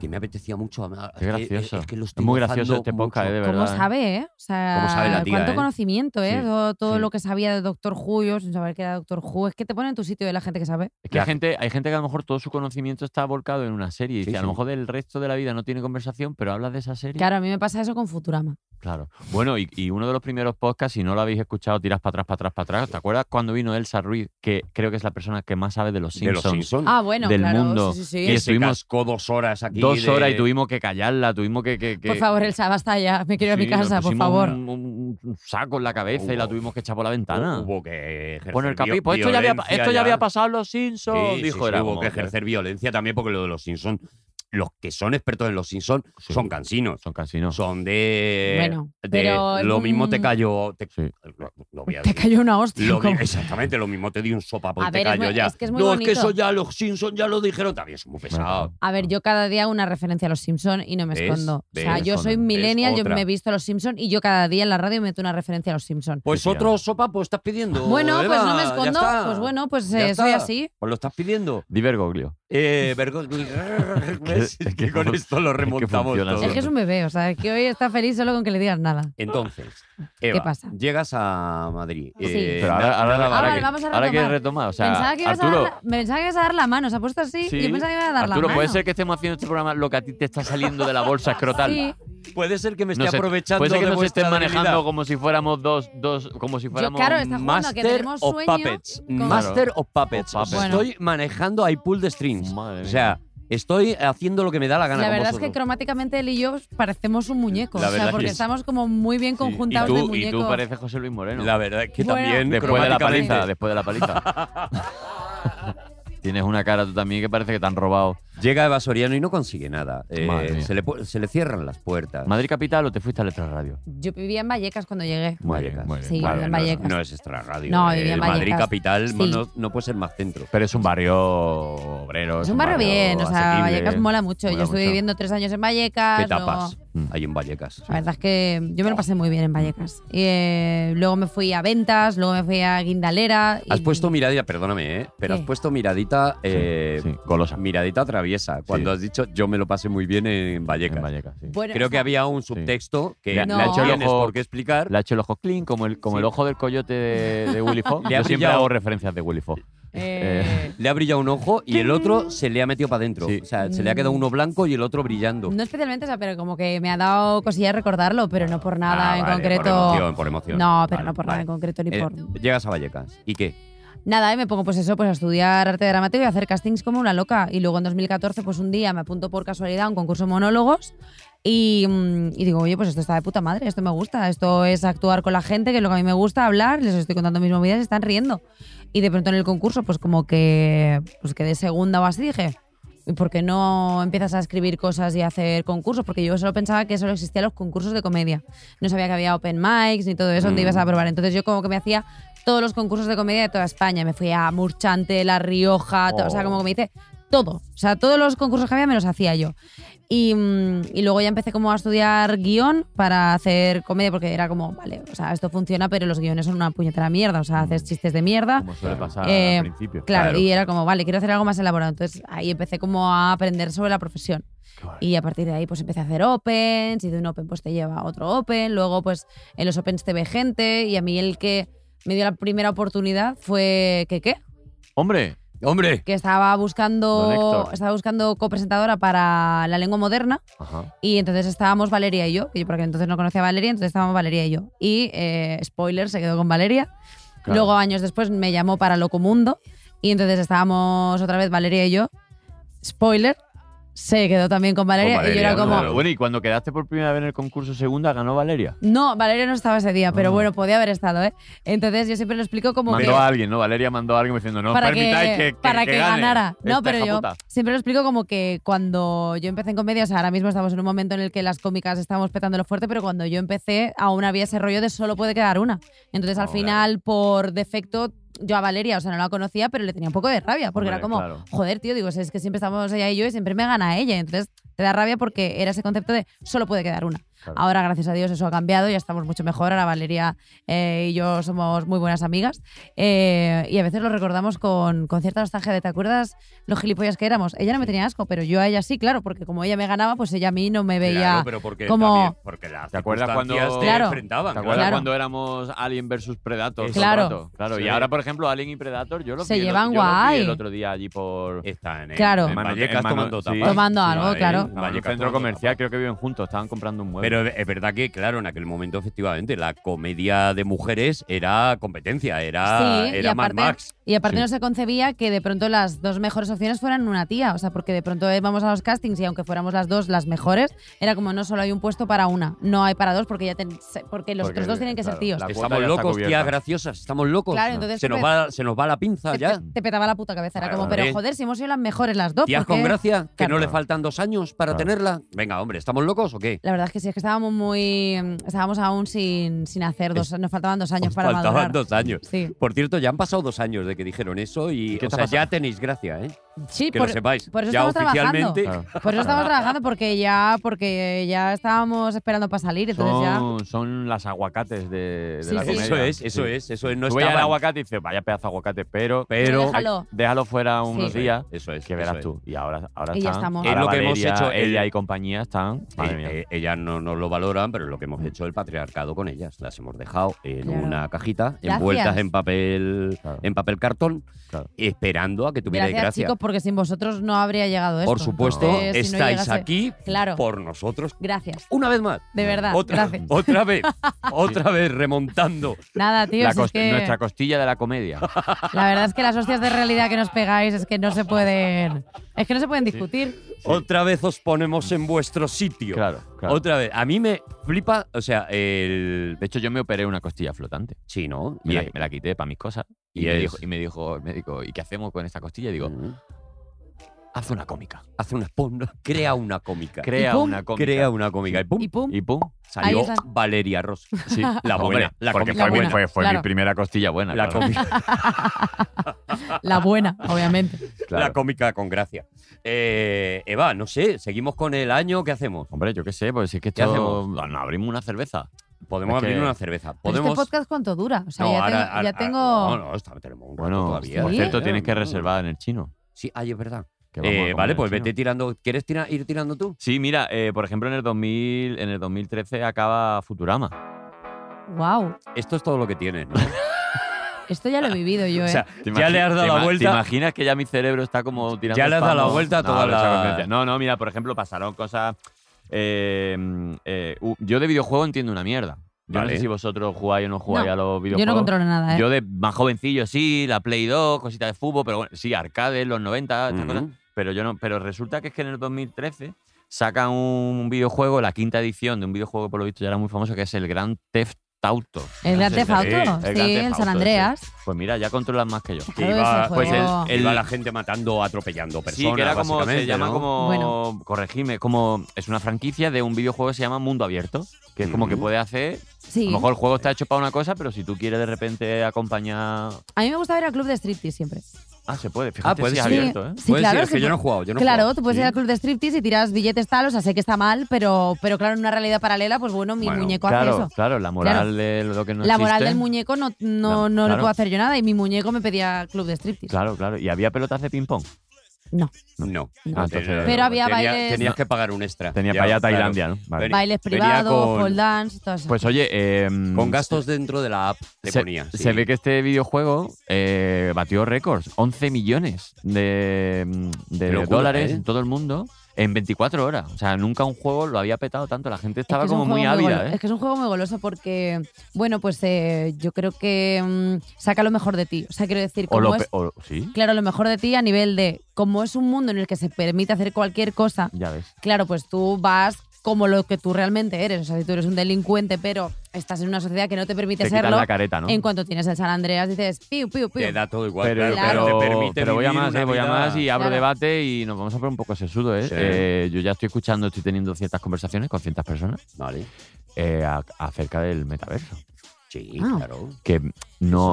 Speaker 4: Que me apetecía mucho. a-
Speaker 5: Qué
Speaker 4: es que-
Speaker 5: gracioso.
Speaker 4: Es, que lo
Speaker 5: Es
Speaker 4: estoy
Speaker 5: muy gracioso
Speaker 4: gozando
Speaker 5: este
Speaker 4: mucho.
Speaker 5: podcast, eh, de verdad.
Speaker 2: ¿Cómo
Speaker 5: eh.
Speaker 2: sabe, eh? O sea,
Speaker 4: ¿Cómo sabe la tía,
Speaker 2: cuánto
Speaker 4: eh?
Speaker 2: conocimiento, eh?
Speaker 4: Sí,
Speaker 2: todo todo
Speaker 4: sí.
Speaker 2: lo que sabía de Doctor Who, yo sin saber que era Doctor Who. Es que te pone en tu sitio de la gente que sabe.
Speaker 5: Es que
Speaker 4: La-
Speaker 5: hay gente, hay gente que a lo mejor todo su conocimiento está volcado en una serie y
Speaker 4: Sí,
Speaker 5: dice, a lo
Speaker 4: sí.
Speaker 5: mejor del resto de la vida no tiene conversación, pero habla de esa serie.
Speaker 2: Claro, a mí me pasa eso con Futurama.
Speaker 5: Claro. Bueno, y, y uno de los primeros podcasts, si no lo habéis escuchado, tiras para atrás, para atrás, para atrás. ¿Te acuerdas cuando vino Elsa Ruiz, que creo que es la persona que más sabe de los
Speaker 4: De los
Speaker 5: Simpsons?
Speaker 4: Simpsons.
Speaker 2: Ah, bueno,
Speaker 5: Del
Speaker 2: claro.
Speaker 5: mundo.
Speaker 2: Sí, sí,
Speaker 5: Y
Speaker 4: que
Speaker 2: sí.
Speaker 5: es-
Speaker 4: se
Speaker 5: estuvimos
Speaker 4: cascó dos horas aquí.
Speaker 5: Dos
Speaker 4: de-
Speaker 5: horas y tuvimos que callarla, tuvimos que. que- que-
Speaker 2: Por favor, Elsa, basta ya. Me quiero ir a mi
Speaker 5: Sí, nos
Speaker 2: casa, por
Speaker 5: pusimos
Speaker 2: favor.
Speaker 5: Un, un- un saco en la cabeza y
Speaker 4: Hubo-
Speaker 5: la tuvimos que echar por la ventana.
Speaker 4: Hubo que ejercer
Speaker 5: Bueno, el
Speaker 4: vi-
Speaker 5: capi, pues esto ya, había,
Speaker 4: violencia
Speaker 5: esto ya
Speaker 4: ya.
Speaker 5: había pasado en los Simpsons,
Speaker 4: Sí,
Speaker 5: dijo.
Speaker 4: sí, sí,
Speaker 5: era
Speaker 4: hubo
Speaker 5: como
Speaker 4: que ejercer violencia también porque lo de los Simpsons, los que son expertos en los Simpsons
Speaker 5: Sí.
Speaker 4: son cansinos.
Speaker 5: Son casinos.
Speaker 4: Son de.
Speaker 2: Bueno,
Speaker 4: de-
Speaker 2: pero,
Speaker 4: Lo mismo
Speaker 2: mm,
Speaker 4: te cayó. Te,
Speaker 5: Sí.
Speaker 4: lo- lo voy a
Speaker 2: Te
Speaker 4: decir.
Speaker 2: cayó una hostia.
Speaker 4: Lo mi-
Speaker 2: como-
Speaker 4: exactamente, lo mismo te di un sopapo
Speaker 2: A
Speaker 4: y te
Speaker 2: ver, es
Speaker 4: callo
Speaker 2: muy-
Speaker 4: ya.
Speaker 2: es que es muy
Speaker 4: no, es
Speaker 2: bonito.
Speaker 4: que eso ya, los Simpsons ya lo dijeron también, son muy pesados.
Speaker 5: pues
Speaker 2: A ver, yo cada día una referencia a los Simpson y no me
Speaker 4: ¿Ves?
Speaker 2: escondo.
Speaker 4: ¿Ves?
Speaker 2: O sea, yo
Speaker 5: Escondo.
Speaker 2: soy
Speaker 5: Ah. ¿Ves?
Speaker 2: millennial, yo
Speaker 4: Otra.
Speaker 2: me he visto a los Simpson y yo cada día en la radio meto una referencia a los Simpson.
Speaker 4: Pues
Speaker 5: Efectivamente.
Speaker 4: otro sopapo estás pidiendo.
Speaker 2: bueno, pues
Speaker 4: Eva,
Speaker 2: no me
Speaker 4: ya
Speaker 2: escondo.
Speaker 4: está.
Speaker 2: Pues bueno, pues
Speaker 4: Ya
Speaker 2: eh, soy
Speaker 4: está.
Speaker 2: así.
Speaker 4: Pues lo estás pidiendo.
Speaker 5: Di Bergoglio.
Speaker 4: Eh, vergo- ¿Ves?
Speaker 5: Es que-
Speaker 4: Que con esto lo remontamos
Speaker 5: funciona
Speaker 4: todo.
Speaker 5: así.
Speaker 2: Es que es un bebé, o sea, que hoy está feliz solo con que le digas nada.
Speaker 4: Entonces, Eva,
Speaker 2: pasa?
Speaker 4: llegas a Madrid. eh,
Speaker 2: Sí.
Speaker 5: Pero ahora, ahora,
Speaker 4: nada-
Speaker 5: ahora,
Speaker 2: Ahora
Speaker 5: que,
Speaker 2: vamos Eh, a
Speaker 5: ahora que
Speaker 2: retomar.
Speaker 5: retomar, o sea,
Speaker 2: pensaba, que ibas a
Speaker 5: Arturo,
Speaker 2: dar la, pensaba que ibas a dar la mano, se ha puesto así.
Speaker 5: sí,
Speaker 2: Yo pensaba que iba a dar
Speaker 5: Arturo,
Speaker 2: la mano.
Speaker 5: puede ser que estemos haciendo este programa lo que a ti te está saliendo de la bolsa escrotal.
Speaker 2: Sí,
Speaker 4: Puede ser que me esté
Speaker 5: Nos-
Speaker 4: aprovechando
Speaker 5: puede ser que
Speaker 4: de
Speaker 5: nos
Speaker 4: vuestra
Speaker 5: estén manejando
Speaker 4: debilidad.
Speaker 5: como si fuéramos dos, dos como si
Speaker 2: yo,
Speaker 5: fuéramos
Speaker 2: claro, está jugando a que
Speaker 4: Master
Speaker 2: tenemos
Speaker 4: of
Speaker 2: sueño.
Speaker 4: Puppets.
Speaker 2: con-
Speaker 4: Master of Puppets.
Speaker 5: Of puppets.
Speaker 4: Os Estoy manejando I pull the strings.
Speaker 5: Madre
Speaker 4: O sea, estoy haciendo lo que me da la gana.
Speaker 2: La
Speaker 4: con
Speaker 2: verdad es que
Speaker 4: vosotros.
Speaker 2: cromáticamente él y yo parecemos un muñeco,
Speaker 5: La
Speaker 2: o
Speaker 5: verdad
Speaker 2: sea,
Speaker 5: es
Speaker 2: porque
Speaker 5: que sí.
Speaker 2: estamos como muy bien
Speaker 5: y,
Speaker 2: conjuntados de
Speaker 5: tú, y
Speaker 2: muñeco.
Speaker 5: tú pareces José Luis Moreno.
Speaker 4: La verdad es que
Speaker 2: Bueno.
Speaker 4: también.
Speaker 5: después de la
Speaker 4: cromáticamente-
Speaker 5: paliza, después de la paliza. Tienes una cara tú también que parece que te han robado.
Speaker 4: Llega Eva Soriano y no consigue nada. Eh,
Speaker 5: Madre mía.
Speaker 4: se, le, pu- se le cierran las puertas.
Speaker 5: ¿Madrid Capital o te fuiste al extrarradio?
Speaker 2: Yo vivía en Vallecas cuando llegué.
Speaker 5: Muy
Speaker 4: Vallecas.
Speaker 5: bien, muy bien.
Speaker 2: Sí, vivía
Speaker 5: Vale,
Speaker 2: en
Speaker 5: no, no,
Speaker 2: Vallecas.
Speaker 4: No es extra radio.
Speaker 2: No,
Speaker 4: eh,
Speaker 2: vivía en
Speaker 4: Madrid
Speaker 2: Vallecas.
Speaker 4: capital
Speaker 2: Sí.
Speaker 4: no, no puede ser más centro.
Speaker 5: Pero es un barrio obrero.
Speaker 2: Es un barrio bien, o sea,
Speaker 5: asequible.
Speaker 2: Vallecas mola mucho.
Speaker 5: Mola
Speaker 2: yo estuve
Speaker 5: mucho.
Speaker 2: viviendo tres años en Vallecas.
Speaker 4: ¿Qué tapas
Speaker 2: luego-
Speaker 4: hay en Vallecas?
Speaker 2: La verdad es que yo me lo pasé muy bien en Vallecas. Y, eh, luego me fui a Ventas, luego me fui a Guindalera. y-
Speaker 4: Has puesto miradita, perdóname, ¿eh? pero
Speaker 2: ¿Qué?
Speaker 4: has puesto miradita, eh,
Speaker 5: sí, golosa.
Speaker 4: miradita traviesa. Cuando
Speaker 5: Sí.
Speaker 4: has dicho yo me lo pasé muy bien en Vallecas.
Speaker 5: En Vallecas, sí.
Speaker 2: Bueno,
Speaker 4: Creo
Speaker 2: o
Speaker 4: que
Speaker 2: sea,
Speaker 4: había un subtexto que
Speaker 5: Le
Speaker 4: le
Speaker 5: ha-
Speaker 2: le ha
Speaker 4: no
Speaker 2: hecho el
Speaker 4: tienes
Speaker 5: ojo-
Speaker 4: por qué explicar.
Speaker 5: Le ha hecho el ojo clean como el, como
Speaker 4: Sí.
Speaker 5: el ojo del coyote de, de Willy Fox.
Speaker 4: Le ha
Speaker 5: Yo siempre
Speaker 4: brillado.
Speaker 5: hago referencias de Willy Fox.
Speaker 2: eh,
Speaker 4: Le ha brillado un ojo y
Speaker 2: Mm.
Speaker 4: el otro se le ha metido para adentro.
Speaker 5: Sí.
Speaker 4: O sea, se le ha quedado uno blanco y el otro brillando.
Speaker 2: No especialmente, o sea, pero como que me ha dado cosillas recordarlo, pero no por nada
Speaker 4: Ah,
Speaker 2: en
Speaker 4: vale,
Speaker 2: concreto.
Speaker 4: Por emoción, por emoción.
Speaker 2: No, pero
Speaker 4: Vale,
Speaker 2: no por nada
Speaker 4: vale.
Speaker 2: en concreto ni
Speaker 4: Eh,
Speaker 2: por.
Speaker 4: Llegas a Vallecas. ¿Y qué?
Speaker 2: Nada, y me pongo pues eso, pues a estudiar arte dramático y a hacer castings como una loca. Y luego en 2014, pues un día me apunto por casualidad a un concurso de monólogos y, mm, y digo, oye, pues esto está de puta madre, esto me gusta, esto es actuar con la gente, que es lo que a mí me gusta, hablar, les estoy contando mis movidas y están riendo. Y de pronto en el concurso, pues como que pues quedé segunda o así, dije, ¿y por qué no empiezas a escribir cosas y a hacer concursos? Porque yo solo pensaba que solo existían los concursos de comedia. No sabía que había open mics ni todo eso, donde ibas a probar. Entonces yo como que me hacía todos los concursos de comedia de toda España. Me fui a Murchante, La Rioja, to- o sea, como que me hice todo. O sea, todos los concursos que había me los hacía yo. Y, mm, y luego ya empecé como a estudiar guión para hacer comedia, porque era como, vale, o sea, esto funciona, pero los guiones son una puñetera mierda, o sea, haces chistes de mierda.
Speaker 5: Como suele pasar
Speaker 2: Ah. Eh,
Speaker 5: al principio.
Speaker 2: Claro,
Speaker 4: Claro.
Speaker 2: y era como, vale, quiero hacer algo más elaborado. Entonces ahí empecé como a aprender sobre la profesión. Y a partir de ahí pues empecé a hacer opens y de un open pues te lleva a otro open. Luego pues en los opens te ve gente y a mí el que me dio la primera oportunidad fue que qué,
Speaker 5: Hombre,
Speaker 4: ¡Hombre!
Speaker 2: que estaba
Speaker 5: Don
Speaker 2: buscando,
Speaker 5: Héctor.
Speaker 2: estaba buscando copresentadora para la lengua moderna
Speaker 5: Ajá.
Speaker 2: y entonces estábamos Valeria y yo, que yo porque entonces no conocía a Valeria, entonces estábamos Valeria y yo. Y eh, spoiler, se quedó con Valeria.
Speaker 5: Claro.
Speaker 2: Luego, años después, me llamó para Locomundo. Y entonces estábamos otra vez Valeria y yo. Spoiler, se quedó también con Valeria.
Speaker 4: Con
Speaker 2: y yo era
Speaker 4: Valeria,
Speaker 2: como.
Speaker 4: claro.
Speaker 5: Bueno, y cuando quedaste por primera vez en el concurso segunda, ganó Valeria.
Speaker 2: No, Valeria no estaba ese día, pero
Speaker 5: Ah.
Speaker 2: bueno, podía haber estado, ¿eh? Entonces yo siempre lo explico como
Speaker 5: Mandó
Speaker 2: que.
Speaker 5: a alguien, ¿no? Valeria mandó a alguien diciendo, no
Speaker 2: para
Speaker 5: permitáis
Speaker 2: que,
Speaker 5: que,
Speaker 2: para que,
Speaker 5: gane
Speaker 2: ganara. No,
Speaker 5: esta
Speaker 2: pero yo
Speaker 5: hijaputa".
Speaker 2: siempre lo explico como que cuando yo empecé en comedia, o sea, ahora mismo estamos en un momento en el que las cómicas estamos petándolo fuerte, pero cuando yo empecé aún había ese rollo de solo puede quedar una. Entonces al
Speaker 5: Ah,
Speaker 2: final, por defecto, yo a Valeria, o sea, no la conocía, pero le tenía un poco de rabia, porque era
Speaker 5: Hombre,
Speaker 2: como,
Speaker 5: claro.
Speaker 2: joder, tío, digo, es que siempre estamos ella y yo y siempre me gana ella. Entonces te da rabia porque era ese concepto de solo puede quedar una.
Speaker 5: Claro.
Speaker 2: Ahora, gracias a Dios, eso ha cambiado, ya estamos mucho mejor. Ahora Valeria eh, y yo somos muy buenas amigas. eh, y a veces lo recordamos con, con cierta nostalgia de, ¿te acuerdas los gilipollas que éramos? Ella no me tenía asco, pero yo a ella sí, claro, porque como ella me ganaba, pues ella a mí no me veía.
Speaker 4: Claro, pero porque
Speaker 2: como-
Speaker 4: también- porque las
Speaker 5: ¿Te acuerdas cuando-
Speaker 4: circunstancias te
Speaker 2: Claro.
Speaker 4: enfrentaban?
Speaker 5: ¿Te acuerdas
Speaker 2: Claro.
Speaker 5: cuando éramos Alien versus Predator? todo el
Speaker 2: Claro.
Speaker 5: rato? Claro.
Speaker 4: Sí.
Speaker 5: Y ahora, por ejemplo, Alien y Predator, yo los
Speaker 2: Se
Speaker 5: vi el-
Speaker 2: llevan
Speaker 5: yo los vi
Speaker 2: guay.
Speaker 5: el otro día allí por.
Speaker 4: Están en,
Speaker 2: Claro.
Speaker 4: en
Speaker 5: Mano-
Speaker 4: Vallecas
Speaker 5: en mano-
Speaker 4: tomando
Speaker 5: sí.
Speaker 4: tapas.
Speaker 2: Tomando algo,
Speaker 4: Madre,
Speaker 2: claro.
Speaker 5: No, en un
Speaker 4: Vallecas
Speaker 5: centro
Speaker 4: tomando
Speaker 5: comercial
Speaker 4: tapas.
Speaker 5: creo que viven juntos, estaban comprando un mueble.
Speaker 4: Pero es verdad que, claro, en aquel momento, efectivamente, la comedia de mujeres era competencia, era,
Speaker 2: Sí,
Speaker 4: era Mad Max.
Speaker 2: y aparte
Speaker 5: Sí.
Speaker 2: no se concebía que de pronto las dos mejores opciones fueran una tía. O sea, porque de pronto vamos a los castings y aunque fuéramos las dos las mejores, era como no solo hay un puesto para una, no hay para dos porque ya ten- se- porque los
Speaker 5: Porque,
Speaker 2: otros dos tienen que
Speaker 5: claro,
Speaker 2: ser tíos.
Speaker 5: la cuota
Speaker 4: Estamos
Speaker 5: ya está
Speaker 4: locos,
Speaker 5: cubierta.
Speaker 4: tías graciosas, estamos locos.
Speaker 2: Claro, entonces
Speaker 4: se, nos
Speaker 2: pues-
Speaker 4: va, se nos va la pinza
Speaker 2: Te,
Speaker 4: ya.
Speaker 2: te petaba la puta cabeza, era
Speaker 4: Claro,
Speaker 2: como,
Speaker 4: hombre.
Speaker 2: pero joder, si hemos sido las mejores las dos.
Speaker 4: Tías
Speaker 2: ¿por
Speaker 4: con
Speaker 2: qué?
Speaker 4: gracia, que no
Speaker 2: Claro.
Speaker 4: le faltan dos años para
Speaker 5: Claro.
Speaker 4: tenerla. Venga, hombre, ¿estamos locos o qué?
Speaker 2: La verdad es que sí, es que estábamos muy. Estábamos aún sin, sin hacer dos. Nos faltaban dos años
Speaker 4: Os
Speaker 2: para
Speaker 4: faltaban
Speaker 2: madurar.
Speaker 4: dos años.
Speaker 2: Sí.
Speaker 4: Por cierto, ya han pasado dos años de que dijeron eso y
Speaker 5: ¿Qué
Speaker 4: o
Speaker 5: te
Speaker 4: sea,
Speaker 5: pasa?
Speaker 4: ya tenéis gracia, ¿eh?
Speaker 2: Sí,
Speaker 4: que
Speaker 2: por,
Speaker 4: lo sepáis.
Speaker 2: por eso
Speaker 4: ya
Speaker 2: estamos trabajando.
Speaker 4: oficialmente.
Speaker 5: Claro.
Speaker 2: Por eso estamos trabajando, porque ya, porque ya estábamos esperando para salir, entonces ya.
Speaker 5: Son, son las aguacates de, de
Speaker 2: Sí,
Speaker 5: la
Speaker 2: sí.
Speaker 5: comedia.
Speaker 4: Eso es, eso
Speaker 5: Sí.
Speaker 4: es, eso es. No
Speaker 5: Tú veías el
Speaker 4: estaban.
Speaker 5: aguacate y dices, vaya pedazo de aguacate, pero, eh,
Speaker 4: Pero-
Speaker 2: Déjalo.
Speaker 5: déjalo fuera unos
Speaker 2: Sí.
Speaker 5: días
Speaker 4: Eso es.
Speaker 5: que verás
Speaker 4: eso es.
Speaker 5: tú. Y ahora, ahora
Speaker 2: Y ya
Speaker 5: están,
Speaker 2: estamos.
Speaker 5: ahora
Speaker 4: Es lo que hemos
Speaker 5: Valeria,
Speaker 4: hecho,
Speaker 5: Ella
Speaker 4: el-
Speaker 5: y compañía están. Madre mía.
Speaker 4: Eh, eh, ellas no nos lo valoran, pero es lo que hemos hecho el patriarcado con ellas. Las hemos dejado en
Speaker 2: Claro.
Speaker 4: una cajita,
Speaker 2: Gracias.
Speaker 4: envueltas en papel,
Speaker 5: Claro.
Speaker 4: en papel cartón,
Speaker 5: Claro.
Speaker 4: esperando a que tuvierais
Speaker 2: Gracias,
Speaker 4: gracia.
Speaker 2: chicos, porque sin vosotros no habría llegado esto.
Speaker 4: Por supuesto,
Speaker 2: Entonces, si no
Speaker 4: estáis
Speaker 2: llegase-
Speaker 4: aquí
Speaker 2: Claro.
Speaker 4: por nosotros.
Speaker 2: Gracias.
Speaker 4: Una vez más.
Speaker 2: De verdad.
Speaker 4: Otra,
Speaker 2: Gracias.
Speaker 4: otra vez, otra vez remontando.
Speaker 2: Nada, tío.
Speaker 5: La
Speaker 2: si es
Speaker 5: cost-
Speaker 2: que
Speaker 5: Nuestra costilla de la comedia.
Speaker 2: la verdad es que las hostias de realidad que nos pegáis es que no se pueden. Es que no se pueden discutir.
Speaker 4: Otra vez os ponemos en vuestro sitio.
Speaker 5: claro, claro.
Speaker 4: Otra vez. A mí me flipa, o sea, el.
Speaker 5: De hecho, yo me operé una costilla flotante.
Speaker 4: Sí, ¿no?
Speaker 5: Me,
Speaker 4: Y-
Speaker 5: la, me la quité para mis cosas. Y,
Speaker 4: Y
Speaker 5: me
Speaker 4: es-
Speaker 5: dijo, y me dijo el médico, ¿y qué hacemos con esta costilla? Y digo,
Speaker 4: Ujú.
Speaker 5: haz una cómica.
Speaker 4: Hace una. pon- Crea una cómica.
Speaker 5: Crea
Speaker 2: Y pum,
Speaker 5: una cómica.
Speaker 4: Crea una cómica. Y pum,
Speaker 2: Y pum.
Speaker 5: Y pum.
Speaker 2: Ahí
Speaker 4: salió
Speaker 2: está.
Speaker 4: Valeria Ross. Sí, la
Speaker 5: Hombre,
Speaker 4: buena. La
Speaker 5: porque
Speaker 4: cómica
Speaker 5: fue, mi-
Speaker 4: buena.
Speaker 5: fue- fue
Speaker 2: claro.
Speaker 5: mi primera costilla buena.
Speaker 4: La,
Speaker 5: claro.
Speaker 4: cómica,
Speaker 2: La buena, obviamente. este
Speaker 5: Claro.
Speaker 4: la cómica con gracia. Eh, Eva, no sé, seguimos con el año, ¿qué hacemos?
Speaker 5: Hombre, yo qué sé, pues si es que
Speaker 4: ¿Qué
Speaker 5: esto...
Speaker 4: hacemos?
Speaker 5: Bueno, abrimos una cerveza.
Speaker 4: Podemos
Speaker 5: Es que-
Speaker 4: abrir una cerveza.
Speaker 2: Pero
Speaker 4: Podemos.
Speaker 2: ¿Este podcast cuánto dura? O sea,
Speaker 4: No,
Speaker 2: ya
Speaker 4: ahora-
Speaker 2: tengo. ya
Speaker 4: ahora-
Speaker 2: tengo-
Speaker 4: No, no, está- tenemos un rato
Speaker 5: Bueno,
Speaker 4: todavía.
Speaker 5: por
Speaker 2: ¿Sí?
Speaker 5: cierto, tienes que
Speaker 4: No, no.
Speaker 5: reservar en el chino.
Speaker 4: Sí, ay, es verdad.
Speaker 5: que vamos
Speaker 4: Ah. Eh,
Speaker 5: a comer
Speaker 4: vale,
Speaker 5: en
Speaker 4: pues
Speaker 5: el chino.
Speaker 4: vete tirando. ¿Quieres tira- ir tirando tú?
Speaker 5: Sí, mira, eh, por ejemplo, en el 2000, en el 2013 acaba Futurama.
Speaker 2: Wow.
Speaker 4: Esto es todo lo que tienes. ¿no?
Speaker 2: Esto ya lo he vivido yo,
Speaker 4: o
Speaker 2: ¿eh?
Speaker 4: sea,
Speaker 5: ¿Te
Speaker 4: ya
Speaker 5: imagi-
Speaker 4: le has dado
Speaker 5: te
Speaker 4: la
Speaker 5: ima- ¿Te
Speaker 4: vuelta.
Speaker 5: imaginas que ya mi cerebro está como tirando
Speaker 4: Ya le has dado la
Speaker 5: espasmos?
Speaker 4: vuelta a
Speaker 5: No,
Speaker 4: toda
Speaker 5: no, esa
Speaker 4: la-
Speaker 5: conciencia. No, no, mira, por ejemplo, pasaron cosas. eh, mm, eh, u- yo de videojuego entiendo una mierda. Yo no
Speaker 4: Vale.
Speaker 5: sé si vosotros jugáis o no jugáis
Speaker 2: No,
Speaker 5: a los videojuegos.
Speaker 2: Yo no controlo nada, ¿eh?
Speaker 5: Yo de más jovencillo sí, la Play 2, cositas de fútbol, pero bueno, sí, arcades, los 90, estas
Speaker 4: Ujú.
Speaker 5: cosas. Pero yo no, pero resulta que es que en el 2013 sacan un videojuego, la quinta edición de un videojuego que por lo visto ya era muy famoso, que es el Grand Theft Auto.
Speaker 2: El Grand Theft Auto,
Speaker 5: Grand
Speaker 2: sí,
Speaker 5: Theft
Speaker 2: el San
Speaker 5: Auto, ese.
Speaker 2: Andreas.
Speaker 5: Pues mira, ya controlas más que yo.
Speaker 4: Que
Speaker 2: Claro,
Speaker 4: iba,
Speaker 2: ese
Speaker 4: pues el-
Speaker 2: juego.
Speaker 4: el- iba la gente matando, atropellando personas.
Speaker 5: sí, que era como, se
Speaker 4: básicamente,
Speaker 5: llama
Speaker 4: ¿no?
Speaker 5: como,
Speaker 2: Bueno.
Speaker 5: corregime, como, es una franquicia de un videojuego que se llama Mundo Abierto, que es como que
Speaker 4: Ujú.
Speaker 5: puede hacer,
Speaker 2: Sí.
Speaker 5: a lo mejor el juego está hecho para una cosa, pero si tú quieres de repente acompañar...
Speaker 2: A mí me gusta ver al club de striptease siempre.
Speaker 5: Ah, se puede, fíjate
Speaker 4: puede
Speaker 5: si es
Speaker 4: ser.
Speaker 5: abierto, ¿eh?
Speaker 2: Sí,
Speaker 4: Puede
Speaker 2: claro,
Speaker 4: ser, es
Speaker 2: sí,
Speaker 4: que yo
Speaker 2: pu-
Speaker 4: no he jugado. Yo no he
Speaker 2: claro,
Speaker 4: jugado.
Speaker 2: tú puedes
Speaker 4: Sí.
Speaker 2: ir al club de striptease y tiras billetes tal, o sea, sé que está mal, pero, pero claro, en una realidad paralela, pues bueno, mi
Speaker 4: Bueno,
Speaker 2: muñeco hace
Speaker 5: Claro,
Speaker 2: eso.
Speaker 5: claro, la moral
Speaker 2: Claro.
Speaker 5: de lo que no
Speaker 2: La moral
Speaker 5: existe.
Speaker 2: del muñeco no, no,
Speaker 5: No,
Speaker 2: no, le
Speaker 5: claro.
Speaker 2: puedo hacer yo nada y mi muñeco me pedía club de striptease.
Speaker 5: Claro, claro. ¿Y había pelotas de ping-pong?
Speaker 2: No,
Speaker 4: No.
Speaker 5: Ah, entonces-
Speaker 2: Pero había
Speaker 4: Tenía-
Speaker 2: bailes-
Speaker 4: Tenías que pagar un extra.
Speaker 5: Tenía
Speaker 4: Ya,
Speaker 5: para allá
Speaker 4: claro.
Speaker 5: Tailandia, ¿no? Vale.
Speaker 4: Venía-
Speaker 2: bailes
Speaker 4: venía
Speaker 2: privados,
Speaker 4: con-
Speaker 2: pole dance, todo eso.
Speaker 5: Pues oye, eh,
Speaker 4: Con gastos dentro de la app te
Speaker 5: se,
Speaker 4: ponía. sí.
Speaker 5: se ve que este videojuego eh, batió récords, 11 millones de, em, de
Speaker 4: Qué locura,
Speaker 5: dólares
Speaker 4: ¿eh?
Speaker 5: en todo el mundo en 24 horas. O sea, nunca un juego lo había petado tanto. La gente estaba
Speaker 2: Es que es un
Speaker 5: como muy
Speaker 2: juego
Speaker 5: ávida,
Speaker 2: golo-
Speaker 5: ¿eh?
Speaker 2: Es que es un juego muy goloso porque, bueno, pues eh, yo creo que mm, saca lo mejor de ti. O sea, quiero decir,
Speaker 5: O
Speaker 2: como
Speaker 5: lo
Speaker 2: es,
Speaker 5: pe- o- sí,
Speaker 2: claro, lo mejor de ti a nivel de, como es un mundo en el que se permite hacer cualquier cosa,
Speaker 5: ya ves.
Speaker 2: claro, pues tú vas como lo que tú realmente eres. O sea, si tú eres un delincuente, pero estás en una sociedad que no te permite
Speaker 5: Te quitas
Speaker 2: serlo,
Speaker 5: la careta, ¿no?
Speaker 2: en cuanto tienes el San Andreas dices, piu, piu, piu.
Speaker 4: Te da todo igual.
Speaker 5: Pero,
Speaker 4: claro,
Speaker 5: pero-
Speaker 4: te permite
Speaker 5: pero voy a
Speaker 4: vivir
Speaker 5: más,
Speaker 4: una
Speaker 5: eh, voy a
Speaker 4: vida-
Speaker 5: más y abro
Speaker 2: Claro.
Speaker 5: debate y nos vamos a poner un poco sesudo, ¿eh?
Speaker 4: Sí.
Speaker 5: Eh, Yo ya estoy escuchando, estoy teniendo ciertas conversaciones con ciertas personas
Speaker 4: Vale.
Speaker 5: eh, a- acerca del metaverso.
Speaker 4: Sí,
Speaker 2: Ah.
Speaker 4: claro.
Speaker 5: que no,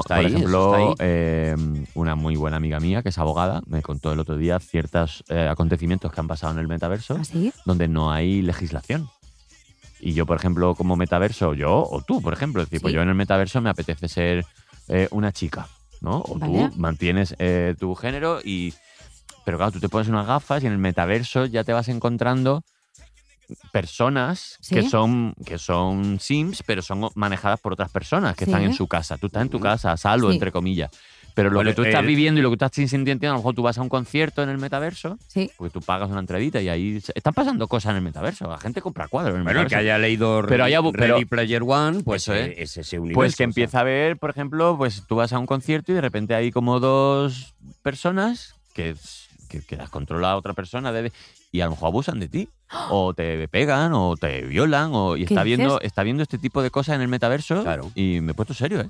Speaker 4: Eso está
Speaker 5: por
Speaker 4: ahí, eso
Speaker 5: ejemplo,
Speaker 4: está
Speaker 5: eh, una muy buena amiga mía que es abogada me contó el otro día ciertos eh, acontecimientos que han pasado en el metaverso
Speaker 2: ¿Así?
Speaker 5: donde no hay legislación. Y yo, por ejemplo, como metaverso, yo o tú, por ejemplo, es decir, pues
Speaker 2: Sí.
Speaker 5: yo en el metaverso me apetece ser eh, una chica, ¿no? O
Speaker 2: Vale.
Speaker 5: tú mantienes eh, tu género y... Pero claro, tú te pones unas gafas y en el metaverso ya te vas encontrando personas
Speaker 2: Sí.
Speaker 5: que son que son sims, pero son manejadas por otras personas que
Speaker 2: Sí.
Speaker 5: están en su casa. Tú estás en tu casa, a salvo,
Speaker 2: Sí.
Speaker 5: entre comillas. Pero lo
Speaker 4: Mm. Bueno,
Speaker 5: que tú estás
Speaker 4: el-
Speaker 5: viviendo y lo que tú estás sintiendo, a lo mejor tú vas a un concierto en el metaverso
Speaker 2: Sí.
Speaker 5: porque pues tú pagas una entradita y ahí se- están pasando cosas en el metaverso. La gente compra cuadros en el
Speaker 4: Bueno, el que
Speaker 5: metaverso.
Speaker 4: haya leído
Speaker 5: Pero haya bu-
Speaker 4: Ready
Speaker 5: pero-
Speaker 4: Player One, pues
Speaker 5: Eso es.
Speaker 4: eh, es ese universo.
Speaker 5: pues
Speaker 4: o sea.
Speaker 5: que empieza a ver, por ejemplo, pues tú vas a un concierto y de repente hay como dos personas que, es- que, que las controla otra persona desde- y a lo mejor abusan de ti. O te pegan, o te violan, o, y
Speaker 2: ¿Qué
Speaker 5: está viendo,
Speaker 2: dices?
Speaker 5: está viendo este tipo de cosas en el metaverso.
Speaker 4: Claro.
Speaker 5: Y me he puesto serio, ¿eh?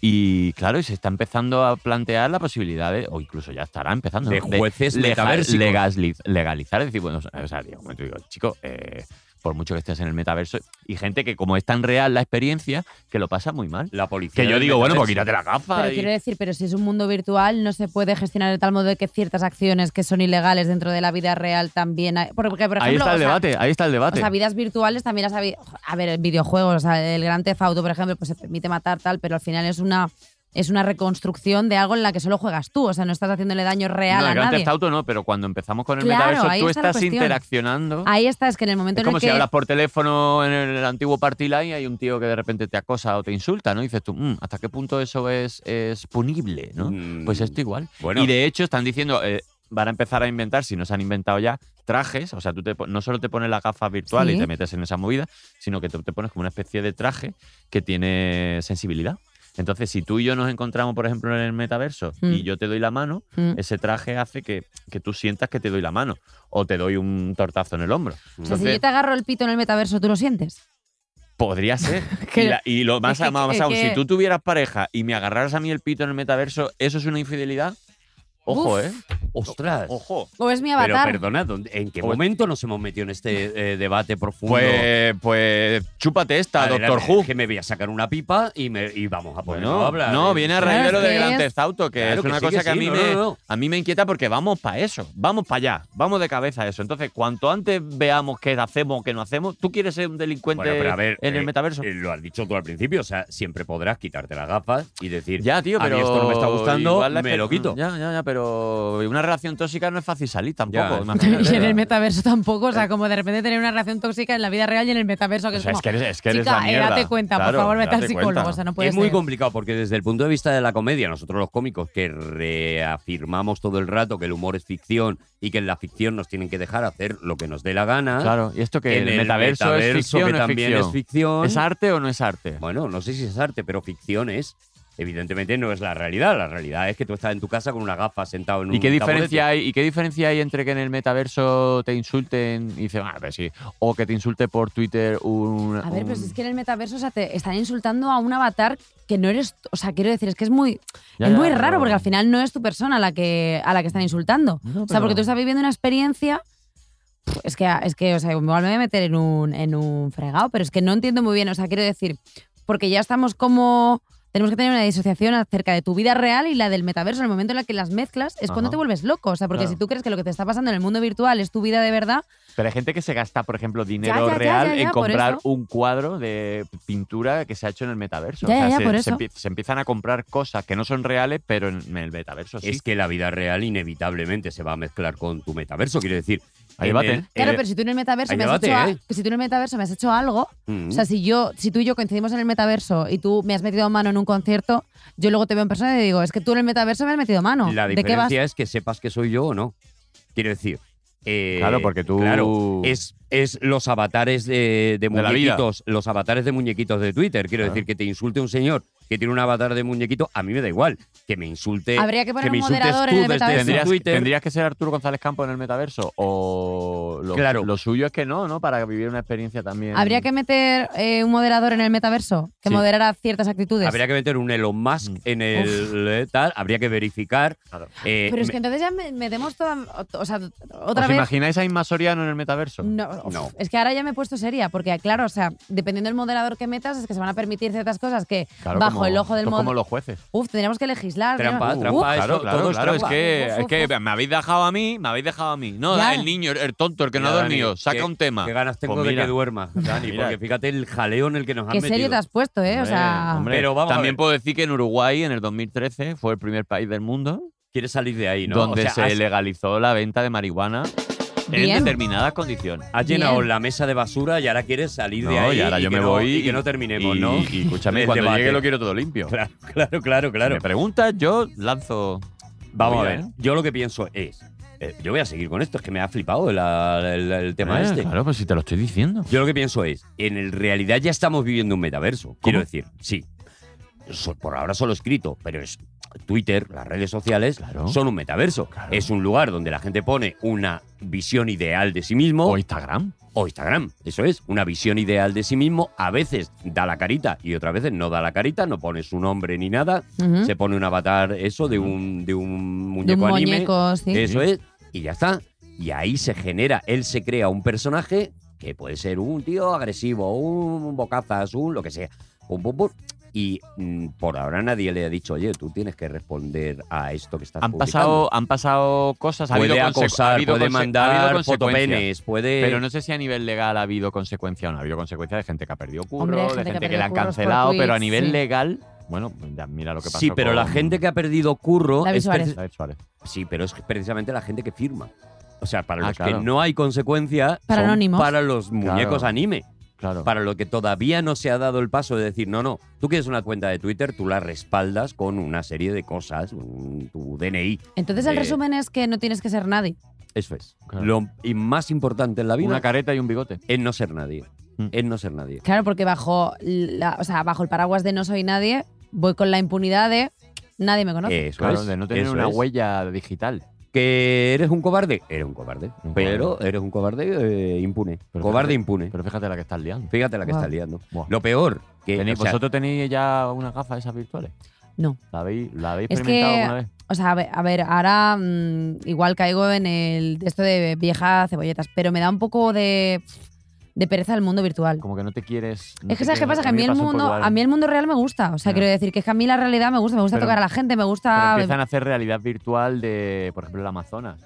Speaker 5: Y claro, y se está empezando a plantear la posibilidad de, o incluso ya estará empezando,
Speaker 4: De
Speaker 5: ¿no?
Speaker 4: jueces metaversicos.
Speaker 5: legaliz- legalizar. Es decir, bueno, o sea, digo, un momento, digo, chico, eh, por mucho que estés en el metaverso, y gente que como es tan real la experiencia, que lo pasa muy mal.
Speaker 4: La policía.
Speaker 5: Que yo
Speaker 4: del
Speaker 5: digo, bueno, pues
Speaker 4: metaverso.
Speaker 5: quítate la gafa.
Speaker 2: Pero
Speaker 5: y-
Speaker 2: quiero decir, pero si es un mundo virtual, no se puede gestionar de tal modo que ciertas acciones que son ilegales dentro de la vida real también. hay- Porque, por ejemplo,
Speaker 5: ahí está
Speaker 2: o
Speaker 5: el
Speaker 2: sea,
Speaker 5: debate, ahí está el
Speaker 2: O
Speaker 5: debate.
Speaker 2: sea, vidas virtuales también las había. A ver, videojuegos, o sea, el Gran Theft Auto, por ejemplo, pues se permite matar tal, pero al final es una es una reconstrucción de algo en la que solo juegas tú, o sea, no estás haciéndole daño real
Speaker 5: no,
Speaker 2: a
Speaker 5: el Grand
Speaker 2: nadie.
Speaker 5: Theft Auto no, pero cuando empezamos con el
Speaker 2: Claro, ahí
Speaker 5: metaverso, tú
Speaker 2: está la
Speaker 5: estás
Speaker 2: cuestión.
Speaker 5: interaccionando.
Speaker 2: Ahí está, es que en el momento
Speaker 5: Es
Speaker 2: en
Speaker 5: como
Speaker 2: el
Speaker 5: si
Speaker 2: que
Speaker 5: hablas por teléfono en el antiguo party line y hay un tío que de repente te acosa o te insulta, ¿no? Y dices tú, "Mm, ¿hasta qué punto eso es, es punible, no?
Speaker 4: Mm,
Speaker 5: Pues esto igual.
Speaker 4: Bueno.
Speaker 5: Y de hecho están diciendo, eh, van a empezar a inventar, si no se han inventado ya, trajes. O sea, tú te pon- no solo te pones la gafa virtual
Speaker 2: Sí.
Speaker 5: y te metes en esa movida, sino que tú te pones como una especie de traje que tiene sensibilidad. Entonces, si tú y yo nos encontramos, por ejemplo, en el metaverso
Speaker 2: Mm.
Speaker 5: y yo te doy la mano,
Speaker 2: Mm.
Speaker 5: ese traje hace que, que tú sientas que te doy la mano o te doy un tortazo en el hombro.
Speaker 2: o sea, si
Speaker 5: Entonces-
Speaker 2: yo te agarro el pito en el metaverso, ¿tú lo sientes?
Speaker 5: Podría ser.
Speaker 2: Que-
Speaker 5: y, la- y lo más,
Speaker 2: es que-
Speaker 5: más
Speaker 2: es
Speaker 5: aún,
Speaker 2: que-
Speaker 5: si tú tuvieras pareja y me agarraras a mí el pito en el metaverso, ¿eso es una infidelidad? Ojo,
Speaker 2: Uf.
Speaker 5: ¿eh?
Speaker 4: Ostras.
Speaker 5: Ojo.
Speaker 2: ¿O es mi
Speaker 4: Pero
Speaker 2: avatar?
Speaker 4: perdona, ¿dónde- ¿en qué
Speaker 5: Pues-
Speaker 4: momento nos hemos metido en este eh, debate profundo?
Speaker 5: Pues, pues chúpate esta,
Speaker 4: Adelante,
Speaker 5: Doctor Who.
Speaker 4: Que me voy a sacar una pipa y, me, y vamos a ponernos
Speaker 5: Bueno,
Speaker 4: a hablar.
Speaker 5: no, viene a
Speaker 2: Claro,
Speaker 5: raíz de lo
Speaker 2: es
Speaker 5: del
Speaker 2: que
Speaker 5: Gran
Speaker 2: es-
Speaker 5: Theft Auto, que
Speaker 4: eh. Claro
Speaker 5: es
Speaker 4: que
Speaker 5: una
Speaker 4: sí,
Speaker 5: cosa
Speaker 4: que
Speaker 5: que a
Speaker 4: sí,
Speaker 5: mí,
Speaker 4: no,
Speaker 5: me,
Speaker 4: no, no.
Speaker 5: a mí me inquieta porque vamos para eso, vamos para allá, vamos de cabeza a eso. Entonces, cuanto antes veamos qué hacemos o qué no hacemos, ¿tú quieres ser un delincuente
Speaker 4: Bueno, pero a ver,
Speaker 5: en
Speaker 4: eh,
Speaker 5: el metaverso?
Speaker 4: eh, lo has dicho tú al principio, o sea, siempre podrás quitarte las gafas y decir,
Speaker 5: Ya, tío,
Speaker 4: a mí
Speaker 5: pero.
Speaker 4: esto no me está gustando,
Speaker 5: igual la
Speaker 4: me
Speaker 5: espe-
Speaker 4: lo quito.
Speaker 5: Ya, ya, ya, pero una relación tóxica no es fácil salir tampoco.
Speaker 4: Ya.
Speaker 5: imagínate.
Speaker 2: y en el
Speaker 4: verdad.
Speaker 2: metaverso tampoco, o sea, como de repente tener una relación tóxica en la vida real y en el metaverso, que
Speaker 5: O sea,
Speaker 2: es como,
Speaker 5: es que eres, es que eres
Speaker 2: chica,
Speaker 5: la
Speaker 2: eh,
Speaker 5: mierda.
Speaker 2: date cuenta,
Speaker 5: Claro,
Speaker 2: por favor, vete al
Speaker 5: date
Speaker 2: psicólogo,
Speaker 5: cuenta.
Speaker 2: o sea, no puedes
Speaker 4: Es muy complicado porque desde el punto de vista de la comedia, nosotros los cómicos que reafirmamos todo el rato que el humor es ficción y que en la ficción nos tienen que dejar hacer lo que nos dé la gana.
Speaker 5: Claro, y esto que
Speaker 4: en
Speaker 5: el metaverso, es
Speaker 4: metaverso,
Speaker 5: ficción,
Speaker 4: que
Speaker 5: o no es
Speaker 4: también
Speaker 5: ficción.
Speaker 4: es ficción.
Speaker 5: ¿Es arte o no es arte?
Speaker 4: Bueno, no sé si es arte, pero ficción es. Evidentemente no es la realidad. La realidad es que tú estás en tu casa con una gafa sentado en un
Speaker 5: ¿Y qué
Speaker 4: taburete.
Speaker 5: diferencia hay? ¿Y qué diferencia hay entre que en el metaverso te insulten y dicen, ah, pero sí, o que te insulte por Twitter un
Speaker 2: A ver,
Speaker 5: un-
Speaker 2: pero si es que en el metaverso, o sea, te están insultando a un avatar que no eres, tú. o sea, quiero decir, es que es muy
Speaker 5: Ya,
Speaker 2: es
Speaker 5: ya,
Speaker 2: muy
Speaker 5: pero-
Speaker 2: raro porque al final no es tu persona a la que a la que están insultando.
Speaker 5: No,
Speaker 2: O sea, porque tú
Speaker 5: pero-
Speaker 2: estás viviendo una experiencia Pff, es que ah, es que, o sea, igual me voy a meter en un en un fregado, pero es que no entiendo muy bien, o sea, quiero decir, porque ya estamos como tenemos que tener una disociación acerca de tu vida real y la del metaverso. En el momento en el que las mezclas es cuando
Speaker 5: Ajá.
Speaker 2: te vuelves loco. O sea, porque
Speaker 5: Claro.
Speaker 2: si tú crees que lo que te está pasando en el mundo virtual es tu vida de verdad,
Speaker 5: Pero hay gente que se gasta, por ejemplo, dinero
Speaker 2: ya, ya,
Speaker 5: real
Speaker 2: ya,
Speaker 5: en
Speaker 2: por
Speaker 5: comprar
Speaker 2: eso.
Speaker 5: un cuadro de pintura que se ha hecho en el metaverso.
Speaker 2: Ya,
Speaker 5: o sea,
Speaker 2: ya, ya,
Speaker 5: se,
Speaker 2: por
Speaker 5: se
Speaker 2: eso.
Speaker 5: empie- se empiezan a comprar cosas que no son reales, pero en el metaverso sí.
Speaker 4: Es que la vida real inevitablemente se va a mezclar con tu metaverso. Quiero decir,
Speaker 5: Hay
Speaker 4: en
Speaker 5: debate,
Speaker 4: el-
Speaker 5: ¿eh?
Speaker 2: Claro,
Speaker 4: el-
Speaker 2: pero si tú en el metaverso
Speaker 4: hay
Speaker 2: me has
Speaker 4: debate,
Speaker 2: hecho a-
Speaker 4: ¿eh?
Speaker 2: que si tú en el metaverso me has hecho algo,
Speaker 4: Mm.
Speaker 2: o sea, si yo, si tú y yo coincidimos en el metaverso y tú me has metido mano en un concierto, yo luego te veo en persona y digo, es que tú en el metaverso me has metido mano.
Speaker 4: La
Speaker 2: ¿De qué vas?
Speaker 4: diferencia es que sepas que soy yo o no. Quiero decir. eh,
Speaker 5: Claro, porque tú-
Speaker 4: Claro, es, es los avatares de, de
Speaker 5: De la vida.
Speaker 4: muñequitos. los avatares de muñequitos de Twitter. Quiero
Speaker 5: Claro.
Speaker 4: decir que te insulte un señor que tiene un avatar de muñequito, a mí me da igual. Que me insulte.
Speaker 2: Habría que poner
Speaker 4: me
Speaker 2: un
Speaker 4: insultes
Speaker 2: moderador
Speaker 4: tú
Speaker 2: en el
Speaker 4: desde
Speaker 2: metaverso.
Speaker 5: ¿Tendrías,
Speaker 4: Twitter.
Speaker 5: tendrías que ser Arturo González Campos en el metaverso? O lo,
Speaker 4: Claro.
Speaker 5: lo suyo es que no, ¿no? Para vivir una experiencia también.
Speaker 2: Habría que meter eh, un moderador en el metaverso que
Speaker 5: Sí.
Speaker 2: moderara ciertas actitudes.
Speaker 4: Habría que meter un Elon Musk en el eh, tal, habría que verificar. eh,
Speaker 2: Pero es
Speaker 4: me-
Speaker 2: que entonces ya me- metemos toda, o sea,
Speaker 5: ¿Os
Speaker 2: otra vez
Speaker 5: imagináis a Inma Soriano en el metaverso?
Speaker 2: No, uf,
Speaker 4: No.
Speaker 2: es que ahora ya me he puesto seria, porque claro, o sea, dependiendo del moderador que metas, es que se van a permitir ciertas cosas que
Speaker 5: Claro,
Speaker 2: bajo
Speaker 5: como-
Speaker 2: el ojo del
Speaker 5: esto es como
Speaker 2: moderador.
Speaker 5: los jueces.
Speaker 2: Uf, tendríamos que legislar.
Speaker 4: pues Trampa,
Speaker 2: tendríamos-
Speaker 4: trampa, eh,
Speaker 2: Uf,
Speaker 4: eso, todo es
Speaker 5: es
Speaker 4: trampa.
Speaker 5: que,
Speaker 2: Uf,
Speaker 5: es
Speaker 2: uf,
Speaker 5: que
Speaker 2: uf.
Speaker 5: me habéis dejado a mí, me habéis dejado a mí. No,
Speaker 2: Ya.
Speaker 5: el niño, el tonto, el que no ha
Speaker 4: Mira,
Speaker 5: dormido,
Speaker 4: Dani,
Speaker 5: saca
Speaker 4: qué-
Speaker 5: un tema.
Speaker 4: Qué ganas tengo
Speaker 5: Pues
Speaker 4: de
Speaker 5: mira.
Speaker 4: que duermas, Dani,
Speaker 5: Mira.
Speaker 4: porque fíjate el jaleo en el que nos han
Speaker 2: Qué
Speaker 4: metido.
Speaker 2: serio te has puesto, ¿eh? O
Speaker 5: Hombre,
Speaker 2: sea,
Speaker 5: hombre,
Speaker 4: Pero vamos a
Speaker 5: también
Speaker 4: ver.
Speaker 5: puedo decir que en Uruguay, en el 2013, fue el primer país del mundo
Speaker 4: Quieres salir de ahí, ¿no?
Speaker 5: donde
Speaker 4: O sea,
Speaker 5: se
Speaker 4: has-
Speaker 5: legalizó la venta de marihuana
Speaker 2: Bien.
Speaker 5: en determinadas condiciones.
Speaker 4: Has llenado
Speaker 2: Bien.
Speaker 4: la mesa de basura y ahora quieres salir de
Speaker 5: No,
Speaker 4: ahí.
Speaker 5: y ahora yo
Speaker 4: que
Speaker 5: me
Speaker 4: no-
Speaker 5: voy
Speaker 4: Y que no terminemos,
Speaker 5: y-
Speaker 4: ¿no?
Speaker 5: Y escúchame,
Speaker 4: Del
Speaker 5: cuando
Speaker 4: debate.
Speaker 5: llegue lo quiero todo limpio.
Speaker 4: Claro, claro, claro,
Speaker 5: Si
Speaker 4: claro.
Speaker 5: me preguntas, yo lanzo.
Speaker 4: Vamos a
Speaker 5: Mira,
Speaker 4: ver,
Speaker 5: ¿eh?
Speaker 4: yo lo que pienso es. eh, yo voy a seguir con esto, es que me ha flipado la- el, el tema
Speaker 5: Eh,
Speaker 4: este.
Speaker 5: Claro, pues si te lo estoy diciendo.
Speaker 4: Yo lo que pienso es, en el realidad ya estamos viviendo un metaverso. Quiero decir, sí. So- por ahora solo escrito, pero es Twitter, las redes sociales
Speaker 5: Claro.
Speaker 4: son un metaverso.
Speaker 5: Claro.
Speaker 4: Es un lugar donde la gente pone una visión ideal de sí mismo
Speaker 5: O Instagram.
Speaker 4: o Instagram. Eso es, una visión ideal de sí mismo. A veces da la carita y otras veces no da la carita, no pone su nombre ni nada.
Speaker 2: ujú.
Speaker 4: Se pone un avatar, eso, de un, ¿Mm? de un muñeco
Speaker 2: de un
Speaker 4: anime.
Speaker 2: muñeco, sí.
Speaker 4: Eso es, y ya está. Y ahí se genera, él se crea un personaje que puede ser un tío agresivo, un bocazas, un lo que sea, un pum pum. Y mm, por ahora nadie le ha dicho, oye, tú tienes que responder a esto que estás
Speaker 5: Han
Speaker 4: publicando".
Speaker 5: pasado, han pasado cosas. Ha
Speaker 4: puede
Speaker 5: habido conse- ha
Speaker 4: acosar,
Speaker 5: habido
Speaker 4: puede
Speaker 5: conse- ha
Speaker 4: mandar
Speaker 5: habido consecuencias.
Speaker 4: fotopenes, puede...
Speaker 5: Pero no sé si a nivel legal ha habido consecuencia o no. Ha habido consecuencia de gente que ha perdido curro,
Speaker 2: Hombre, hay
Speaker 5: de
Speaker 2: gente que
Speaker 5: gente que,
Speaker 2: ha perdido
Speaker 5: le han
Speaker 2: curros por
Speaker 5: cancelado, pero a
Speaker 2: tweets,
Speaker 5: nivel
Speaker 2: sí.
Speaker 5: legal, bueno, ya mira lo que pasó.
Speaker 4: sí, pero la
Speaker 5: con
Speaker 4: gente que ha perdido curro
Speaker 2: David
Speaker 4: es
Speaker 2: Suárez.
Speaker 4: precis-
Speaker 5: David Suárez.
Speaker 4: Sí, pero es precisamente la gente que firma. O sea, para
Speaker 5: Ah,
Speaker 4: los
Speaker 5: claro.
Speaker 4: que no hay consecuencia,
Speaker 2: Para
Speaker 4: son
Speaker 2: anónimos.
Speaker 4: para los muñecos anime.
Speaker 5: Claro.
Speaker 4: Para lo que todavía no se ha dado el paso de decir, no, no, tú quieres una cuenta de Twitter, tú la respaldas con una serie de cosas, un- tu DNI.
Speaker 2: Entonces el
Speaker 4: Eh,
Speaker 2: resumen es que no tienes que ser nadie.
Speaker 4: Eso es.
Speaker 5: Claro.
Speaker 4: Lo y más importante en la vida
Speaker 5: Una careta y un bigote.
Speaker 4: es no ser nadie.
Speaker 5: Mm.
Speaker 4: Es no ser nadie.
Speaker 2: Claro, porque bajo, la- o sea, bajo el paraguas de no soy nadie, voy con la impunidad de nadie me conoce.
Speaker 4: Eso
Speaker 5: Claro,
Speaker 4: es,
Speaker 5: de no tener
Speaker 4: eso
Speaker 5: una
Speaker 4: es.
Speaker 5: huella digital.
Speaker 4: ¿Que eres un cobarde? Eres un cobarde.
Speaker 5: Un
Speaker 4: pero
Speaker 5: cobarde.
Speaker 4: eres un cobarde eh, impune.
Speaker 5: Pero
Speaker 4: cobarde
Speaker 5: fíjate-
Speaker 4: impune.
Speaker 5: Pero fíjate la que estás liando.
Speaker 4: Fíjate la que
Speaker 2: Guau.
Speaker 4: está liando.
Speaker 5: Buah.
Speaker 4: Lo peor, que
Speaker 5: Tenéis-
Speaker 4: o sea,
Speaker 5: ¿Vosotros tenéis ya unas gafas esas virtuales?
Speaker 2: No.
Speaker 5: ¿La habéis, la habéis
Speaker 2: Es
Speaker 5: experimentado
Speaker 2: que-
Speaker 5: alguna vez?
Speaker 2: O sea, a ver, a ver, ahora mm, igual caigo en el de esto de vieja cebolletas, pero me da un poco de, de pereza el mundo virtual.
Speaker 5: Como que no te quieres. no
Speaker 2: es que
Speaker 5: te
Speaker 2: sabes qué
Speaker 5: quieres-
Speaker 2: pasa que a mí
Speaker 5: me
Speaker 2: el
Speaker 5: pasó un
Speaker 2: mundo,
Speaker 5: poco igual.
Speaker 2: a mí el mundo real me gusta. O sea,
Speaker 5: Ya.
Speaker 2: quiero decir que es que a mí la realidad me gusta, me gusta
Speaker 5: Pero-
Speaker 2: tocar a la gente, me
Speaker 5: Pero
Speaker 2: gusta.
Speaker 5: empiezan a hacer realidad virtual de, por ejemplo, el Amazonas.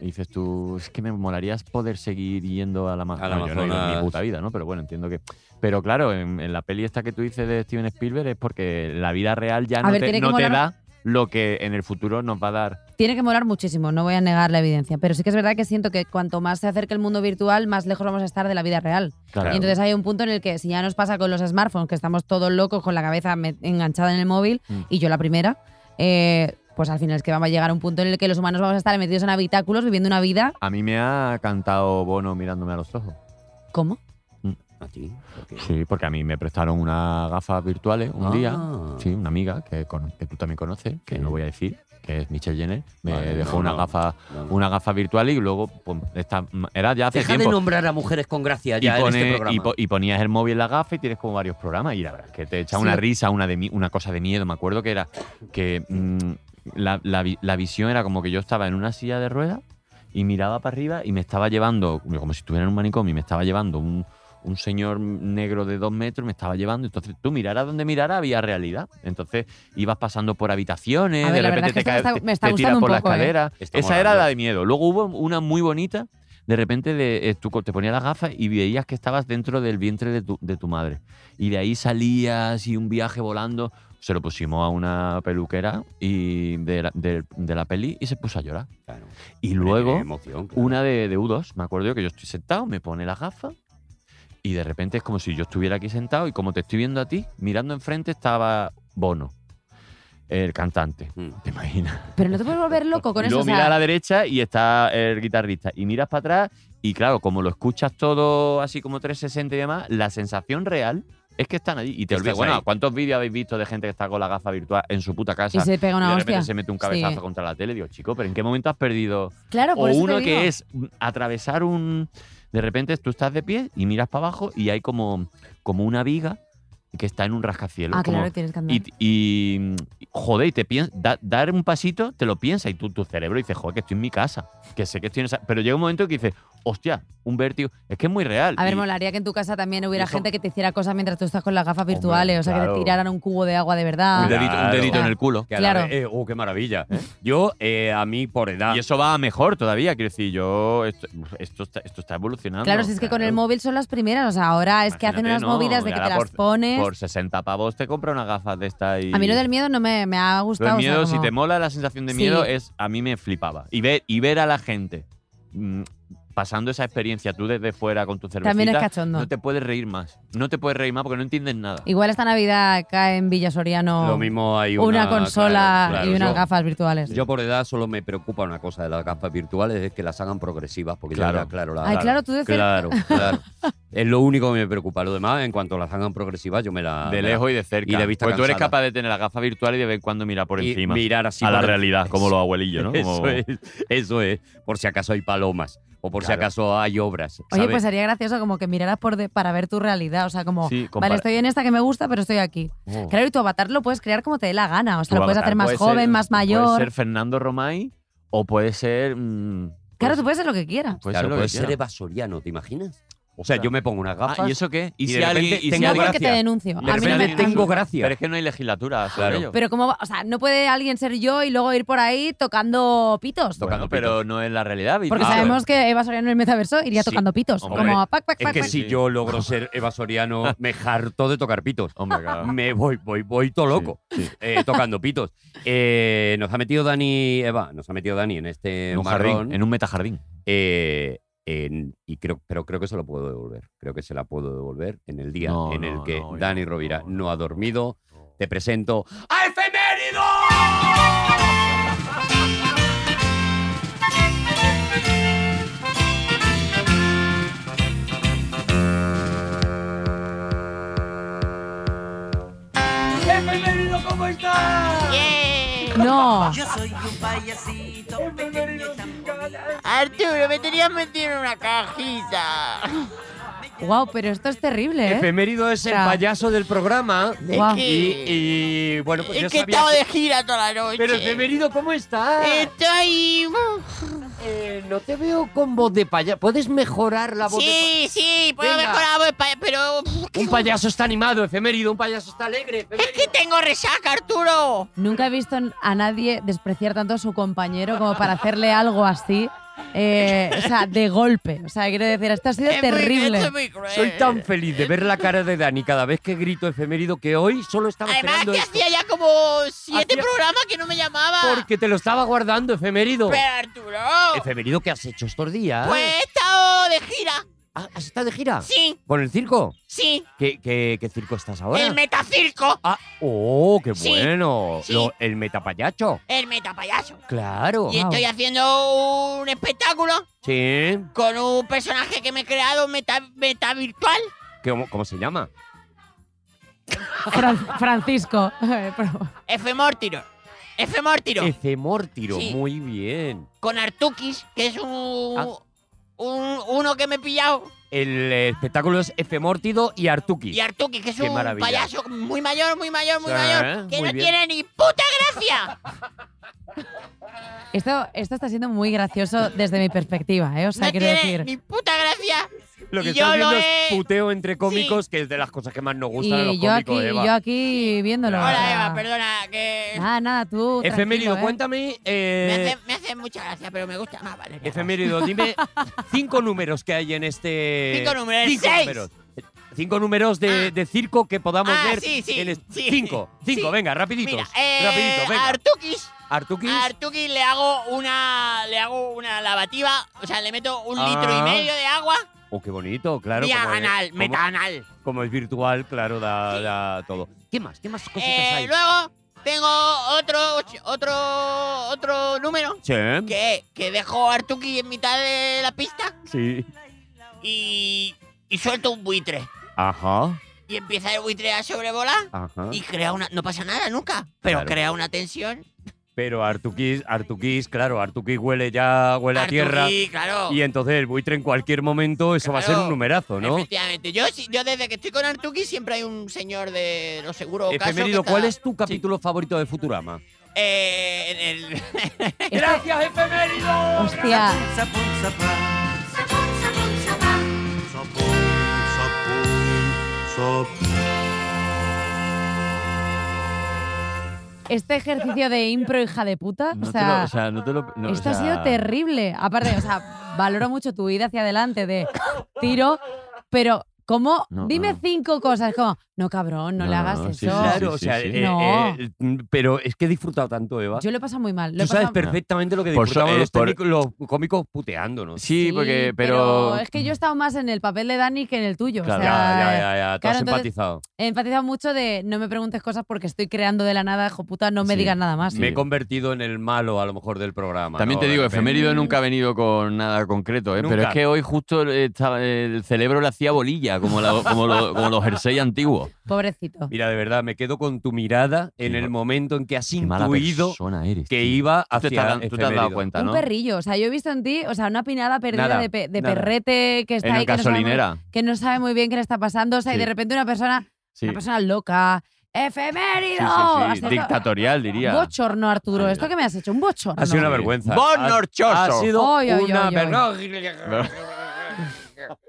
Speaker 5: Y dices tú, es que me molarías poder seguir yendo al Amazonas.
Speaker 4: Al
Speaker 5: Bueno, yo no he ido en
Speaker 4: Amazonas.
Speaker 5: mi puta vida, ¿no? Pero bueno, entiendo que. Pero claro, en, en la peli esta que tú dices de Steven Spielberg es porque la vida real ya
Speaker 2: A
Speaker 5: no,
Speaker 2: ver,
Speaker 5: te,
Speaker 2: tiene que
Speaker 5: no te
Speaker 2: molar-
Speaker 5: da lo que en el futuro nos va a dar.
Speaker 2: Tiene que molar muchísimo, no voy a negar la evidencia, pero sí que es verdad que siento que cuanto más se acerque el mundo virtual, más lejos vamos a estar de la vida real.
Speaker 5: Claro.
Speaker 2: Y entonces hay un punto en el que si ya nos pasa con los smartphones, que estamos todos locos con la cabeza me- enganchada en el móvil,
Speaker 5: Mm.
Speaker 2: y yo la primera, eh, pues al final es que vamos a llegar a un punto en el que los humanos vamos a estar metidos en habitáculos viviendo una vida...
Speaker 5: A mí me ha cantado Bono mirándome a los ojos.
Speaker 2: ¿Cómo?
Speaker 4: a ti. porque-
Speaker 5: Sí, porque a mí me prestaron unas gafas virtuales un
Speaker 4: Ah.
Speaker 5: día. Sí, una amiga que, con- que tú también conoces, que
Speaker 4: Sí.
Speaker 5: no voy a decir, que es Michelle Jenner, me
Speaker 4: Vale,
Speaker 5: dejó
Speaker 4: no,
Speaker 5: una
Speaker 4: no,
Speaker 5: gafa
Speaker 4: no, no.
Speaker 5: una gafa virtual y luego pum, esta, era ya hace
Speaker 4: Deja de
Speaker 5: tiempo.
Speaker 4: nombrar a mujeres con gracia
Speaker 5: Y,
Speaker 4: ya en
Speaker 5: pone-
Speaker 4: este
Speaker 5: y
Speaker 4: programa.
Speaker 5: po- y ponías el móvil en la gafa y tienes como varios programas y la verdad es que te echa
Speaker 2: Sí.
Speaker 5: una risa, una, de, mi- una cosa de miedo. Me acuerdo que era que mm, la, la vi- la visión era como que yo estaba en una silla de ruedas y miraba para arriba y me estaba llevando, como si estuviera en un manicomio, y me estaba llevando un, un señor negro de dos metros, me estaba llevando. Entonces tú miraras donde mirara había realidad. Entonces ibas pasando por habitaciones,
Speaker 2: A ver,
Speaker 5: de
Speaker 2: la
Speaker 5: repente
Speaker 2: verdad es que esto
Speaker 5: te,
Speaker 2: me
Speaker 5: caes-
Speaker 2: está-
Speaker 5: te-
Speaker 2: me está
Speaker 5: te tiras
Speaker 2: gustando un
Speaker 5: por la
Speaker 2: poco, ¿eh?
Speaker 5: escalera.
Speaker 4: Está
Speaker 5: Esa era
Speaker 4: molando.
Speaker 5: la de miedo. Luego hubo una muy bonita de repente de, eh, tú co- te ponías las gafas y veías que estabas dentro del vientre de tu, de tu madre. Y de ahí salías y un viaje volando. Se lo pusimos a una peluquera y de, la, de- de la peli y se puso a llorar.
Speaker 4: Claro.
Speaker 5: Y
Speaker 4: Hombre,
Speaker 5: luego
Speaker 4: tiene emoción, claro.
Speaker 5: una de, de U2, me acuerdo yo que yo estoy sentado, me pone las gafas y de repente es como si yo estuviera aquí sentado y como te estoy viendo a ti, mirando enfrente estaba Bono, el cantante.
Speaker 4: Mm.
Speaker 5: ¿Te imaginas?
Speaker 2: Pero no te puedes volver loco con
Speaker 5: Pues, y
Speaker 2: eso.
Speaker 5: luego
Speaker 2: o sea,
Speaker 5: mira a la derecha y está el guitarrista. Y miras para atrás y claro, como lo escuchas todo así como 360 y demás, la sensación real es que están allí. Y te
Speaker 4: Estás
Speaker 5: olvidas, bueno,
Speaker 4: ahí.
Speaker 5: ¿cuántos vídeos habéis visto de gente que está con la gafa virtual en su puta casa?
Speaker 2: y se pega
Speaker 5: y de
Speaker 2: una
Speaker 5: repente
Speaker 2: hostia.
Speaker 5: se mete un
Speaker 2: Sí.
Speaker 5: cabezazo contra la tele. Digo, chico, ¿pero en qué momento has perdido?
Speaker 2: Claro, por
Speaker 5: o
Speaker 2: eso te
Speaker 5: uno
Speaker 2: digo.
Speaker 5: que es mm, atravesar un. De repente tú estás de pie y miras para abajo y hay como, como una viga que está en un rascacielos.
Speaker 2: Ah,
Speaker 5: como-
Speaker 2: claro, que tienes que andar.
Speaker 5: y, y, mm, joder, y te piens- da- dar un pasito, te lo piensa y tú, tu cerebro dice, joder, que estoy en mi casa, que sé que estoy en esa. Pero llega un momento que dices, hostia, un vértigo. Es que es muy real.
Speaker 2: A ver,
Speaker 5: Y-
Speaker 2: molaría que en tu casa también hubiera
Speaker 5: eso-
Speaker 2: gente que te hiciera cosas mientras tú estás con las gafas
Speaker 5: Hombre,
Speaker 2: virtuales, o sea, que
Speaker 5: claro.
Speaker 2: te tiraran un cubo de agua de
Speaker 5: Un
Speaker 2: verdad.
Speaker 5: dedito, un dedito
Speaker 2: Claro.
Speaker 5: en el culo.
Speaker 4: Que a la
Speaker 2: claro.
Speaker 4: vez- eh, oh, qué maravilla. Yo, eh, a mí, por edad.
Speaker 5: ah, Y eso va a mejor todavía, quiero decir, yo. Esto, esto está, esto está evolucionando.
Speaker 2: Claro, si es que con el
Speaker 5: claro.
Speaker 2: móvil son las primeras, o sea, ahora es que hacen unas
Speaker 5: Imagínate, no,
Speaker 2: movidas de
Speaker 5: y
Speaker 2: que te
Speaker 5: ahora
Speaker 2: las
Speaker 5: por-
Speaker 2: pones.
Speaker 5: Por 60 pavos te compra una gafa de esta y.
Speaker 2: A mí lo del miedo no me, me ha
Speaker 5: Lo del
Speaker 2: gustado. o sea,
Speaker 5: miedo, si
Speaker 2: como-
Speaker 5: te mola la sensación de
Speaker 2: Sí.
Speaker 5: miedo, es a mí me flipaba. Y ver, y ver a la gente mm, pasando esa experiencia tú desde fuera con tu cervecita,
Speaker 2: También es cachondo.
Speaker 5: no te puedes reír más. No te puedes reír más porque no entiendes nada.
Speaker 2: Igual esta Navidad cae en Villa Soriano
Speaker 4: Lo mismo hay una,
Speaker 2: una, consola
Speaker 4: claro, claro,
Speaker 2: y unas
Speaker 4: yo-
Speaker 2: gafas virtuales.
Speaker 4: Yo por edad solo me preocupa una cosa de las gafas virtuales, es que las hagan progresivas, porque
Speaker 5: Claro.
Speaker 4: ya era claro. La,
Speaker 2: Ay, claro, tú de
Speaker 4: Claro, claro. Es lo único que me preocupa. Lo demás, en cuanto las hagan progresivas, yo me la...
Speaker 5: de
Speaker 4: me la-
Speaker 5: lejos y de cerca.
Speaker 4: Ah, y de vista
Speaker 5: porque tú eres
Speaker 4: cansada.
Speaker 5: capaz de tener la gafa virtual y de vez en cuando mirar por
Speaker 4: y
Speaker 5: encima.
Speaker 4: mirar así
Speaker 5: a la
Speaker 4: por-
Speaker 5: realidad, como los abuelillos, ¿no?
Speaker 4: Eso
Speaker 5: Como-
Speaker 4: es, eso es. Por si acaso hay palomas o por si
Speaker 5: Claro.
Speaker 4: acaso hay obras.
Speaker 2: Oye,
Speaker 4: ¿sabes?
Speaker 2: pues sería gracioso como que miraras por de- para ver tu realidad. O sea, como,
Speaker 5: Sí, compara-
Speaker 2: vale, estoy en esta que me gusta, pero estoy aquí.
Speaker 5: Oh.
Speaker 2: Claro, y tu avatar lo puedes crear como te dé la gana. O sea,
Speaker 5: Tu
Speaker 2: lo puedes
Speaker 5: avatar
Speaker 2: hacer más
Speaker 5: puede
Speaker 2: joven,
Speaker 5: ser-
Speaker 2: más mayor.
Speaker 5: Puede ser Fernando Romay o puede ser. mm,
Speaker 2: claro,
Speaker 5: pues-
Speaker 2: tú puedes ser lo que quieras.
Speaker 5: puede
Speaker 4: claro,
Speaker 5: ser Pues lo que
Speaker 4: puede ser
Speaker 5: quiera.
Speaker 4: evasoriano, ¿te imaginas? O sea, yo me pongo unas
Speaker 5: Ah,
Speaker 4: gafas.
Speaker 5: ¿Y eso qué? ¿Y
Speaker 4: y de
Speaker 5: si
Speaker 4: repente
Speaker 5: alguien.? y si
Speaker 4: tengo
Speaker 2: No
Speaker 5: alguien-
Speaker 2: porque te
Speaker 4: gracia.
Speaker 2: denuncio.
Speaker 4: de
Speaker 2: A mí no
Speaker 4: repente
Speaker 2: me
Speaker 4: tengo gracia.
Speaker 5: Pero es que no hay legislatura sobre
Speaker 4: Claro.
Speaker 5: ello.
Speaker 2: Pero cómo va- o sea, no puede alguien ser yo y luego ir por ahí tocando pitos.
Speaker 5: Bueno,
Speaker 4: Tocando
Speaker 5: pero no es la realidad. Vicky.
Speaker 2: Porque
Speaker 5: Ah,
Speaker 2: sabemos que Eva Soriano en el metaverso iría
Speaker 4: Sí,
Speaker 2: tocando pitos.
Speaker 5: hombre.
Speaker 2: como a pac, pac,
Speaker 4: Es
Speaker 2: pac,
Speaker 4: que
Speaker 2: pac.
Speaker 5: Pues,
Speaker 4: si yo logro ser evasoriano, me harto de tocar pitos.
Speaker 5: Hombre, claro.
Speaker 4: Me voy, voy, voy todo loco
Speaker 5: Ah. Sí, sí.
Speaker 4: eh, tocando pitos. Eh, nos ha metido Dani, Eva, nos ha metido Dani en este
Speaker 5: En un
Speaker 4: marrón.
Speaker 5: jardín, en un metajardín.
Speaker 4: eh, en- y creo, pero creo que se lo puedo devolver. Creo que se la puedo devolver en el día
Speaker 5: No,
Speaker 4: en el
Speaker 5: no,
Speaker 4: que
Speaker 5: no,
Speaker 4: Dani
Speaker 5: no,
Speaker 4: Rovira
Speaker 5: no,
Speaker 4: no, ha dormido. Te presento
Speaker 7: ¡A efemérido! ¡Efemérido, cómo estás!
Speaker 2: No.
Speaker 9: Yo soy un payasito pequeño
Speaker 7: ¡Efemérido
Speaker 9: y tan
Speaker 7: sin
Speaker 9: bonito.
Speaker 7: ganas!
Speaker 10: Arturo, me tenías metido en una cajita.
Speaker 2: Wow, pero esto es terrible, ¿eh?
Speaker 4: Efemérido es el
Speaker 2: O sea,
Speaker 4: payaso del programa.
Speaker 2: Guau.
Speaker 10: qué?
Speaker 4: Y, y, bueno, pues yo
Speaker 10: es que he
Speaker 4: sabía
Speaker 10: estado
Speaker 4: que-
Speaker 10: de gira toda la noche.
Speaker 4: Pero Efemérido, ¿cómo estás?
Speaker 10: Estoy. uh,
Speaker 4: Eh, no te veo con voz de payaso. ¿Puedes mejorar la voz de
Speaker 10: Sí, sí, puedo
Speaker 4: Venga.
Speaker 10: mejorar, voy pa- pero. uf,
Speaker 4: payaso? Un payaso está animado, Efemérido. Un payaso está alegre,
Speaker 10: Es
Speaker 4: Efemérido.
Speaker 10: que tengo resaca, Arturo.
Speaker 2: Nunca he visto a nadie despreciar tanto a su compañero como para hacerle algo así. eh, o sea, de golpe. O sea, quiero decir, esto ha sido
Speaker 10: Es muy-
Speaker 2: terrible.
Speaker 10: esto es muy cruel.
Speaker 4: Soy tan feliz de ver la cara de Dani cada vez que grito Efemérido que hoy solo estaba
Speaker 10: Además,
Speaker 4: esperando
Speaker 10: que
Speaker 4: esto.
Speaker 10: hacía ya como siete
Speaker 4: Hacía-
Speaker 10: programas que no me llamaba.
Speaker 4: Porque te lo estaba guardando, Efemérido.
Speaker 10: Pero, Arturo.
Speaker 4: Efemérido, ¿qué has hecho estos días?
Speaker 10: Pues he estado de gira.
Speaker 4: Ah, ¿Has estado de gira?
Speaker 10: Sí,
Speaker 4: ¿Con el circo?
Speaker 10: sí.
Speaker 4: ¿Qué, qué, qué circo estás ahora?
Speaker 10: El metacirco.
Speaker 4: Ah, oh, qué
Speaker 10: Sí,
Speaker 4: bueno.
Speaker 10: sí.
Speaker 4: Lo- el metapayacho.
Speaker 10: El metapayaso.
Speaker 4: Claro.
Speaker 10: Y
Speaker 2: Wow.
Speaker 10: estoy haciendo un espectáculo
Speaker 4: Sí.
Speaker 10: con un personaje que me he creado meta, meta virtual.
Speaker 4: ¿Qué- ¿Cómo, cómo se llama?
Speaker 2: Fran- Francisco. eh, pero-
Speaker 10: F. Mortiro. F. Mortiro.
Speaker 4: Efemórtiro.
Speaker 10: Sí.
Speaker 4: Muy bien.
Speaker 10: Con Artukis, que es un,
Speaker 4: Ah.
Speaker 10: un- uno que me he pillado.
Speaker 4: El eh, espectáculo es Efemórtido y Artuki.
Speaker 10: Y Artukis, que es
Speaker 4: Qué
Speaker 10: un
Speaker 4: maravilla.
Speaker 10: payaso muy mayor, muy mayor, muy
Speaker 4: Sí, ¿eh?
Speaker 10: mayor. Que
Speaker 4: muy
Speaker 10: no
Speaker 4: bien.
Speaker 10: tiene ni puta gracia.
Speaker 2: Esto, esto está siendo muy gracioso desde mi perspectiva, ¿eh? O sea,
Speaker 10: no
Speaker 2: quiero
Speaker 10: tiene
Speaker 2: decir.
Speaker 10: ni puta gracia.
Speaker 4: lo que
Speaker 10: y
Speaker 4: estás
Speaker 10: yo lo
Speaker 4: viendo es
Speaker 10: he-
Speaker 4: puteo entre cómicos, que es de las cosas que más nos gustan a los
Speaker 2: Y yo aquí,
Speaker 4: cómicos, Eva.
Speaker 2: yo aquí viéndolo.
Speaker 4: Ah.
Speaker 2: o
Speaker 10: Hola,
Speaker 2: sea,
Speaker 10: Eva, perdona, que
Speaker 2: Nada, nada, tú. tranquilo,
Speaker 4: Efemérido,
Speaker 2: ¿eh?
Speaker 4: cuéntame.
Speaker 10: me,
Speaker 4: Ah. eh,
Speaker 10: hace, me hace mucha gracia, pero me gusta más, vale.
Speaker 4: Efemérido, dime cinco números que hay en este.
Speaker 10: Cinco números,
Speaker 4: Cinco
Speaker 10: seis.
Speaker 4: números. Cinco números de,
Speaker 10: Ah.
Speaker 4: de circo que podamos
Speaker 10: Ah,
Speaker 4: ver.
Speaker 10: sí, sí,
Speaker 4: en est-
Speaker 10: sí.
Speaker 4: Cinco, cinco,
Speaker 10: Sí.
Speaker 4: venga, rapiditos.
Speaker 10: Mira, ah, eh,
Speaker 4: rapidito, venga.
Speaker 10: a Artukis,
Speaker 4: Artukis.
Speaker 10: a Artukis le hago una le hago una lavativa, o sea, le meto un
Speaker 4: Ah.
Speaker 10: litro y medio de agua
Speaker 4: oh, qué bonito, claro. como es-
Speaker 10: diagonal,
Speaker 4: como-
Speaker 10: metanal.
Speaker 4: Como, es virtual, claro, da,
Speaker 10: Sí.
Speaker 4: da todo. ¿Qué más? ¿Qué más cositas
Speaker 10: Eh,
Speaker 4: hay?
Speaker 10: luego tengo otro otro otro número
Speaker 4: Sí,
Speaker 10: que, que dejo a Artuki en mitad de la pista
Speaker 4: sí.
Speaker 10: y, y suelto un buitre
Speaker 4: Ajá,
Speaker 10: y empieza el buitre a sobrevolar
Speaker 4: ajá.
Speaker 10: y crea una no pasa nada nunca, pero
Speaker 4: Claro.
Speaker 10: crea una tensión.
Speaker 4: Pero Artukis, Artukis, claro, Artukis huele ya, huele a tierra.
Speaker 10: Artukis, claro.
Speaker 4: Y entonces el buitre en cualquier momento, eso va a ser
Speaker 10: Oh. Claro.
Speaker 4: un numerazo, ¿no?
Speaker 10: Efectivamente. Yo, sí- yo desde que estoy con Artuki siempre hay un señor de los seguros ocaso
Speaker 4: Efemérido,
Speaker 10: que
Speaker 4: ¿cuál
Speaker 10: está-
Speaker 4: es tu capítulo favorito de Futurama?
Speaker 10: Eh, en el-
Speaker 2: Este-
Speaker 7: ¡Gracias, efemérido!
Speaker 2: Hostia.
Speaker 9: Sapun, sapun, sapun, sapun, sapun. Sapun, sapun, sapun.
Speaker 2: Este ejercicio de impro, hija de puta,
Speaker 5: No
Speaker 2: o
Speaker 5: te lo-
Speaker 2: sea,
Speaker 5: o sea, no te lo. no, o
Speaker 2: esto ha
Speaker 5: sea,
Speaker 2: sido terrible. Aparte, o sea, valoro mucho tu vida hacia adelante de tiro, pero ¿cómo?
Speaker 5: No,
Speaker 2: Dime
Speaker 5: no.
Speaker 2: cinco cosas, como, no cabrón, no,
Speaker 5: No,
Speaker 2: le
Speaker 5: no,
Speaker 2: hagas
Speaker 5: no,
Speaker 2: eso.
Speaker 5: sí, sí,
Speaker 4: Claro, o sea, eh,
Speaker 2: No.
Speaker 4: eh, mm, pero es que he disfrutado tanto, Eva.
Speaker 2: Yo lo he pasado muy mal. Lo he
Speaker 4: Tú sabes
Speaker 2: pasado-
Speaker 4: perfectamente lo que
Speaker 5: Por
Speaker 4: disfrutaban
Speaker 5: so- eh,
Speaker 4: los,
Speaker 5: por-
Speaker 4: técnicos- los cómicos puteándonos.
Speaker 5: Sí, porque. Pero.
Speaker 2: Es que yo he estado más en el papel de Dani que en el tuyo.
Speaker 5: Claro.
Speaker 2: O sea,
Speaker 4: ya, ya, ya, ya, tú
Speaker 2: claro,
Speaker 4: has
Speaker 2: entonces-
Speaker 4: empatizado.
Speaker 2: he enfatizado mucho de no me preguntes cosas porque estoy creando de la nada, hijo puta, no me
Speaker 5: Sí.
Speaker 2: digas nada más.
Speaker 5: Sí.
Speaker 4: Me he convertido en el malo, a lo mejor, del programa.
Speaker 5: También
Speaker 4: ¿no?
Speaker 5: te digo,
Speaker 4: De repente.
Speaker 5: efemérido nunca ha venido con nada concreto, ¿eh? pero
Speaker 4: Nunca.
Speaker 5: es que hoy justo estaba- el cerebro le hacía bolilla, como, la- como, lo- como los jersey antiguos.
Speaker 2: Pobrecito.
Speaker 4: Mira, de verdad, me quedo con tu mirada en
Speaker 5: Qué
Speaker 4: el
Speaker 5: mal-
Speaker 4: momento en que has
Speaker 5: Qué mala
Speaker 4: intuido
Speaker 5: persona eres.
Speaker 4: que
Speaker 5: tío.
Speaker 4: iba
Speaker 5: Tú te,
Speaker 4: hacia
Speaker 5: estás- tú te has dado
Speaker 4: efemérido.
Speaker 5: cuenta,
Speaker 2: Un
Speaker 5: ¿no?
Speaker 2: perrillo, o sea, yo he visto en ti, o sea, una pinada perdida
Speaker 4: Nada,
Speaker 2: de, pe- de
Speaker 4: nada.
Speaker 2: perrete que está
Speaker 5: En
Speaker 2: ahí.
Speaker 5: la
Speaker 2: que no sabe muy-
Speaker 5: gasolinera.
Speaker 2: que no sabe muy bien qué le está pasando. O sea, y
Speaker 5: Sí.
Speaker 2: de repente una persona,
Speaker 5: Sí.
Speaker 2: una persona loca,
Speaker 5: Sí,
Speaker 2: efemérido.
Speaker 5: sí,
Speaker 2: Ha
Speaker 5: sí,
Speaker 2: sido
Speaker 5: Dictatorial, diría.
Speaker 2: Un bochorno, Arturo.
Speaker 5: Ay,
Speaker 2: ¿Esto que me has hecho? Un bochorno.
Speaker 4: Ha sido una
Speaker 5: Sí.
Speaker 4: vergüenza.
Speaker 5: Bon
Speaker 4: Ha-
Speaker 5: orchoso.
Speaker 4: Ha sido
Speaker 2: Oy, oy,
Speaker 4: una
Speaker 2: oy, oy.
Speaker 4: vergüenza.
Speaker 5: Pero-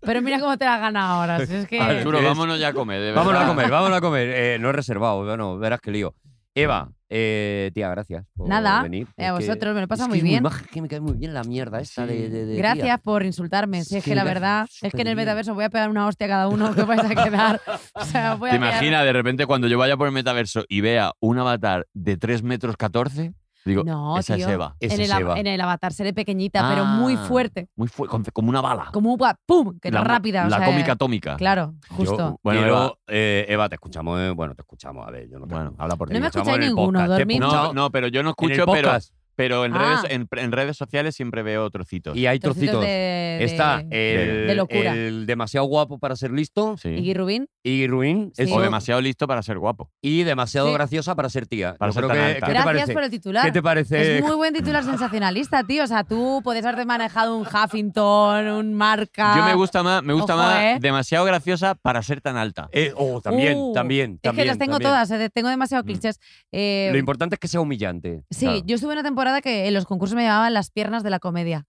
Speaker 2: Pero mira cómo te la gana ahora. si es que...
Speaker 4: A ver,
Speaker 5: Arturo,
Speaker 4: ¿ves?
Speaker 5: vámonos ya a comer, de verdad.
Speaker 4: Vámonos a comer, vámonos a comer. Eh, no he reservado, bueno, verás qué lío. Eva, eh, tía, gracias. por
Speaker 2: Nada,
Speaker 4: venir.
Speaker 2: eh, a
Speaker 4: Es que-
Speaker 2: vosotros, me lo pasa
Speaker 4: es que
Speaker 2: muy
Speaker 4: es muy
Speaker 2: bien.
Speaker 4: maja, que me cae muy bien la mierda esta de, de- de
Speaker 2: Gracias
Speaker 4: tía.
Speaker 2: por insultarme. Si es
Speaker 4: Sí,
Speaker 2: que la
Speaker 4: gracias,
Speaker 2: verdad es que en el
Speaker 4: superbién.
Speaker 2: metaverso voy a pegar una hostia a cada uno que vais a quedar. O sea, voy a
Speaker 5: ¿Te
Speaker 2: quedar-
Speaker 5: imaginas de repente cuando yo vaya por el metaverso y vea un avatar de 3 metros 14? Digo,
Speaker 2: No,
Speaker 5: esa
Speaker 2: tío.
Speaker 5: es Eva.
Speaker 4: Esa
Speaker 2: en, el,
Speaker 4: es
Speaker 2: av-
Speaker 4: Eva.
Speaker 2: en el avatar seré pequeñita, pero muy
Speaker 5: Ah.
Speaker 2: fuerte.
Speaker 5: Muy fu- con- como una bala.
Speaker 2: Como un guap- ¡pum! Que
Speaker 5: la,
Speaker 2: rápida. o
Speaker 5: La
Speaker 2: sea, eh,
Speaker 5: cómica atómica.
Speaker 2: Claro,
Speaker 4: Yo
Speaker 2: justo.
Speaker 5: Bueno,
Speaker 4: quiero-
Speaker 5: Eva.
Speaker 4: eh, Eva, te escuchamos. eh, bueno, te escuchamos. A ver, yo no te
Speaker 5: Bueno.
Speaker 4: habla por ti.
Speaker 2: No me
Speaker 4: te escuchamos
Speaker 2: escucháis
Speaker 4: en el
Speaker 2: ninguno,
Speaker 4: podcast, te
Speaker 2: dormid.
Speaker 4: escuchamos
Speaker 5: No, no, pero yo no
Speaker 4: en el
Speaker 5: escucho, pero,
Speaker 4: podcast.
Speaker 5: pero en,
Speaker 2: Ah.
Speaker 5: redes, en, en redes sociales siempre veo trocitos.
Speaker 4: Y hay
Speaker 2: Trocitos
Speaker 4: trocitos.
Speaker 2: de- de-
Speaker 4: Está el,
Speaker 5: eh,
Speaker 2: de locura.
Speaker 4: el demasiado guapo para ser listo
Speaker 5: Sí.
Speaker 2: Iggy Rubin,
Speaker 4: y ruin
Speaker 2: Sí.
Speaker 4: eso,
Speaker 5: O demasiado listo para ser guapo.
Speaker 4: y demasiado
Speaker 2: Sí.
Speaker 4: graciosa para ser tía.
Speaker 5: Para
Speaker 4: Yo
Speaker 5: ser
Speaker 4: creo
Speaker 5: tan
Speaker 4: que-
Speaker 5: alta.
Speaker 4: ¿Qué te
Speaker 2: gracias
Speaker 4: parece?
Speaker 2: por el titular.
Speaker 4: ¿Qué te parece?
Speaker 2: Es muy buen titular sensacionalista, tío. O sea, tú podías haberte manejado un Huffington, un marca.
Speaker 5: Yo me gusta más, me gusta
Speaker 2: Ah, Ojo,
Speaker 5: más
Speaker 2: ¿eh?
Speaker 5: demasiado graciosa para ser tan alta.
Speaker 4: Eh, oh, también,
Speaker 2: Uh,
Speaker 4: también,
Speaker 2: Es que
Speaker 4: también,
Speaker 2: las tengo
Speaker 4: también.
Speaker 2: todas, eh, tengo demasiados
Speaker 5: Mm.
Speaker 2: clichés. Eh,
Speaker 4: Lo importante es que sea humillante.
Speaker 2: sí,
Speaker 5: claro.
Speaker 2: yo estuve en una temporada que en los concursos me llamaban las piernas de la comedia.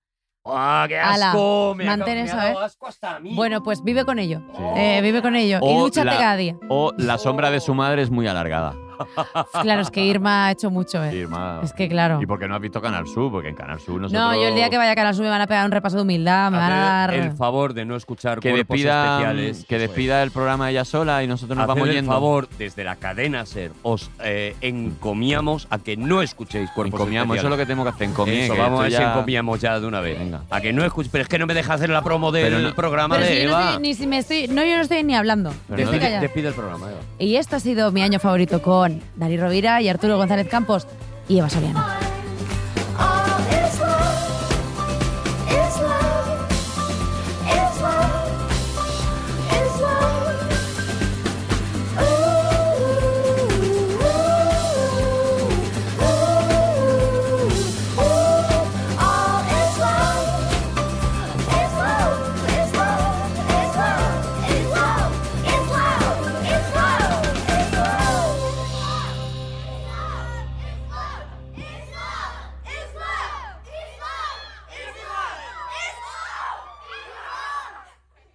Speaker 4: ¡Ah, qué
Speaker 2: Ala,
Speaker 4: asco! me ha-
Speaker 2: mantén
Speaker 4: me ha
Speaker 2: eso,
Speaker 4: dado
Speaker 2: ¿eh?
Speaker 4: asco hasta a mí.
Speaker 2: Bueno, pues vive con ello.
Speaker 5: Sí.
Speaker 2: Eh, vive con ello. y
Speaker 5: O
Speaker 2: dúchate
Speaker 5: la-
Speaker 2: cada día.
Speaker 5: O la sombra de su madre es muy alargada.
Speaker 2: Claro, es que Irma ha hecho mucho, eh.
Speaker 5: Irma.
Speaker 2: Es que claro.
Speaker 5: Y porque no has visto Canal Sur, porque en Canal Sur nosotros...
Speaker 2: No, yo el día que vaya a Canal Sur me van a pegar un repaso de humildad, me van a dar.
Speaker 4: Hacer el favor de no escuchar
Speaker 5: que
Speaker 4: cuerpos
Speaker 5: despida,
Speaker 4: especiales.
Speaker 5: que despida el programa ella sola y nosotros nos
Speaker 4: Haced
Speaker 5: vamos
Speaker 4: el
Speaker 5: yendo.
Speaker 4: favor, desde la cadena SER, os eh, encomiamos a que no escuchéis cuerpos
Speaker 5: Encomiamos, eso es lo
Speaker 4: especiales.
Speaker 5: que tenemos que hacer, encomiar.
Speaker 4: Eso,
Speaker 5: que
Speaker 4: vamos a ver
Speaker 5: esto
Speaker 4: si
Speaker 5: ya-
Speaker 4: encomiamos ya de una vez.
Speaker 5: Venga.
Speaker 4: A que no escuchéis, pero es que no me deja hacer la promo del
Speaker 5: Pero no-
Speaker 4: programa
Speaker 2: Pero
Speaker 4: de
Speaker 2: si yo no
Speaker 4: Eva.
Speaker 2: estoy- ni si me estoy. No, yo no estoy ni hablando.
Speaker 5: Pero
Speaker 2: Estoy
Speaker 5: no-
Speaker 4: Despide,
Speaker 2: callada.
Speaker 4: despide el programa, Eva.
Speaker 2: Y esto ha sido mi año favorito con Dani Rovira y Arturo González Campos y Eva Soriano.
Speaker 10: All is love, is love, is love, is love. Ooh, ooh, ooh, ooh. All is love, is love, is love, is love, is love, is love, is love, is love. Is love, is love, is love, is love, is love.